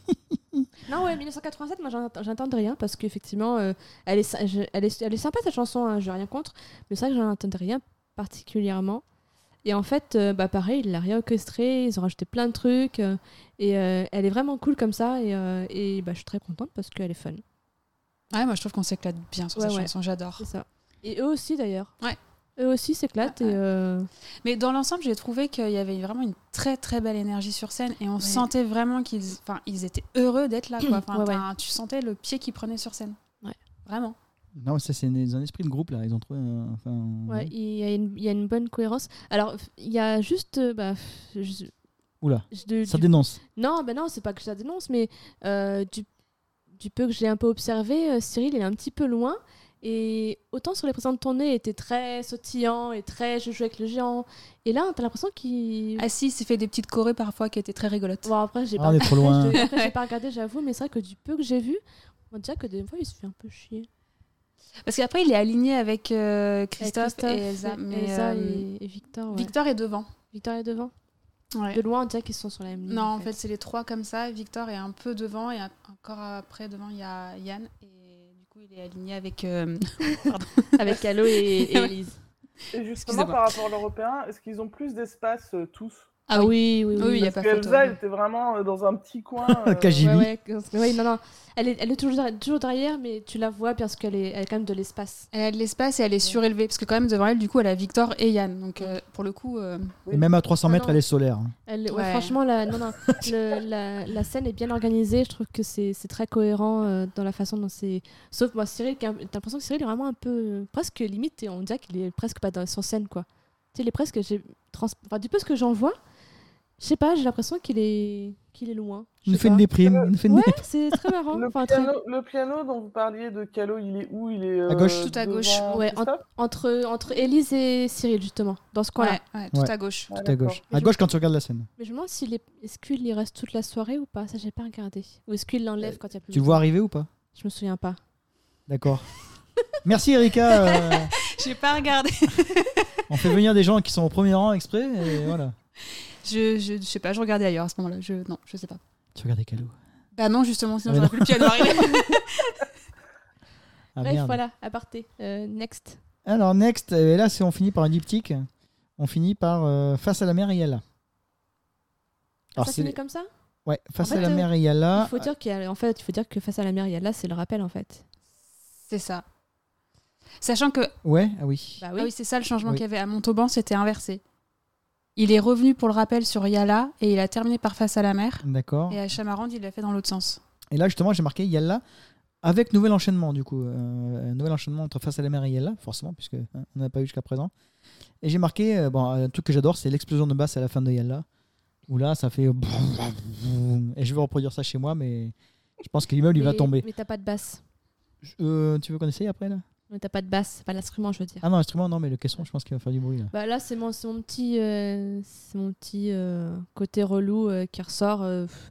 Non, ouais, 1987, moi j'en- j'entendais rien parce qu'effectivement, euh, elle, est, sy- je- elle, est, elle est sympa cette chanson, hein, j'ai rien contre, mais c'est vrai que j'en entendais rien particulièrement. Et en fait, euh, bah pareil, il l'a réorchestrée, ils ont rajouté plein de trucs, euh, et euh, elle est vraiment cool comme ça, et, euh, et bah, je suis très contente parce qu'elle est fun. Ouais, moi je trouve qu'on s'éclate bien sur Ouais, cette ouais. chanson, j'adore. C'est ça. Et eux aussi d'ailleurs. Ouais. Eux aussi s'éclatent, Ah, et euh, Mais dans l'ensemble, j'ai trouvé qu'il y avait vraiment une très très belle énergie sur scène et on sentait vraiment qu'ils enfin, ils étaient heureux d'être là. <clears throat> Quoi. Enfin, Ouais, ouais. t'as- Tu sentais le pied qu'ils prenaient sur scène. Ouais. Vraiment. Non, ça, c'est une- un esprit de groupe, là. Ils ont trouvé. un- enfin, ouais, Mhm. il y, a une- il y a une bonne cohérence. Alors, il y a juste. euh, Bah, je- Oula, je- de- ça du- dénonce. Non, ben non, c'est pas que ça dénonce, mais euh, du, du peu que j'ai un peu observé, euh, Cyril il est un petit peu loin. Et autant sur les présents de tournée, il était très sautillant et très je joue avec le géant. Et là, t'as l'impression qu'il. Ah si, il s'est fait des petites chorées parfois qui étaient très rigolotes. Bon, après, j'ai Ah, pas, on est trop loin. je- après, j'ai pas regardé, j'avoue, mais c'est vrai que du peu que j'ai vu, on dirait que des fois, il se fait un peu chier. Parce qu'après, il est aligné avec euh, Christophe, Avec et Elsa. Mais, Elsa euh, et- et Victor. ouais. Victor est devant. Victor est devant. Ouais. De loin, on dirait qu'ils sont sur la même ligne. Non, en fait, c'est les trois comme ça. Victor est un peu devant et un- encore après devant il y a Yann et du coup il est aligné avec. euh, <laughs> Avec Calo et, et <laughs> Ouais. Elise. Et justement, Excusez-moi. par rapport à l'européen, est-ce qu'ils ont plus d'espace euh, tous Ah oui, oui, oui, il y a pas Parce photo. qu'Elsa, elle était vraiment euh, dans un <laughs> petit coin. euh, KGB. Ouais, ouais, que- ouais, non, non. Elle est, elle est toujours, derrière- toujours derrière, mais tu la vois parce qu'elle est, elle a quand même de l'espace. Elle a de l'espace et elle est surélevée parce que quand même devant elle du coup elle a Victor et Yann. Donc euh, pour le coup, euh, Et même à 300 Ah, mètres, non. elle est solaire. Elle, ouais, Ouais. Franchement, la, <laughs> non, non, le- la, la scène est bien organisée. Je trouve que c'est c'est très cohérent euh, dans la façon dont c'est. Sauf moi, Cyril, qui a- t'as l'impression que Cyril est vraiment un peu. euh, presque limite, et on dirait qu'il est presque pas dans, sur scène, quoi. Tu sais, il est presque. j'ai trans- enfin, du peu ce que j'en vois, je sais pas, j'ai l'impression qu'il est, qu'il est loin. Je Il nous sais fait une pas. déprime. Il nous fait une Ouais, déprime. c'est très marrant. euh, Le, Enfin, très- piano, le piano dont vous parliez de Calo, il est où Il est euh, À gauche. Tout à gauche. devant Ouais, Christophe entre, entre Elise et Cyril, justement, dans ce coin-là. ouais, ouais, tout Ouais. à gauche. Ah, Tout à d'accord. gauche. Mais À je- gauche quand tu regardes la scène. Mais je me demande s'il est... est-ce qu'il y reste toute la soirée ou pas, ça j'ai pas regardé. Ou est-ce qu'il l'enlève quand il y a plus Euh, Tu de le vois arriver ou pas monde Je me souviens pas. D'accord. <laughs> Merci Erika. euh, J'ai pas regardé. on fait venir des gens qui sont au premier rang exprès et voilà. <laughs> Je, je, je sais pas, je regardais ailleurs à ce moment-là. Je non, je sais pas. Tu regardes Calo. Bah non justement sinon Ah, mais j'aurais plus le piano arriver. Ah Bref, merde. voilà, aparté. Euh, next. Alors next, et là c'est on finit par un diptyque. On finit par euh, face à la mer et Yala. Alors ça c'est Ah, finit comme ça ouais face En à fait, la euh, mer et Yala. Il faut dire qu'il y a- en fait, il faut dire que face à la mer, il y a là, c'est le rappel en fait. <laughs> C'est ça. Sachant que Ouais ah oui. Bah Ah oui. oui, c'est ça le changement Oui. qu'il y avait à Montauban, c'était inversé. Il est revenu pour le rappel sur Yala et il a terminé par face à la mer. D'accord. Et à Chamarande, il l'a fait dans l'autre sens. Et là, justement, j'ai marqué Yalla avec nouvel enchaînement, du coup. Euh, un nouvel enchaînement entre Face à la mer et Yalla, forcément, puisque hein, on n'a pas eu jusqu'à présent. Et j'ai marqué, euh, bon, un truc que j'adore, c'est l'explosion de basse à la fin de Yalla. Où là, ça fait. Et je vais reproduire ça chez moi, mais je pense que l'immeuble, il va Mais- tomber. Mais t'as pas de basse. Je- euh, tu veux qu'on essaye après, là Mais t'as pas de basse, pas l'instrument, je veux dire. Ah non, instrument, non, mais le caisson, je pense qu'il va faire du bruit, là. Bah là, c'est mon, c'est mon petit, euh, c'est mon petit euh, côté relou euh, qui ressort. euh, pff.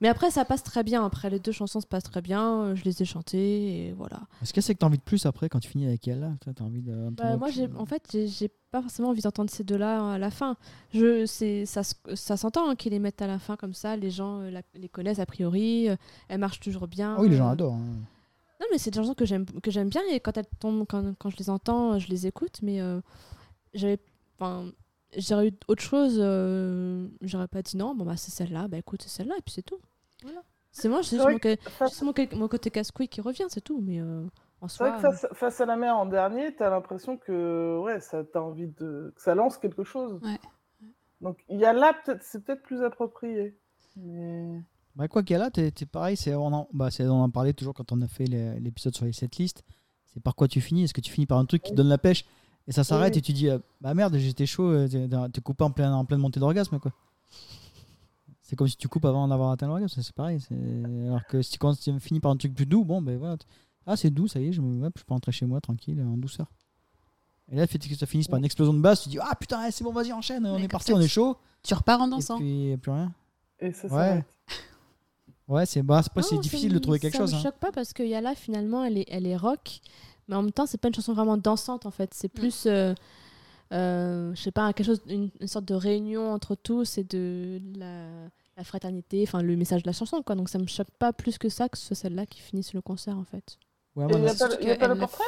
mais après, ça passe très bien. Après, les deux chansons se passent très bien. euh, Je les ai chantées et voilà. Est-ce que c'est que t'as envie de plus après, quand tu finis avec Yalla Toi, T'as envie de. un peu Bah, de- moi, j'ai, en fait, j'ai, j'ai pas forcément envie d'entendre ces deux-là hein, à la fin. Je, c'est, ça, se- ça s'entend hein, qu'ils les mettent à la fin comme ça. Les gens euh, la- les connaissent a priori. euh, elles marchent toujours bien. Ah oui, les gens euh. adorent. hein. Non, mais c'est des chansons que j'aime, que j'aime bien et quand elles tombent, quand, quand je les entends, euh, je les écoute. Mais euh, j'avais, enfin, j'aurais eu autre chose. euh, j'aurais pas dit non. Bon bah c'est celle-là. Bah écoute, c'est celle-là et puis c'est tout. Voilà. C'est moi, C'est c'est juste vrai mon, ca- face- juste mon ca- mon côté casse-couille qui revient, c'est tout. Mais euh, en C'est vrai soi. que face, face à la mer en dernier, t'as l'impression que ouais, ça t'as envie de que ça lance quelque chose. Ouais. Donc il y a là peut-être c'est peut-être plus approprié. Mais Bah, quoi qu'il y a là, t'es t'es pareil, c'est on, en, bah, c'est- on en parlait toujours quand on a fait les- l'épisode sur les setlists. C'est par quoi tu finis Est-ce que tu finis par un truc qui te donne la pêche et ça s'arrête Oui. et tu dis euh, bah merde, j'étais chaud, euh, t'es t'es coupé en, plein, en pleine montée d'orgasme quoi. C'est comme si tu coupes avant d'avoir atteint l'orgasme, c'est pareil. c'est- Alors que si tu, commences- tu finis par un truc plus doux, bon ben voilà. t- Ah c'est doux, ça y est, je, me, hop, je peux rentrer chez moi tranquille, en douceur. Et là, le fait que ça finisse par une explosion de basse, tu dis ah putain, ouais, c'est bon, vas-y, enchaîne, on Ouais, est comme parti, ça, on est tu- chaud. Tu repars en Et dansant. puis, y a plus rien. et ça Ouais. s'arrête. Ouais, c'est bah, c'est pas- c'est Non, ça difficile me- de trouver quelque chose. Ça hein. me choque pas parce que Yala, finalement, elle est, elle est rock, mais en même temps, c'est pas une chanson vraiment dansante en fait. Mm. C'est plus, euh, euh, je sais pas, quelque chose, une, une sorte de réunion entre tous et de la, la fraternité, enfin le message de la chanson, quoi. Donc ça me choque pas plus que ça que ce soit celle-là qui finisse le concert, en fait. Ouais, Et il n'y voilà. a pas, surtout il y a que pas elle le l'a portrait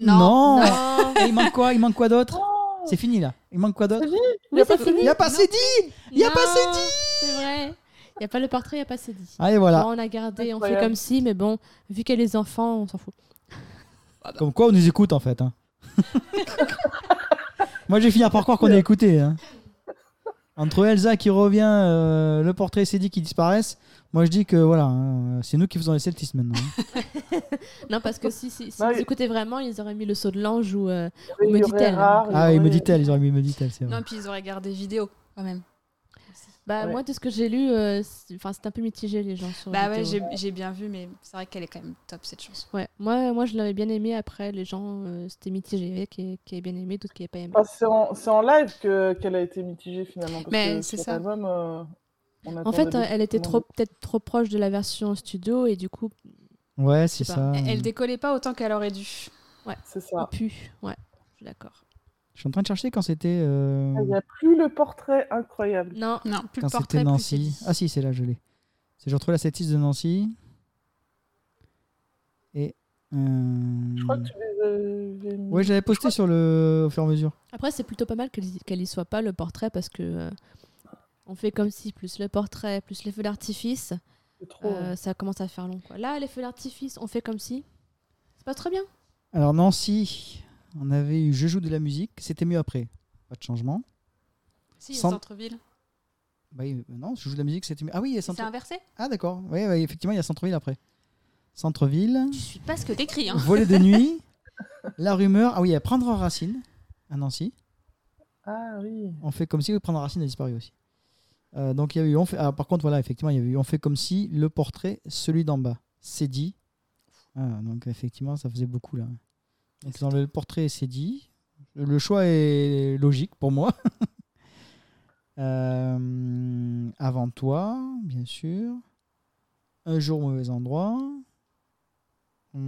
Euh, Non, Non <laughs> Et Il manque quoi Il manque quoi d'autre Oh C'est fini là. Il manque quoi d'autre C'est fini Oui, c'est fini Il y a pas Non. assez dit Il y a pas Non, C'est vrai Il n'y a pas le portrait, il n'y a pas c'est dit. Allez, Ah, voilà. Bon, on a gardé, on fait Incroyable. comme si, mais bon, vu qu'elle est enfant, on s'en fout. Comme quoi, on nous écoute en fait. hein. <laughs> Moi, j'ai fini par croire qu'on est écouté. hein. Entre Elsa qui revient, euh, le portrait et Cédric qui disparaissent, moi je dis que voilà, hein, c'est nous qui faisons les Celtics maintenant. hein. Non, parce que si, si, si Bah Non, ils il- écoutaient vraiment, ils auraient mis le saut de l'ange ou. euh, Il y me aurait dit-elle. Rare, Ah, il y il me aurait- dit tel, ils auraient mis me dit tel, c'est vrai. Non, et puis ils auraient gardé vidéo quand même. Bah, Ouais. moi, de ce que j'ai lu, euh, c'est enfin, c'est un peu mitigé les gens sur. Bah la ouais, vidéo. j'ai j'ai bien vu, mais c'est vrai qu'elle est quand même top cette chanson. Ouais, moi, moi je l'avais bien aimé. Après, les gens, euh, c'était mitigé. Il y avait qui, qui avaient bien aimé, d'autres qui n'avaient pas aimé. Ah, c'est en, c'est en live que- qu'elle a été mitigée finalement. Parce Mais que c'est sur ça. l'album, euh, on En attendait fait, beaucoup euh, elle était moins trop peut-être trop proche de la version studio et du coup, Ouais, c'est Je sais ça. Elle, elle décollait pas autant qu'elle aurait dû. de- C'est ça. pu. Ouais, je suis d'accord. Je suis en train de chercher quand c'était euh, Il n'y a plus le portrait incroyable. Non, Non, quand plus le c'était portrait, plus c'est Nancy. dit. Ah si, c'est là, je l'ai. C'est je retrouve la Celtics de Nancy. Et euh, Je crois que tu les avais mis. Ouais, je l'avais posté sur le au fur et à mesure. après, c'est plutôt pas mal qu'elle y- qu'elle y soit pas le portrait parce que. euh, on fait comme si, plus le portrait, plus les feux d'artifice, C'est trop. hein. euh, ça commence à faire long. Quoi. Là, les feux d'artifice, on fait comme si. C'est pas trop bien. Alors Nancy, on avait eu Je joue de la musique, c'était mieux après. Pas de changement. Si, il y a Sans- centre-ville. Bah oui, euh, non, Je joue de la musique, c'était mieux. Ah oui, il y a C'est centre... inversé Ah d'accord. Oui, ouais, effectivement, il y a Centreville après. <laughs> Centreville, Je suis pas ce que t'écris. Hein. Voler de nuit, La rumeur. Ah oui, il y a Prendre racine à Nancy. Ah oui. On fait comme si Prendre Racine a disparu aussi. Euh, donc il y a eu on fait, ah, par contre voilà effectivement il y a eu on fait comme si le portrait celui d'en bas c'est dit Ah, donc effectivement ça faisait beaucoup là donc ils ont enlevé le portrait c'est dit le choix est logique pour moi <laughs> Euh, avant toi bien sûr un jour au mauvais endroit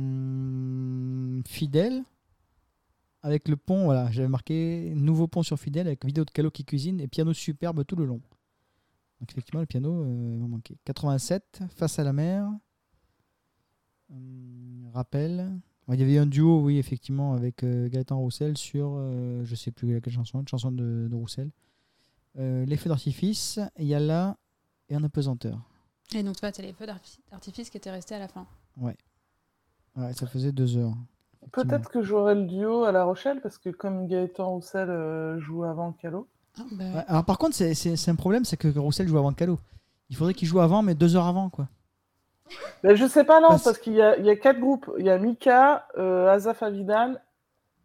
Hum, fidèle avec le pont, voilà, j'avais marqué nouveau pont sur Fidèle avec vidéo de Calo qui cuisine et piano superbe tout le long. Donc effectivement, le piano euh, m'a manqué. 87, face à la mer. Hum, rappel. Ouais, Il y avait eu un duo, oui, effectivement, avec euh, Gaëtan Roussel sur, euh, je sais plus laquelle chanson, une chanson de, de Roussel. Euh, les feux d'artifice, il y a là et un apesanteur. Et donc, toi, t'as les feux d'artifice- d'artifice qui étaient restés à la fin. Ouais, ça faisait deux heures. effectivement. Peut-être que j'aurai le duo à La Rochelle parce que comme Gaëtan Roussel euh, joue avant Calo. Ah, bah Ouais, Alors par contre, c'est- c'est c'est un problème, c'est que Roussel joue avant Calo. Il faudrait qu'il joue avant, mais deux heures avant, quoi. Ben, je sais pas non Parce- parce, qu'il y a, il y a quatre groupes. Il y a Mika, euh, Azaf Avidan,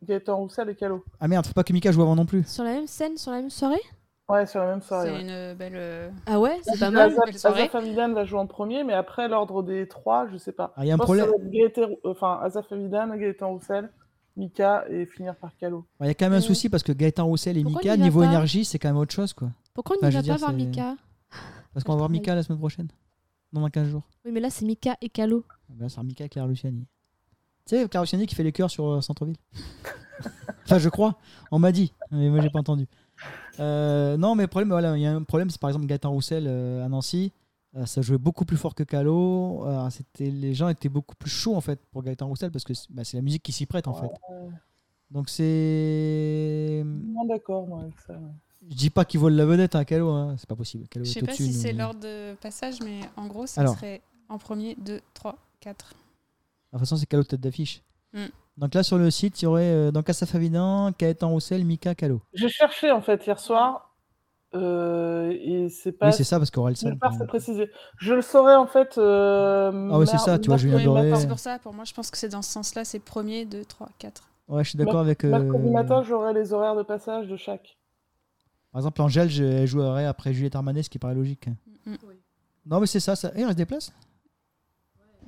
Gaëtan Roussel et Calo. Ah merde, faut pas que Mika joue avant non plus. Sur la même scène, sur la même soirée Ouais, sur la même C'est soirée. ouais. une belle. euh, Ah ouais, c'est pas mal. mal, Azaf, belle soirée. Azaf Avidan va jouer en premier, mais après l'ordre des trois, je sais pas. Ah, il y a un Oh, Je pense que ça problème. va être Gaëtan- enfin, Azaf Avidan, Gaëtan Roussel, Mika et finir par Calo. Il y a quand même un Ouais. souci parce que Gaëtan Roussel et Pourquoi Mika, il y va niveau pas énergie, c'est quand même autre chose quoi. Pourquoi on Enfin, Bah, ne je va veux pas dire, voir c'est- Mika Parce qu'on va voir travaille. Mika la semaine prochaine. Dans 15 jours. Oui, mais là, c'est Mika et Calo. Ah bah, c'est Mika Clara Luciani. Tu sais, Clara Luciani qui fait les chœurs sur euh, Centreville. enfin, je crois. On m'a dit, mais moi j'ai pas entendu. Euh, non, mais problème, voilà, il y a un problème, c'est par exemple Gaëtan Roussel euh, à Nancy. euh, ça jouait beaucoup plus fort que Calo. euh, c'était, les gens étaient beaucoup plus chauds en fait pour Gaëtan Roussel parce que c'est, bah, c'est la musique qui s'y prête en fait. Donc c'est. Non, d'accord, moi, avec ça. Je dis pas qu'ils volent la vedette à Calo, hein. c'est pas possible. Calo Je est sais pas au-dessus, si nous, c'est mais- l'ordre de passage, mais en gros, ça euh, Alors. serait en premier, 2, 3, 4. De toute façon, c'est Calo tête d'affiche. Mm. Donc là, sur le site, il y aurait euh, donc Assaf Avidan, Kaetan Roussel, Mika, Calo. J'ai cherché, en fait, hier soir, euh, et c'est pas... Bah, Oui, c'est ça, parce qu'Orelsan. Nulle part, c'est précisé. Je le saurais, en fait... euh, Ah ouais, c'est mer- ça, tu vois, Julien mercredi Doré. matin. bah, C'est pour ça, pour moi, je pense que c'est dans ce sens-là, c'est premier, 2, 3, 4. Ouais, je suis d'accord avec. euh, Mercredi matin, j'aurai les horaires de passage de chaque. Par exemple, Angèle, je- elle jouerait après Juliette Armanet, ce qui paraît logique. Mm, Non, mais c'est ça. ça... Eh, on se déplace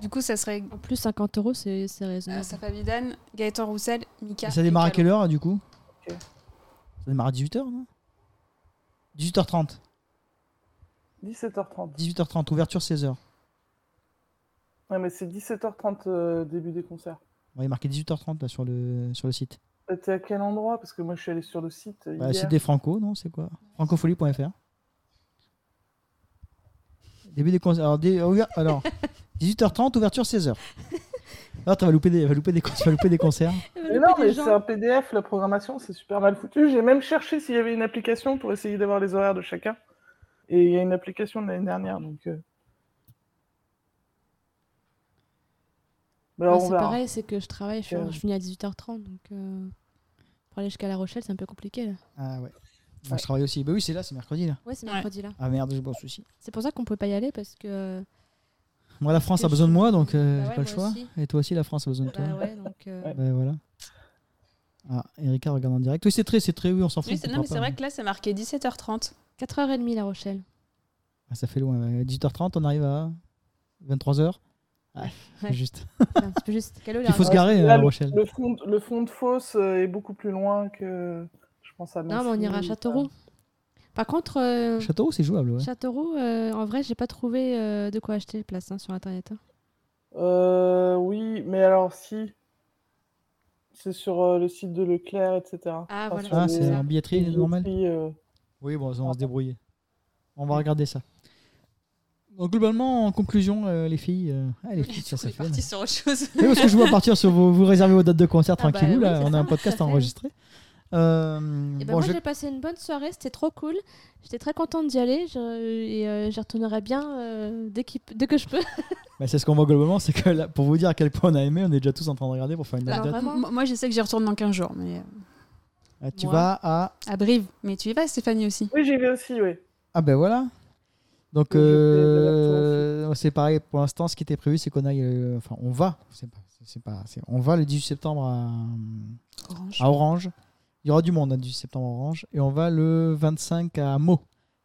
Du coup, ça serait En plus, 50 euros, c'est c'est euh, Ah, raisonnable. Safa Vidan, Gaëtan Roussel, Mika. Et Ça et démarre à Calo. quelle heure, du coup Ok. Ça démarre à 18h, non 18h30. 17h30. 18h30, ouverture 16h. Ouais, mais c'est 17h30, euh, début des concerts. On va y marquer 18h30 là, sur, le, sur le site. Euh, T'es à quel endroit Parce que moi, je suis allé sur le site euh, Bah, hier. c'est des Franco, non C'est quoi Francofolie.fr. Début des concerts. Alors, dé- ouver- alors, 18h30, ouverture 16h. Ah, tu vas louper des, elle va louper des, con- tu vas louper des concerts. Mais non, mais c'est un PDF, la programmation, c'est super mal foutu. J'ai même cherché s'il y avait une application pour essayer d'avoir les horaires de chacun. Et il y a une application de l'année dernière, donc. euh. Bah, Ouais, on c'est verra. pareil, c'est que je travaille, je, suis- Euh. je finis à 18h30, donc euh, pour aller jusqu'à La Rochelle, c'est un peu compliqué. Là. Ah ouais. Moi, Ouais. Je travaille aussi. Bah oui, c'est là, c'est mercredi là. Ouais, c'est Ouais. mercredi là. Ah merde, j'ai bon souci. C'est pour ça qu'on pouvait pas y aller parce que. euh, Moi, la France a que besoin de je- moi, donc euh, Bah j'ai ouais, pas le moi choix. aussi. Et toi aussi, la France a besoin de toi. Bah ouais, donc. euh, Ouais. Bah, voilà. Ah, Erika regarde en direct. Oui, c'est très, c'est très, oui, on s'en fout. Oui, on c'est- non, comprend mais c'est pas. vrai que là, c'est marqué 17h30. 4h30 La Rochelle. <laughs> Ah, ça fait loin. ouais. 18h30, on arrive à 23h. Ah, c'est Ouais. juste. C'est un petit peu juste. Quelle heure, Il faut là se garer Là, à La Rochelle. Le fond, de- le fond de fosse euh, est beaucoup plus loin que. Je pense à euh. Non, mais on Nancy, ira à Châteauroux. Par contre, euh, Châteauroux, c'est jouable, ouais. Châteauroux, euh, en vrai, j'ai pas trouvé euh, de quoi acheter les places hein, sur internet. hein. Euh, oui, mais alors si. C'est sur euh, le site de Leclerc, etc. Ah, voilà. sur Ah, les- c'est en billetterie les normal prix, euh, Oui, bon, ça, on va se débrouiller. On va regarder ça. Donc, globalement, en conclusion, euh, les filles, euh, ah, les filles, ça, ça C'est fait. parti sur <laughs> autre chose. Oui, parce que je vois partir sur vos, vous réservez vos dates de concert Ah bah tranquillou. oui, là, <laughs> c'est on a ça, un podcast tout à fait. enregistré. Euh, Et ben bon, moi, je- j'ai passé une bonne soirée, c'était trop cool. J'étais très contente d'y aller je- et euh, j'y retournerai bien euh, dès, qu'il- dès que je peux. bah, c'est ce qu'on voit globalement, c'est que là, pour vous dire à quel point on a aimé, on est déjà tous en train de regarder pour faire une Bah, anecdote. alors, Vraiment Moi, moi, je sais que j'y retourne dans 15 jours, mais euh, Ah, tu moi. vas à à Brive. Mais tu y vas, Stéphanie aussi. Oui, j'y vais aussi, oui. ah ben voilà. Donc Je fais de la euh, c'est pareil pour l'instant. Ce qui était prévu, c'est qu'on aille, euh, enfin on va, c'est pas, c'est pas, c'est- on va le 18 septembre à, Orange. à Orange. Il y aura du monde hein, du septembre à Orange. Et on va le 25 à Meaux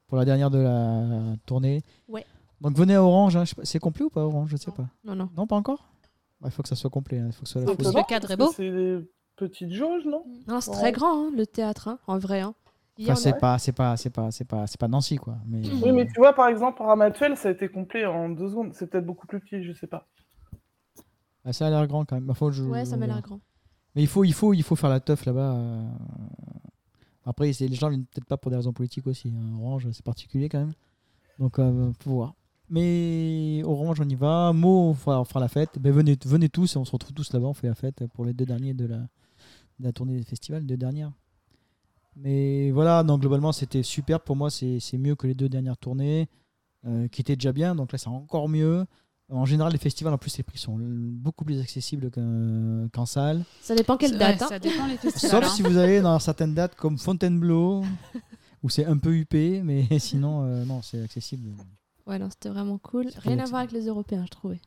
pour la dernière de la tournée. Ouais. Donc venez à Orange. hein. Je sais pas- C'est complet ou pas Orange Je sais Non. pas. <laughs> Non, non. Non, pas encore Il faut que ça soit complet. hein. Il faut que ce soit la En plus, foule. Étonnant, le cadre est parce beau. que Ah bah, C'est des petites jauges, non Non, c'est Ouais. très grand, hein, le théâtre, hein, en vrai. hein. Hier, Enfin, c'est ouais. pas, c'est pas, c'est pas, c'est pas, c'est pas Nancy quoi. Mais, Mmh. Oui, mais tu vois, par exemple, pour Amatuel, ça a été complet en deux secondes. C'est peut-être beaucoup plus petit, je sais pas. Ah, ça a l'air grand quand même. Enfin, je- on- Ouais, ça m'a on l'air verra. grand. Mais il faut, il faut, il faut faire la teuf là-bas. euh. Après, c'est- les gens viennent peut-être pas pour des raisons politiques aussi. hein. Orange, c'est particulier quand même. Donc, euh, faut voir. Mais Orange, on y va. Mo, on fera, on fera la fête. Ben, venez, venez tous, on se retrouve tous là-bas. On fait la fête pour les deux derniers de la, de la tournée des festivals, les deux dernières. Mais voilà, donc globalement, c'était super. Pour moi, c'est c'est mieux que les deux dernières tournées, euh, qui étaient déjà bien. Donc là, c'est encore mieux. En général, les festivals, en plus, les prix sont beaucoup plus accessibles qu'en qu'en salle. Ça dépend quelle Ouais, date. hein. Ça <laughs> dépend les festivals. Sauf hein. si vous allez dans certaines dates comme Fontainebleau, où c'est un peu huppé, mais <laughs> sinon, euh, non, c'est accessible. Ouais, non, c'était vraiment cool. C'est Rien à cool, voir avec les Européens, je trouvais. Mmh.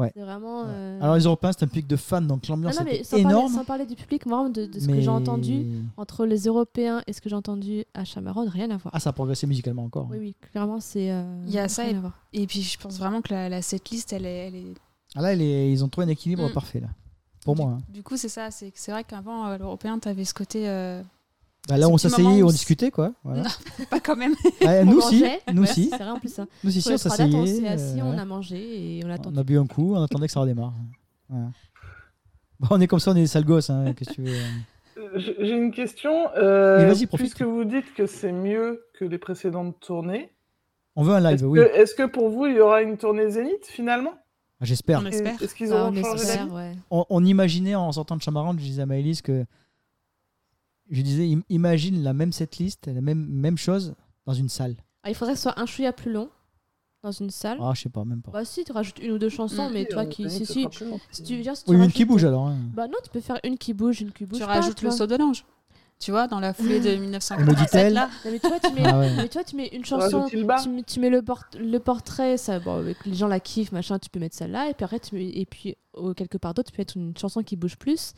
Ouais. C'est vraiment. Ouais. euh, Ah Alors, les Européens, c'est un public de fans, donc non, l'ambiance non, mais est sans parler, énorme. sans parler du public, moi, de, de ce que mais- j'ai entendu entre les Européens et ce que j'ai entendu à Chamarron, rien à voir. Ah, ça a progressé musicalement encore. hein. Oui, oui, clairement, c'est. euh, Il y a ça rien à voir. Et puis, je pense vraiment que la, la setlist, elle est. elle est- Ah là, elle est- ils ont trouvé un équilibre Mm. parfait, là. Pour moi. hein. Du coup, c'est ça. C'est c'est vrai qu'avant, euh, l'européen, t'avais ce côté. euh, <laughs> Bah, là, on C'est le petit moment s'asseyait, où on s- discutait, quoi. Voilà. Pas quand même. Ah, On nous, si. mangeait, Nous, ouais, si. C'est vrai en plus. hein. Nous, si, Sur si, les on trois dates, on s'asseyait. s'est assis, euh, on a mangé et on a on attendu. a bu un coup, on attendait que ça redémarre. Voilà. Bon, on est comme ça, on est des sales gosses. hein, qu'est-ce que tu veux, euh. Euh, J'ai j'ai une question. euh, Mais vas-y, profite. puisque vous dites que c'est mieux que les précédentes tournées, On veut un live, est-ce Ah, bah oui. que, est-ce que pour vous, il y aura une tournée Zénith finalement Ah, J'espère. On espère. Est-ce qu'ils Ah, auront on changé espère, d'avis ouais. on, on imaginait en sortant de Chamarande, je disais à Maëlys que je disais im- imagine la même setlist, la même, même chose dans une salle. Ah, il faudrait que ce soit un chouïa plus long dans une salle. Ah, je sais pas, même pas. Bah si, tu rajoutes une ou deux chansons, Mm. mais toi Euh, qui... Si, Zénith, ce si, sera plus long. si tu veux dire, si tu oui, une rajoutes- qui bouge alors. hein. Bah non, tu peux faire une qui bouge, une qui bouge Tu pas, rajoutes le vois. saut de l'ange. Tu vois, dans la Ah. foulée de Moditel. 1947, là. Non, mais toi, tu mets, Ah ouais. mais toi, tu mets une chanson, Rajoute-t-il bas tu, mets- tu mets le, por- le portrait, ça, bon, avec- les gens la kiffent, machin, tu peux mettre celle-là, et puis après, tu mets- et puis au- quelque part d'autre, tu peux mettre une chanson qui bouge plus.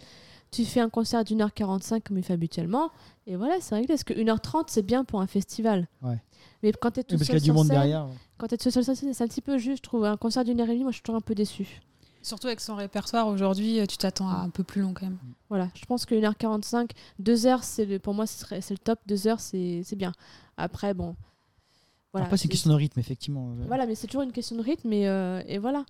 Tu fais un concert d'une heure 45 comme il fait habituellement, et voilà, c'est réglé. Parce que 1h30, c'est bien pour un festival. Ouais. Mais quand t'es <laughs> tout Oui, parce qu'il y seul a du sur monde scène, derrière. quand t'es tout seul sur scène, c'est un petit peu juste, je trouve. Un concert d'une heure et demie, moi, je suis toujours un peu déçue. Surtout avec son répertoire aujourd'hui, euh, tu t'attends à un peu plus long quand même. Voilà, je pense que 1h45, 2h, c'est le, pour moi, ce serait- c'est le top. 2h, c'est c'est bien. Après, bon. Voilà, Après, c'est une question de rythme, effectivement. Voilà, mais c'est toujours une question de rythme et, euh, et voilà.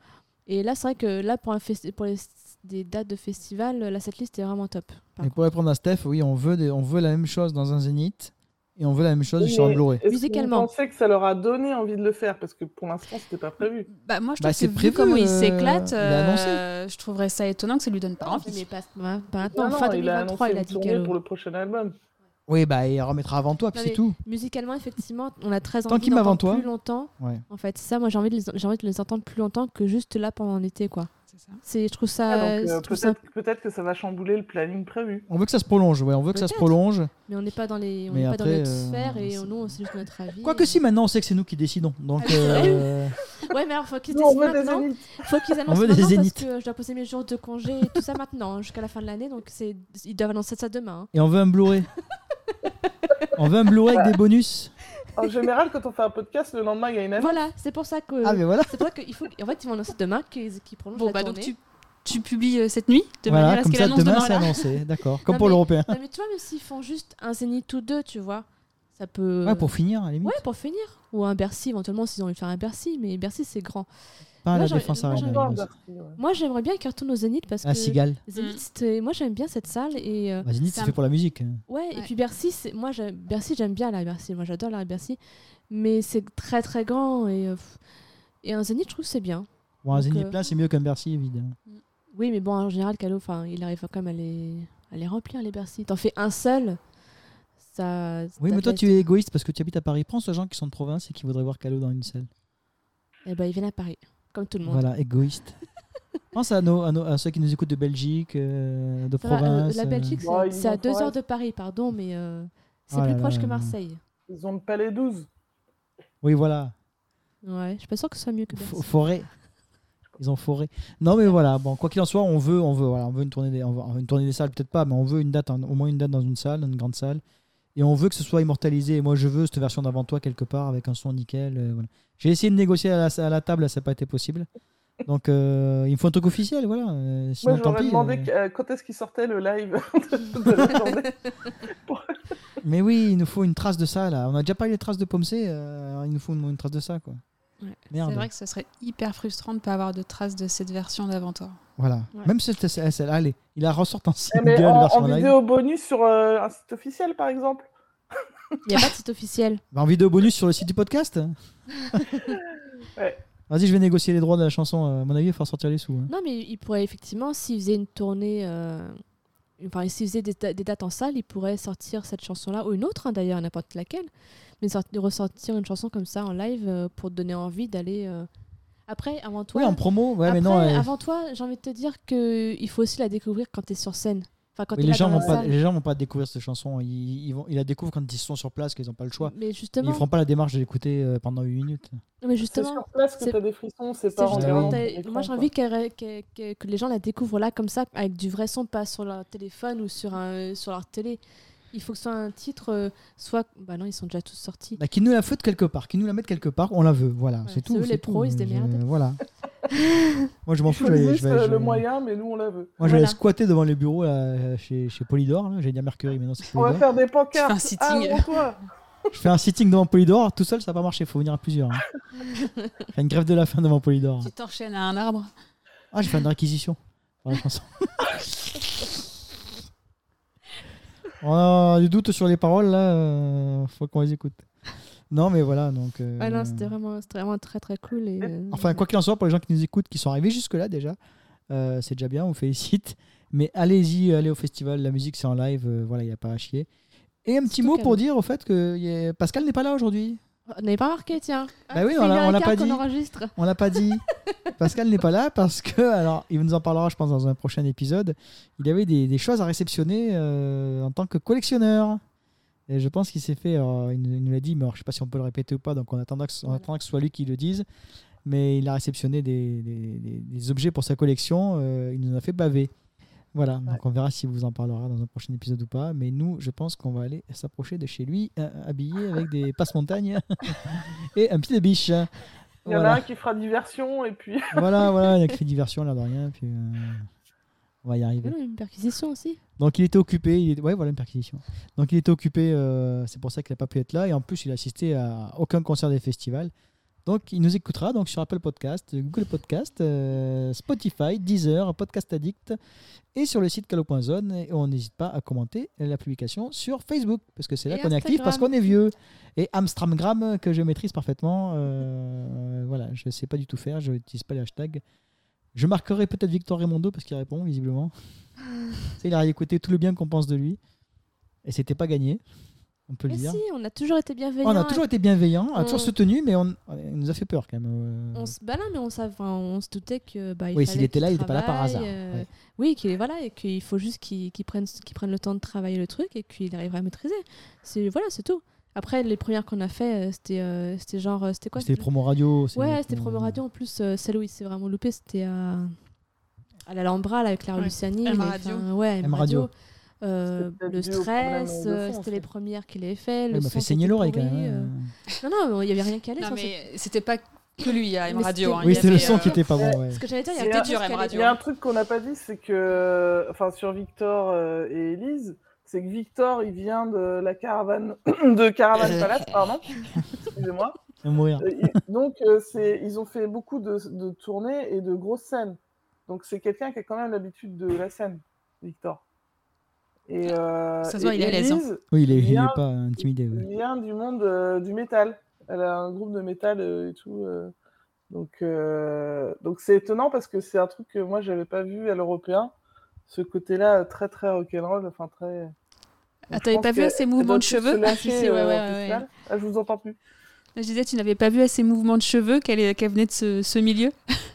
Et là, c'est vrai que là, pour, un festi- pour les, des dates de festival, la setlist est vraiment top. par Et pour répondre à Steph, oui, on veut, des- on veut la même chose dans un zénith. et on veut la même chose Oui, sur un mais Blu-ray. est-ce que Musicalement. Vous pensez que ça leur a donné envie de le faire parce que pour l'instant c'était pas prévu. Bah, moi, je Bah, trouve c'est que prévu, vu comment euh, il s'éclate, il a annoncé. euh, je trouverais ça étonnant que ça lui donne pas envie. Mais pas, ouais, pas maintenant, Ah, Non, fin non, il a 2023, annoncé il a une dit tournée qu'elle. pour le prochain album. Oui, bah, il remettra avant toi, puis euh, Non, c'est mais- tout. Musicalement, effectivement, on a très Tant envie qu'il m'avant d'entendre toi. plus longtemps. Ouais. En fait, c'est ça, moi j'ai envie, de les- j'ai envie de les entendre plus longtemps que juste là pendant l'été, quoi. C'est ça. C'est, je trouve ça, Ah, donc, euh, je trouve ça- peut-être peut-être que ça va chambouler le planning prévu. On veut que ça se prolonge, ouais, on veut que ça se Peut-être. prolonge. mais on n'est pas dans les, on Mais n'est pas dans après, notre euh, sphère et c'est- nous, on- c'est juste notre avis. Quoique Et- si, maintenant on sait que c'est nous qui décidons. Donc, Ah, c'est vrai euh, Ouais, mais alors faut qu'ils Nous, on décident veut des maintenant. zéniths. Faut qu'ils annoncent veut des maintenant parce zéniths. que je dois poser mes jours de congé et tout ça maintenant, hein, jusqu'à la fin de l'année, donc c'est, ils doivent annoncer ça demain. hein. et on veut un <laughs> Blu-ray. on veut un Blu-ray avec des bonus. En général, quand on fait un podcast, le lendemain il y a une annonce. Voilà, c'est pour ça que, Ah, mais voilà. c'est pour ça qu'il faut, en fait, ils vont annoncer demain qu'ils, qu'ils prolongent Bon, la bah, donc tournée. tu, tu publies euh, cette nuit de manière voilà à ce comme qu'elle ça, annonce demain, demain. c'est là. annoncé. D'accord. Comme Non, pour mais- l'européen. Non, mais tu vois, même s'ils font juste un zénith ou deux, tu vois, ça peut. Ouais, pour finir, à la limite. Ouais, pour finir. Ou un Bercy, éventuellement, s'ils ont envie de faire un Bercy, mais Bercy, c'est grand. Pas à moi, la j'aurais- défense moi, arena. j'aurais- mais- Moi, j'aimerais bien qu'ils retournent au Zénith parce que. Ah, Cigale. Zénith, c'était- moi, j'aime bien cette salle. Et, euh, Bah, Zenith, c'est Ça me- fait pour la musique. ouais, et Ouais. puis Bercy, c'est- moi, j'aime- Bercy, j'aime bien la Bercy. Moi, j'adore la Bercy. Mais c'est très, très grand. Et, euh, pff, et un Zénith, je trouve que c'est bien. Bon, un Donc, Zenith euh, plein, c'est mieux qu'un Bercy, évidemment. Oui, mais bon, en général, Calo, enfin, il arrive quand même à les, à les remplir, les Bercy. T'en fais un seul. Ça, Oui, mais toi, tu es égoïste parce que tu habites à Paris. Prends ces gens qui sont de province et qui voudraient voir Calo dans une salle. Eh ben, ils viennent à Paris, comme tout le monde. Voilà, égoïste. Pense à, nos, à, nos- à ceux qui nous écoutent de Belgique, euh, de Ça va, euh, province. la euh. Belgique, c'est- Ouais, ils c'est à vont deux forêt. heures de Paris, pardon, mais euh, c'est Oh là plus là proche là que là. Marseille. Ils ont le Palais 12. Oui, voilà. Ouais, je suis pas sûre que ce soit mieux que F- Bercy. forêt. Ils ont forêt. Non, mais voilà. Bon, quoi qu'il en soit, on veut, on veut, voilà, on veut une tournée des, on veut- on veut une tournée des salles, peut-être pas, mais on veut une date, hein, au moins une date dans une salle, dans une grande salle. Et on veut que ce soit immortalisé. Et moi, je veux cette version d'avant toi quelque part avec un son nickel. euh, voilà. J'ai essayé de négocier à la, à la table, ça n'a pas été possible. Donc, euh, il me faut un truc officiel, voilà. Euh, Moi, Sinon, tant j'aurais pis. demandé euh. que- euh, quand est-ce qu'ils sortaient le live <laughs> de, de la journée. Mais oui, il nous faut une trace de ça, là. On a déjà parlé des traces de Pomsé, euh, il nous faut une, une trace de ça, quoi. Ouais, Merde. C'est vrai que ce serait hyper frustrant de ne pas avoir de traces de cette version d'Aventor. Voilà. Ouais. Même si c'était celle-là, allez, il la ressort en Eh, single, mais en, version en live. vidéo bonus sur euh, un site officiel, par exemple. Il <laughs> n'y a pas de site officiel. Bah, en vidéo bonus sur le site du <laughs> podcast Ouais. Vas-y, je vais négocier les droits de la chanson. euh, À mon avis, il va falloir sortir les sous. hein. Non, mais il pourrait effectivement, s'il faisait une tournée, euh, enfin, s'il faisait des, da- des dates en salle, il pourrait sortir cette chanson-là, ou une autre hein, d'ailleurs, n'importe laquelle, mais sort- ressortir une chanson comme ça en live euh, pour te donner envie d'aller. euh. Après, avant toi, Oui, en promo. Ouais, après, mais non, euh, avant toi, j'ai envie de te dire que il faut aussi la découvrir quand tu es sur scène. Enfin, quand oui, t'es les, là gens dans vont la pas, salle. les gens vont pas découvrir cette chanson. Ils, ils vont, ils la découvrent quand ils sont sur place, qu'ils n'ont pas le choix. Mais Ils justement, feront pas la démarche de l'écouter euh, pendant 8 minutes. mais C'est justement, sur place que c'est- t'as des frissons, c'est C'est pas en juste justement, regardant oui. t'as- sur l'écran, moi j'ai quoi. envie qu'elle- qu'elle- qu'elle- que les gens la découvrent là comme ça, avec du vrai son, pas sur leur téléphone ou sur, un, sur leur télé. Il faut que ce soit un titre, euh, soit. Bah non, ils sont déjà tous sortis. Bah, qu'ils nous la foutent quelque part, qu'ils nous la mettent quelque part, on la veut. Voilà, Ouais, c'est tout. c'est eux, c'est les tout. pros, ils se Je- démerdent. <laughs> Voilà. Moi, je m'en Ils fous. Je vais, choisissent, je vais- euh, je- le moyen, mais nous on la veut. Moi, je vais Voilà. squatter devant les bureaux là, chez, chez Polydor. là. J'allais dire Mercury, mais non, c'est On va Polydor. faire des pancartes. Tu fais un sitting. euh, Ah, bon, toi. Je fais un sitting devant Polydor. Tout seul, ça va pas marcher. faut venir à plusieurs. hein. <laughs> Faire une grève de la faim devant Polydor. Tu t'enchaînes à un arbre. Ah, j'ai fait une réquisition pour la <laughs> chanson. On a du doute sur les paroles, là. euh, faut qu'on les écoute. Non, mais voilà, donc... euh, Ouais, Ah non, c'était vraiment, c'était vraiment très très cool. Et, euh, Enfin, quoi qu'il en soit, pour les gens qui nous écoutent, qui sont arrivés jusque-là, déjà, euh, c'est déjà bien, on vous félicite. Mais allez-y, allez au festival, la musique, c'est en live, euh, voilà, il n'y a pas à chier. Et un petit Surtout mot qu'à- pour dire, au fait, que y a- Pascal n'est pas là aujourd'hui. On n'avait pas marqué, tiens. Ah, Bah oui, C'est on l'a- une heure on et l'a quart pas qu'on dit. enregistre. On l'a pas dit. Pascal n'est pas là parce que, alors, il nous en parlera, je pense, dans un prochain épisode. Il avait des, des choses à réceptionner euh, en tant que collectionneur. Et je pense qu'il s'est fait. alors, il nous il nous l'a dit, mais alors, je sais pas si on peut le répéter ou pas, donc on attendra que, ce- on Voilà. attendra que ce soit lui qui le dise. Mais il a réceptionné des, des- des- des objets pour sa collection. euh, il nous en a fait baver. Voilà, donc on verra si vous en parlera dans un prochain épisode ou pas. Mais nous, je pense qu'on va aller s'approcher de chez lui, euh, habillé avec des passe-montagnes <laughs> et un petit biche. Il y en a un qui fera diversion, et puis Voilà, voilà, il a créé diversion, l'air de rien. Puis, euh, on va y Ah arriver. non, une perquisition aussi. Donc, il était occupé. Il est- Ouais, voilà une perquisition. Donc, il était occupé. euh, c'est pour ça qu'il n'a pas pu être là. Et en plus, il a assisté à aucun concert des festivals. Donc, il nous écoutera donc, sur Apple Podcast, Google Podcast, euh, Spotify, Deezer, Podcast Addict et sur le site calo.zone. Et on n'hésite pas à commenter la publication sur Facebook parce que c'est là Et qu'on est actif Instagram. parce qu'on est vieux. Et Amstramgram que je maîtrise parfaitement. euh, voilà, je ne sais pas du tout faire, je n'utilise pas les hashtags. Je marquerai peut-être Victor Raimondo parce qu'il répond visiblement. Tu sais, il a écouté tout le bien qu'on pense de lui et c'était pas gagné, on peut le Mais dire. Oh, si, on a toujours été bienveillants. On a toujours été bienveillants, on a toujours On- soutenu, mais on, il nous a fait peur quand même. euh. On se balade, mais on, savait, enfin, on se doutait que. Bah, il Oui, fallait s'il était qu'il là, il était pas là par travaille, hasard, euh, ouais. Oui, qu'il est voilà, et qu'il faut juste qu'il qu'il prenne, qu'il prenne le temps de travailler le truc et qu'il arrivera à maîtriser. C'est voilà, c'est tout. Après, les premières qu'on a fait, euh, c'était euh, c'était genre, euh, c'était quoi C'était les promos radio. c'est- Ouais, c'était promo radio. En plus, euh, celle où il s'est vraiment loupé, c'était à, à la Lambra là, avec Claire Ouais. Luciani. il M avait Radio. fait un- Ouais, M M Radio. Radio. Euh, C'était le peut-être dû au problème stress, de euh, fond, en c'était fait. les premières qu'il avait fait. Ouais, le Il m'a son fait qui saigner était l'oreille quand pourri, même. euh. hein. Non, non, il n'y avait rien hein, qui allait. Non, sans mais c'était pas que lui à M Mais Radio. c'était- hein, Oui, il y c'était le avait, son euh, qui était pas bon. euh, ouais. Ce que j'allais dire, il y C'était avait dur, quelque M chose Radio. qui Il y a un truc qu'on n'a pas dit, c'est que, enfin, sur Victor euh, et Elise, c'est que Victor, il vient de la caravane, <coughs> de Euh. Caravane Palace, pardon. Excusez-moi. Il va mourir. Euh, il- donc, euh, c'est, ils ont fait beaucoup de, de tournées et de grosses scènes. Donc, c'est quelqu'un qui a quand même l'habitude de la scène, Victor. Et, euh, Ça se voit, et il est à l'aise, hein. Élise Oui, il est, il est Bien. pas intimidé. ouais. vient du monde euh, du métal. Elle a un groupe de métal euh, et tout. euh. donc, euh, donc, c'est étonnant parce que c'est un truc que moi, j'avais pas vu à l'européen. Ce côté-là, euh, très, très rock'n'roll. Enfin, très. Donc, Ah, je t'avais pense pas vu que à ses elle mouvements doit de tous cheveux se Ah, <laughs> <laughs> si, lâcher, si, ouais, euh, au ouais, ouais, festival. Ah, je vous entends plus. Je disais, tu n'avais pas vu à ses mouvements de cheveux qu'elle est- qu'elle venait de ce, ce milieu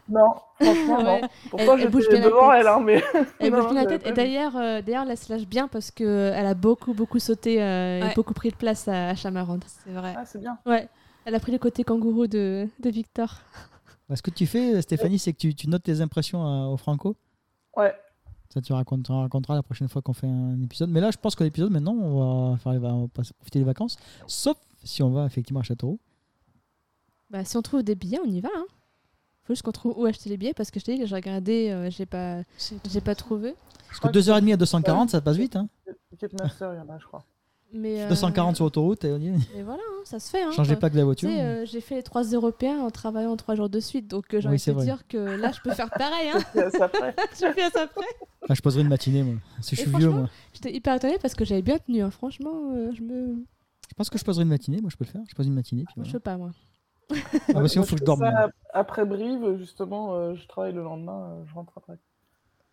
Non, <laughs> franchement, Ouais. non. Pourtant, Elle- elle bouge j'étais bien la devant tête. elle, hein, mais. <laughs> Elle Non, bouge bien non, la j'avais tête. pas Et vu. d'ailleurs, euh, d'ailleurs, elle se lâche bien parce que euh, elle a beaucoup, beaucoup sauté euh, Ouais. et beaucoup pris de place à, à Chamarande. C'est vrai. Ah, c'est bien. Ouais. Elle a pris le côté kangourou de, de Victor. Bah, ce que tu fais, Stéphanie, c'est que tu, tu notes tes impressions à- au Franco. Ouais. Ça, tu raconteras, raconteras la prochaine fois qu'on fait un épisode. Mais là, je pense que l'épisode, maintenant, on va, faire, on va passer- profiter des vacances. Sauf si on va effectivement à Châteauroux. Bah, si on trouve des billets, on y va. Hein. Faut juste qu'on trouve où acheter les billets parce que je t'ai dit que j'ai regardé, euh, j'ai pas, Bah j'ai pas trouvé. Parce que crois que 2h30 à 240, ça passe vite. Hein. Ticket Master, il y en a, je crois. Mais, euh, 240 sur autoroute, et on dit, Mais voilà, hein, ça se fait. Hein, change les Enfin, plaques de la tu voiture. sais, euh, j'ai fait les trois Européens en travaillant trois jours de suite, donc euh, Oui, j'ai envie c'est de te vrai. dire que là, je peux faire pareil. <laughs> Hein. C'est c'est après. je fais ça après. Ah, je poserai une matinée, moi. Si je Et suis vieux, franchement- moi. J'étais hyper étonnée parce que j'avais bien tenu. hein. Franchement, euh, je me, Je pense que je poserai une matinée, moi je peux le faire. Je pose une matinée. Puis moi, je voilà. peux pas moi. Ah, bah, sinon, Moi, faut que je fais dorme. ça Après Brive, justement, euh, je travaille le lendemain, euh, je rentre après.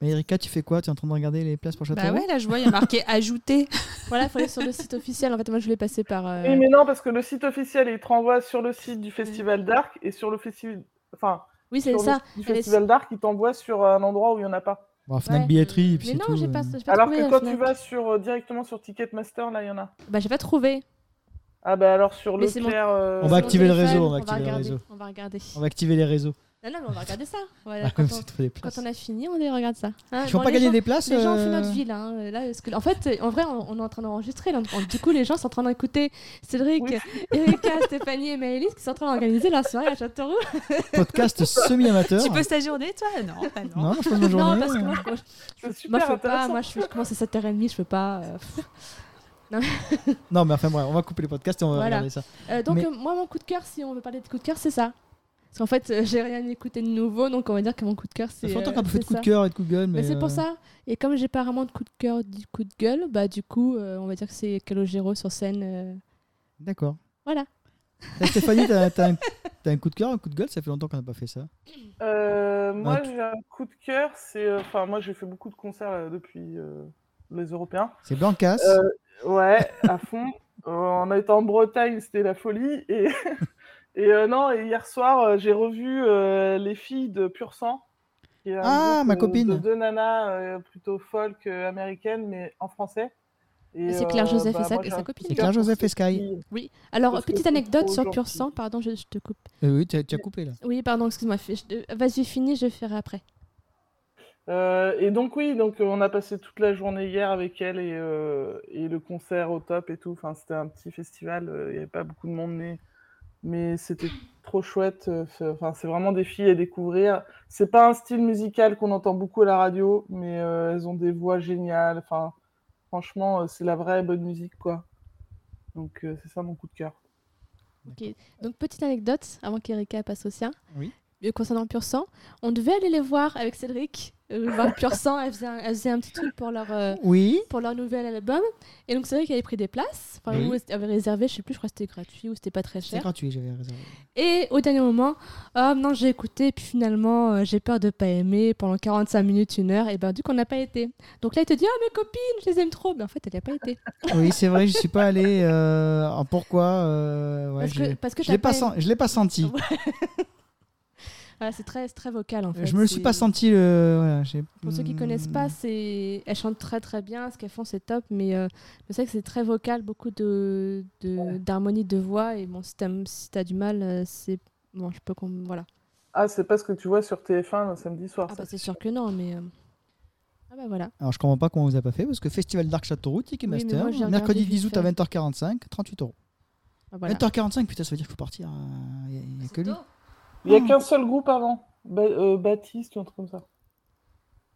Mais Erika, tu fais quoi Tu es en train de regarder les places pour Châteauroux Bah ouais, là, je vois, il y <laughs> a marqué ajouter. Voilà, il faut aller sur le site officiel. En fait, moi, je voulais passer par. euh, Oui, mais non, parce que le site officiel, il te renvoie sur le site du Festival d'Arc et sur le festival. Enfin, Oui, c'est sur le ça. site du Elle est- Festival d'Arc, il t'envoie sur un endroit où il n'y en a pas. Bon, Fnac Ouais. billetterie, et puis Mais c'est non, tout, j'ai euh. pas, j'ai pas Alors trouvé. que à quand Fnac. tu vas sur, euh, directement sur Ticketmaster, là, il y en a. Bah, j'ai pas trouvé. Ah, bah alors sur Mais c'est mon- Leclerc. euh, On va Sur mon activer le téléphone, réseau, on va On va activer le regarder. réseau. On va regarder. On va activer les réseaux. Ah, Non, non, mais on va regarder ça. Voilà, Comme Euh, quand, on, c'est trop des quand places. on a fini, on les regarde ça. Hein, Ah, Ils font bon, pas les gagner gens- des places Les gens ont euh, fait notre ville. hein, là, parce que- en fait, en vrai, on, on est en train d'enregistrer. là. On- Du coup, les gens sont en train d'écouter Cédric, Oui. Erika, <laughs> Stéphanie et Maëlys qui sont en train d'organiser leur soirée à Châteauroux. <laughs> <laughs> Podcast semi-amateur. tu poses ta journée, toi Non, bah Non, non. moi, je pose ma journée. Non, parce que moi, je, C'est moi, super je peux pas. intéressant. Moi, je, fais- je commence à 7h30, je peux pas. euh, pff. Non, mais enfin, bref, on va couper les podcasts et on va Voilà. regarder ça. Euh, donc, Mais- euh, moi, mon coup de cœur, si on veut parler de coup de cœur, c'est ça. Parce qu'en fait, euh, j'ai rien écouté de nouveau, donc on va dire que mon coup de cœur, Ça c'est. fait longtemps euh, qu'on a pas fait de c'est coup de ça. cœur et de coup de gueule. Mais, Mais c'est euh, pour ça. Et comme j'ai pas vraiment de coup de cœur, du coup de gueule, bah du coup, euh, on va dire que c'est Calogero sur scène. euh, D'accord. Voilà. Là, Stéphanie, t'as t'as <laughs> un, t'as un coup de cœur, un coup de gueule Ça fait longtemps qu'on n'a pas fait ça. Euh, moi, Ah, tu- j'ai un coup de cœur. C'est, euh, enfin, moi, j'ai fait beaucoup de concerts là, depuis euh, les Européens. C'est Blancas. Euh, ouais, à fond. Euh, on a été en Bretagne, c'était la folie. Et, <laughs> et euh, non, et hier soir, euh, j'ai revu euh, les filles de Pur Sang. qui est un Ah, groupe, ma euh, copine. De deux nanas euh, plutôt folk euh, américaines, mais en français. euh, bah, Et c'est Claire Joseph et sa- moi, et j'ai sa un copine. coup de C'est Claire cœur pour Joseph et ces Sky. filles. Oui. Alors, Parce que petite c'est anecdote trop sur gentil. Pur Sang, pardon, je, je te coupe. Euh, oui, tu as, tu as coupé là. Oui, pardon, excuse-moi. fais- je- euh, Vas-y, finis, je ferai après. Euh, et donc oui, donc euh, on a passé toute la journée hier avec elle et, euh, et le concert au top et tout. Enfin, c'était un petit festival, euh, il n'y avait pas beaucoup de monde, mais, mais c'était trop chouette. euh, c'est- Enfin, c'est vraiment des filles à découvrir. C'est pas un style musical qu'on entend beaucoup à la radio, mais euh, elles ont des voix géniales. Enfin, franchement, euh, c'est la vraie bonne musique, quoi. Donc euh, c'est ça mon coup de cœur. Donc, petite anecdote avant qu'Erika passe au sien. Oui. Euh, Concernant Pur Sang, on devait aller les voir avec Cédric, euh, voir Pur Sang. Elle faisait, un, elle faisait un petit truc pour leur, euh, Oui. pour leur nouvel album. Et donc, Cédric avait pris des places. Enfin, Oui. nous, on avait réservé, je sais plus, je crois que c'était gratuit ou c'était pas très C'est cher. gratuit, j'avais <laughs> réservé. Et au dernier moment, oh non, j'ai écouté, puis finalement, euh, j'ai peur de pas aimer pendant 45 minutes, une heure, et ben du coup, on n'a pas été. Donc là, il te dit, ah mes copines, je les aime trop, mais en fait, elle n'y a <laughs> pas été. Oui, c'est vrai, je suis pas allé. euh, alors pourquoi euh, ouais, parce j'ai- que, parce que Je l'ai t'as pas, aimé. sen- je l'ai pas senti. Voilà, c'est très, c'est très vocal en fait. Euh, je me le c'est- suis pas senti. le- voilà, j'ai- Pour ceux qui Hmm. connaissent pas, c'est elles chantent très très bien, ce qu'elles font c'est top, mais euh, je sais que c'est très vocal, beaucoup de de- d'harmonie de, voix et bon si t'as si t'as du mal, euh, c'est bon je peux qu'on voilà. Ah, c'est pas ce que tu vois sur TF1 le euh, samedi soir. Ah ça. bah c'est sûr que non, mais euh, ah bah voilà. Alors je comprends pas comment on vous a pas fait parce que Festival Dark Châteauroux, Ticket Oui, mais Master, moi, j'ai regardé mercredi vite 10 août à fait. 20h45, 38 euros. Ah, voilà. 20h45, putain, ça veut dire qu'il faut partir. euh, y a- y a que lui. Il Oh. y a qu'un seul groupe avant. Ba- euh, Baptiste ou un truc comme ça.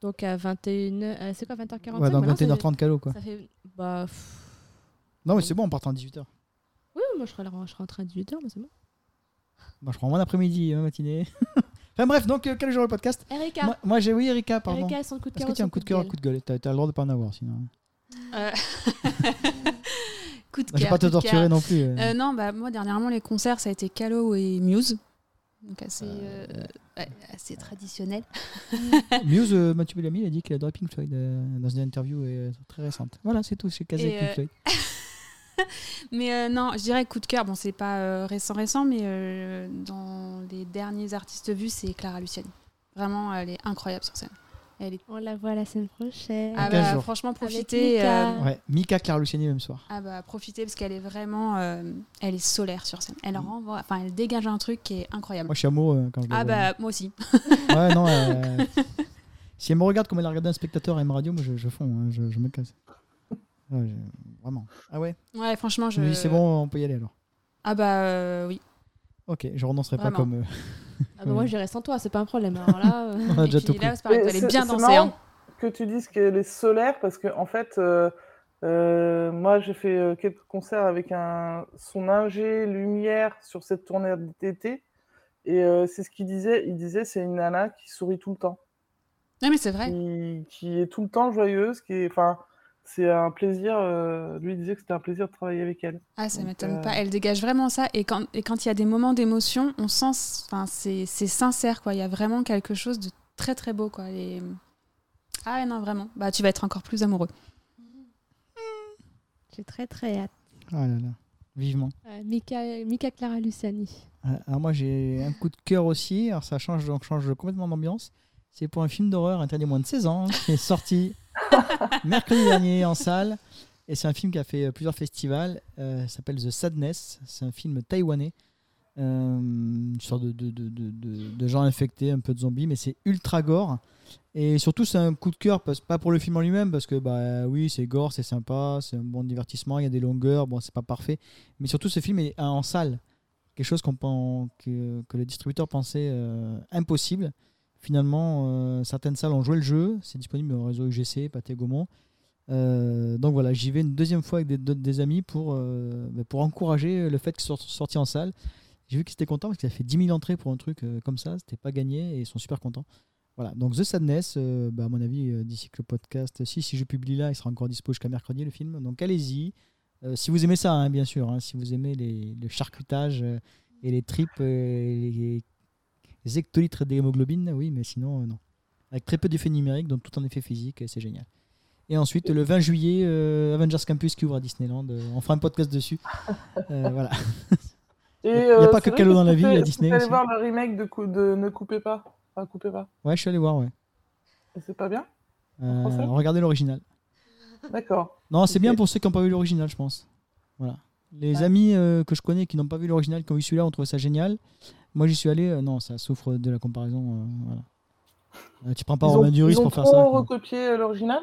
Donc à 21 euh, c'est quoi 20h45 Ouais, donc maintenant, ça fait- 21h30 calo quoi. Ça fait bah pff, Non, mais c'est bon, on part en 18h. oui, moi je serai là- je serai en train de 18h, mais c'est bon. Moi, je prends mon après-midi, ma matinée. <laughs> enfin bref, donc euh, quel jour le podcast Erika, Moi, moi, j'ai oui, Erika, pardon. Erika son coup de Est-ce cœur. que ou tu as son un coup de cœur, un gueule coup de gueule T'as t'as le droit de pas en avoir sinon. Coup de Je vais cœur, pas te coup de cœur. torturer non plus. euh. Euh, non, bah moi dernièrement les concerts ça a été Calo et Muse, donc assez, euh, ouais, assez traditionnel. Muse, euh, Mathieu Bellamy, il a dit qu'il adorait Pink Floyd euh, dans une interview euh, très récente. Voilà, c'est tout, c'est casé Et, avec Pink euh, Floyd. Mais euh, non, je dirais coup de cœur. Bon, c'est pas euh, récent récent, mais euh, dans les derniers artistes vus, c'est Clara Luciani. Vraiment, elle est incroyable sur scène. Elle est... On la voit la semaine prochaine. Ah 15 bah, jours. franchement, Avec profitez. Mika. euh, Ouais, Mika Claire Luciani même soir. Ah bah profitez parce qu'elle est vraiment, euh, elle est solaire sur scène. Elle Mm. renvoie, enfin elle dégage un truc qui est incroyable. Moi, je suis amoureux euh, quand je la ah vois. bah moi aussi. <laughs> Ouais, non. euh, si elle me regarde comme elle a regardé un spectateur à M Radio, moi, je, je fonds, hein, je, je me casse. Ouais, je- Vraiment. Ah ouais Ouais, franchement Je je. me dis, c'est bon, on peut y aller alors. Ah bah euh, oui. Ok, je renoncerai pas Vraiment. comme. euh, <laughs> Ah bah moi j'irai sans toi, c'est pas un problème. Alors là, euh, on a déjà Et tout puis pris. là, c'est pareil, Et elle est c'est- bien c'est dansée. marrant hein. Que tu dises qu'elle est solaire parce que en fait, euh, euh, moi j'ai fait euh, quelques concerts avec un son ingé lumière sur cette tournée d'été et euh, c'est ce qu'il disait. Il disait c'est une nana qui sourit tout le temps, Non mais c'est vrai. qui, qui est tout le temps joyeuse, qui est enfin. C'est un plaisir, euh, lui il disait que c'était un plaisir de travailler avec elle. Ah, ça Donc, m'étonne euh, pas. Elle dégage vraiment ça. Et quand et quand il y a des moments d'émotion, on sent, enfin, c'est c'est sincère quoi. Il y a vraiment quelque chose de très très beau quoi. Elle est- Ah ouais, non vraiment. Bah tu vas être encore plus amoureux. j'ai très très hâte. Ah là là, vivement. Euh, Mika, Mika Clara Luciani. Euh, Alors moi j'ai un coup de cœur aussi, alors ça change, donc change complètement d'ambiance. C'est pour un film d'horreur interdit aux moins de 16 ans hein, qui est sorti mercredi dernier en salle. Et c'est un film qui a fait euh, plusieurs festivals. Euh, il s'appelle The Sadness. C'est un film taïwanais. Euh, une sorte de, de, de, de, de- de gens infectés, un peu de zombies, mais c'est ultra gore. Et surtout, c'est un coup de cœur, parce- pas pour le film en lui-même, parce que bah oui, c'est gore, c'est sympa, c'est un bon divertissement, il y a des longueurs, bon, c'est pas parfait. Mais surtout, ce film est euh, en salle. Quelque chose qu'on pen- que, que le distributeur pensait euh, impossible. Finalement, euh, certaines salles ont joué le jeu. C'est disponible au réseau UGC, Pathé Gaumont. Euh, donc voilà, j'y vais une deuxième fois avec des, d'autres- des amis pour, euh, bah, pour encourager le fait qu'ils soient sortis en salle. J'ai vu qu'ils étaient contents parce que ça fait 10 000 entrées pour un truc euh, comme ça. C'était pas gagné et ils sont super contents. Voilà, donc The Sadness, euh, bah, à mon avis, euh, d'ici que le podcast, si, si je publie là, il sera encore dispo jusqu'à mercredi le film. Donc allez-y. Euh, si vous aimez ça, hein, bien sûr, hein, si vous aimez les, le charcutage euh, et les tripes, euh, et les, les hectolitres d'hémoglobine, oui, mais sinon, euh, non. Avec très peu d'effets numériques, donc tout en effet physique, et c'est génial. Et ensuite, le 20 juillet, euh, Avengers Campus qui ouvre à Disneyland. euh, on fera un podcast <laughs> dessus. Euh, voilà. Et, euh, Y a- y a pas que c'est vrai Calo dans la est-ce que vie, il y a t'es- est-ce que Disney t'es allé aussi. voir le remake de, cou- de Ne coupez pas. Enfin, coupez pas. Ouais, je suis allé voir, ouais. Et C'est pas bien Euh, français regardez l'original. D'accord. Non, c'est Ok. bien pour ceux qui n'ont pas vu l'original, je pense. Voilà. Les Ouais. amis euh, que je connais qui n'ont pas vu l'original, qui ont vu celui-là, ont trouvé ça génial. Moi, j'y suis allé. euh, non, ça souffre de la comparaison. euh, voilà. Euh, tu prends pas ils Romain ont, Duris ils ont pour faire trop ça. quoi. recopié euh, l'original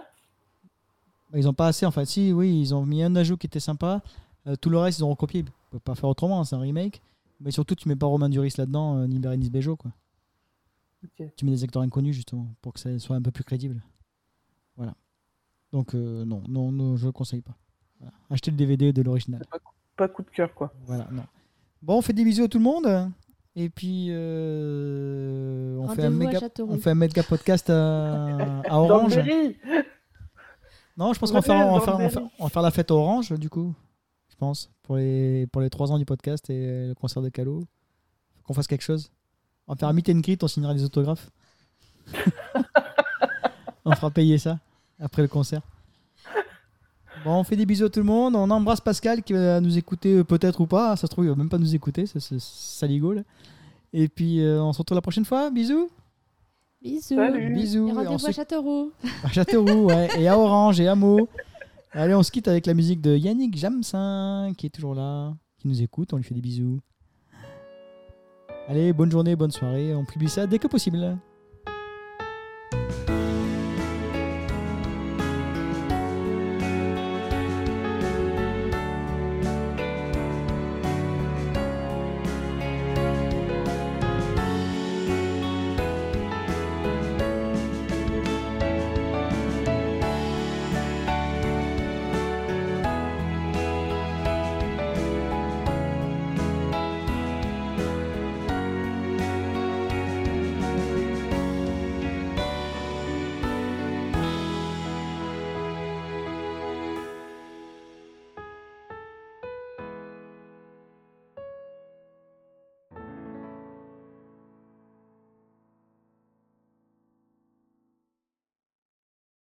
Bah, Ils n'ont pas assez, en fait. Si, oui, ils ont mis un ajout qui était sympa. Euh, tout le reste, ils ont recopié. Tu peux pas faire autrement, hein, c'est un remake. Mais surtout, tu mets pas Romain Duris là-dedans, euh, ni Bérénice Bejo, quoi. Ok. Tu mets des acteurs inconnus, justement, pour que ça soit un peu plus crédible. Voilà. Donc, euh, non, non, non, je le conseille pas. Voilà. Achetez le DVD de l'original. Pas coup de cœur, quoi. Voilà, non. Bon, on fait des bisous à tout le monde. Et puis, euh, on, fait un Rendez-vous à méga, Châteauroux. on fait un méga podcast à, à Dans Orange. le Berry. Non, je pense qu'on va On va faire, faire on va dans faire, le on va faire- Berry. on va faire la fête à Orange, du coup, je pense, pour les, pour les 3 ans du podcast et le concert de Calo. Faut qu'on fasse quelque chose. On va faire un meet and greet, on signera des autographes. on fera payer ça après le concert. Bon, on fait des bisous à tout le monde. On embrasse Pascal qui va nous écouter euh, peut-être ou pas. Ça se trouve, il va même pas nous écouter, ce ce saligaud là. Et puis, euh, on se retrouve la prochaine fois. Bisous. Bisous. Salut. Bisous. Et Et on rendez-vous se à Châteauroux. à <laughs> Châteauroux, ouais, et à Orange et à Meaux. Allez, on se quitte avec la musique de Yannick Jamsin, qui est toujours là, qui nous écoute, on lui fait des bisous. Allez, bonne journée, bonne soirée, on publie ça dès que possible.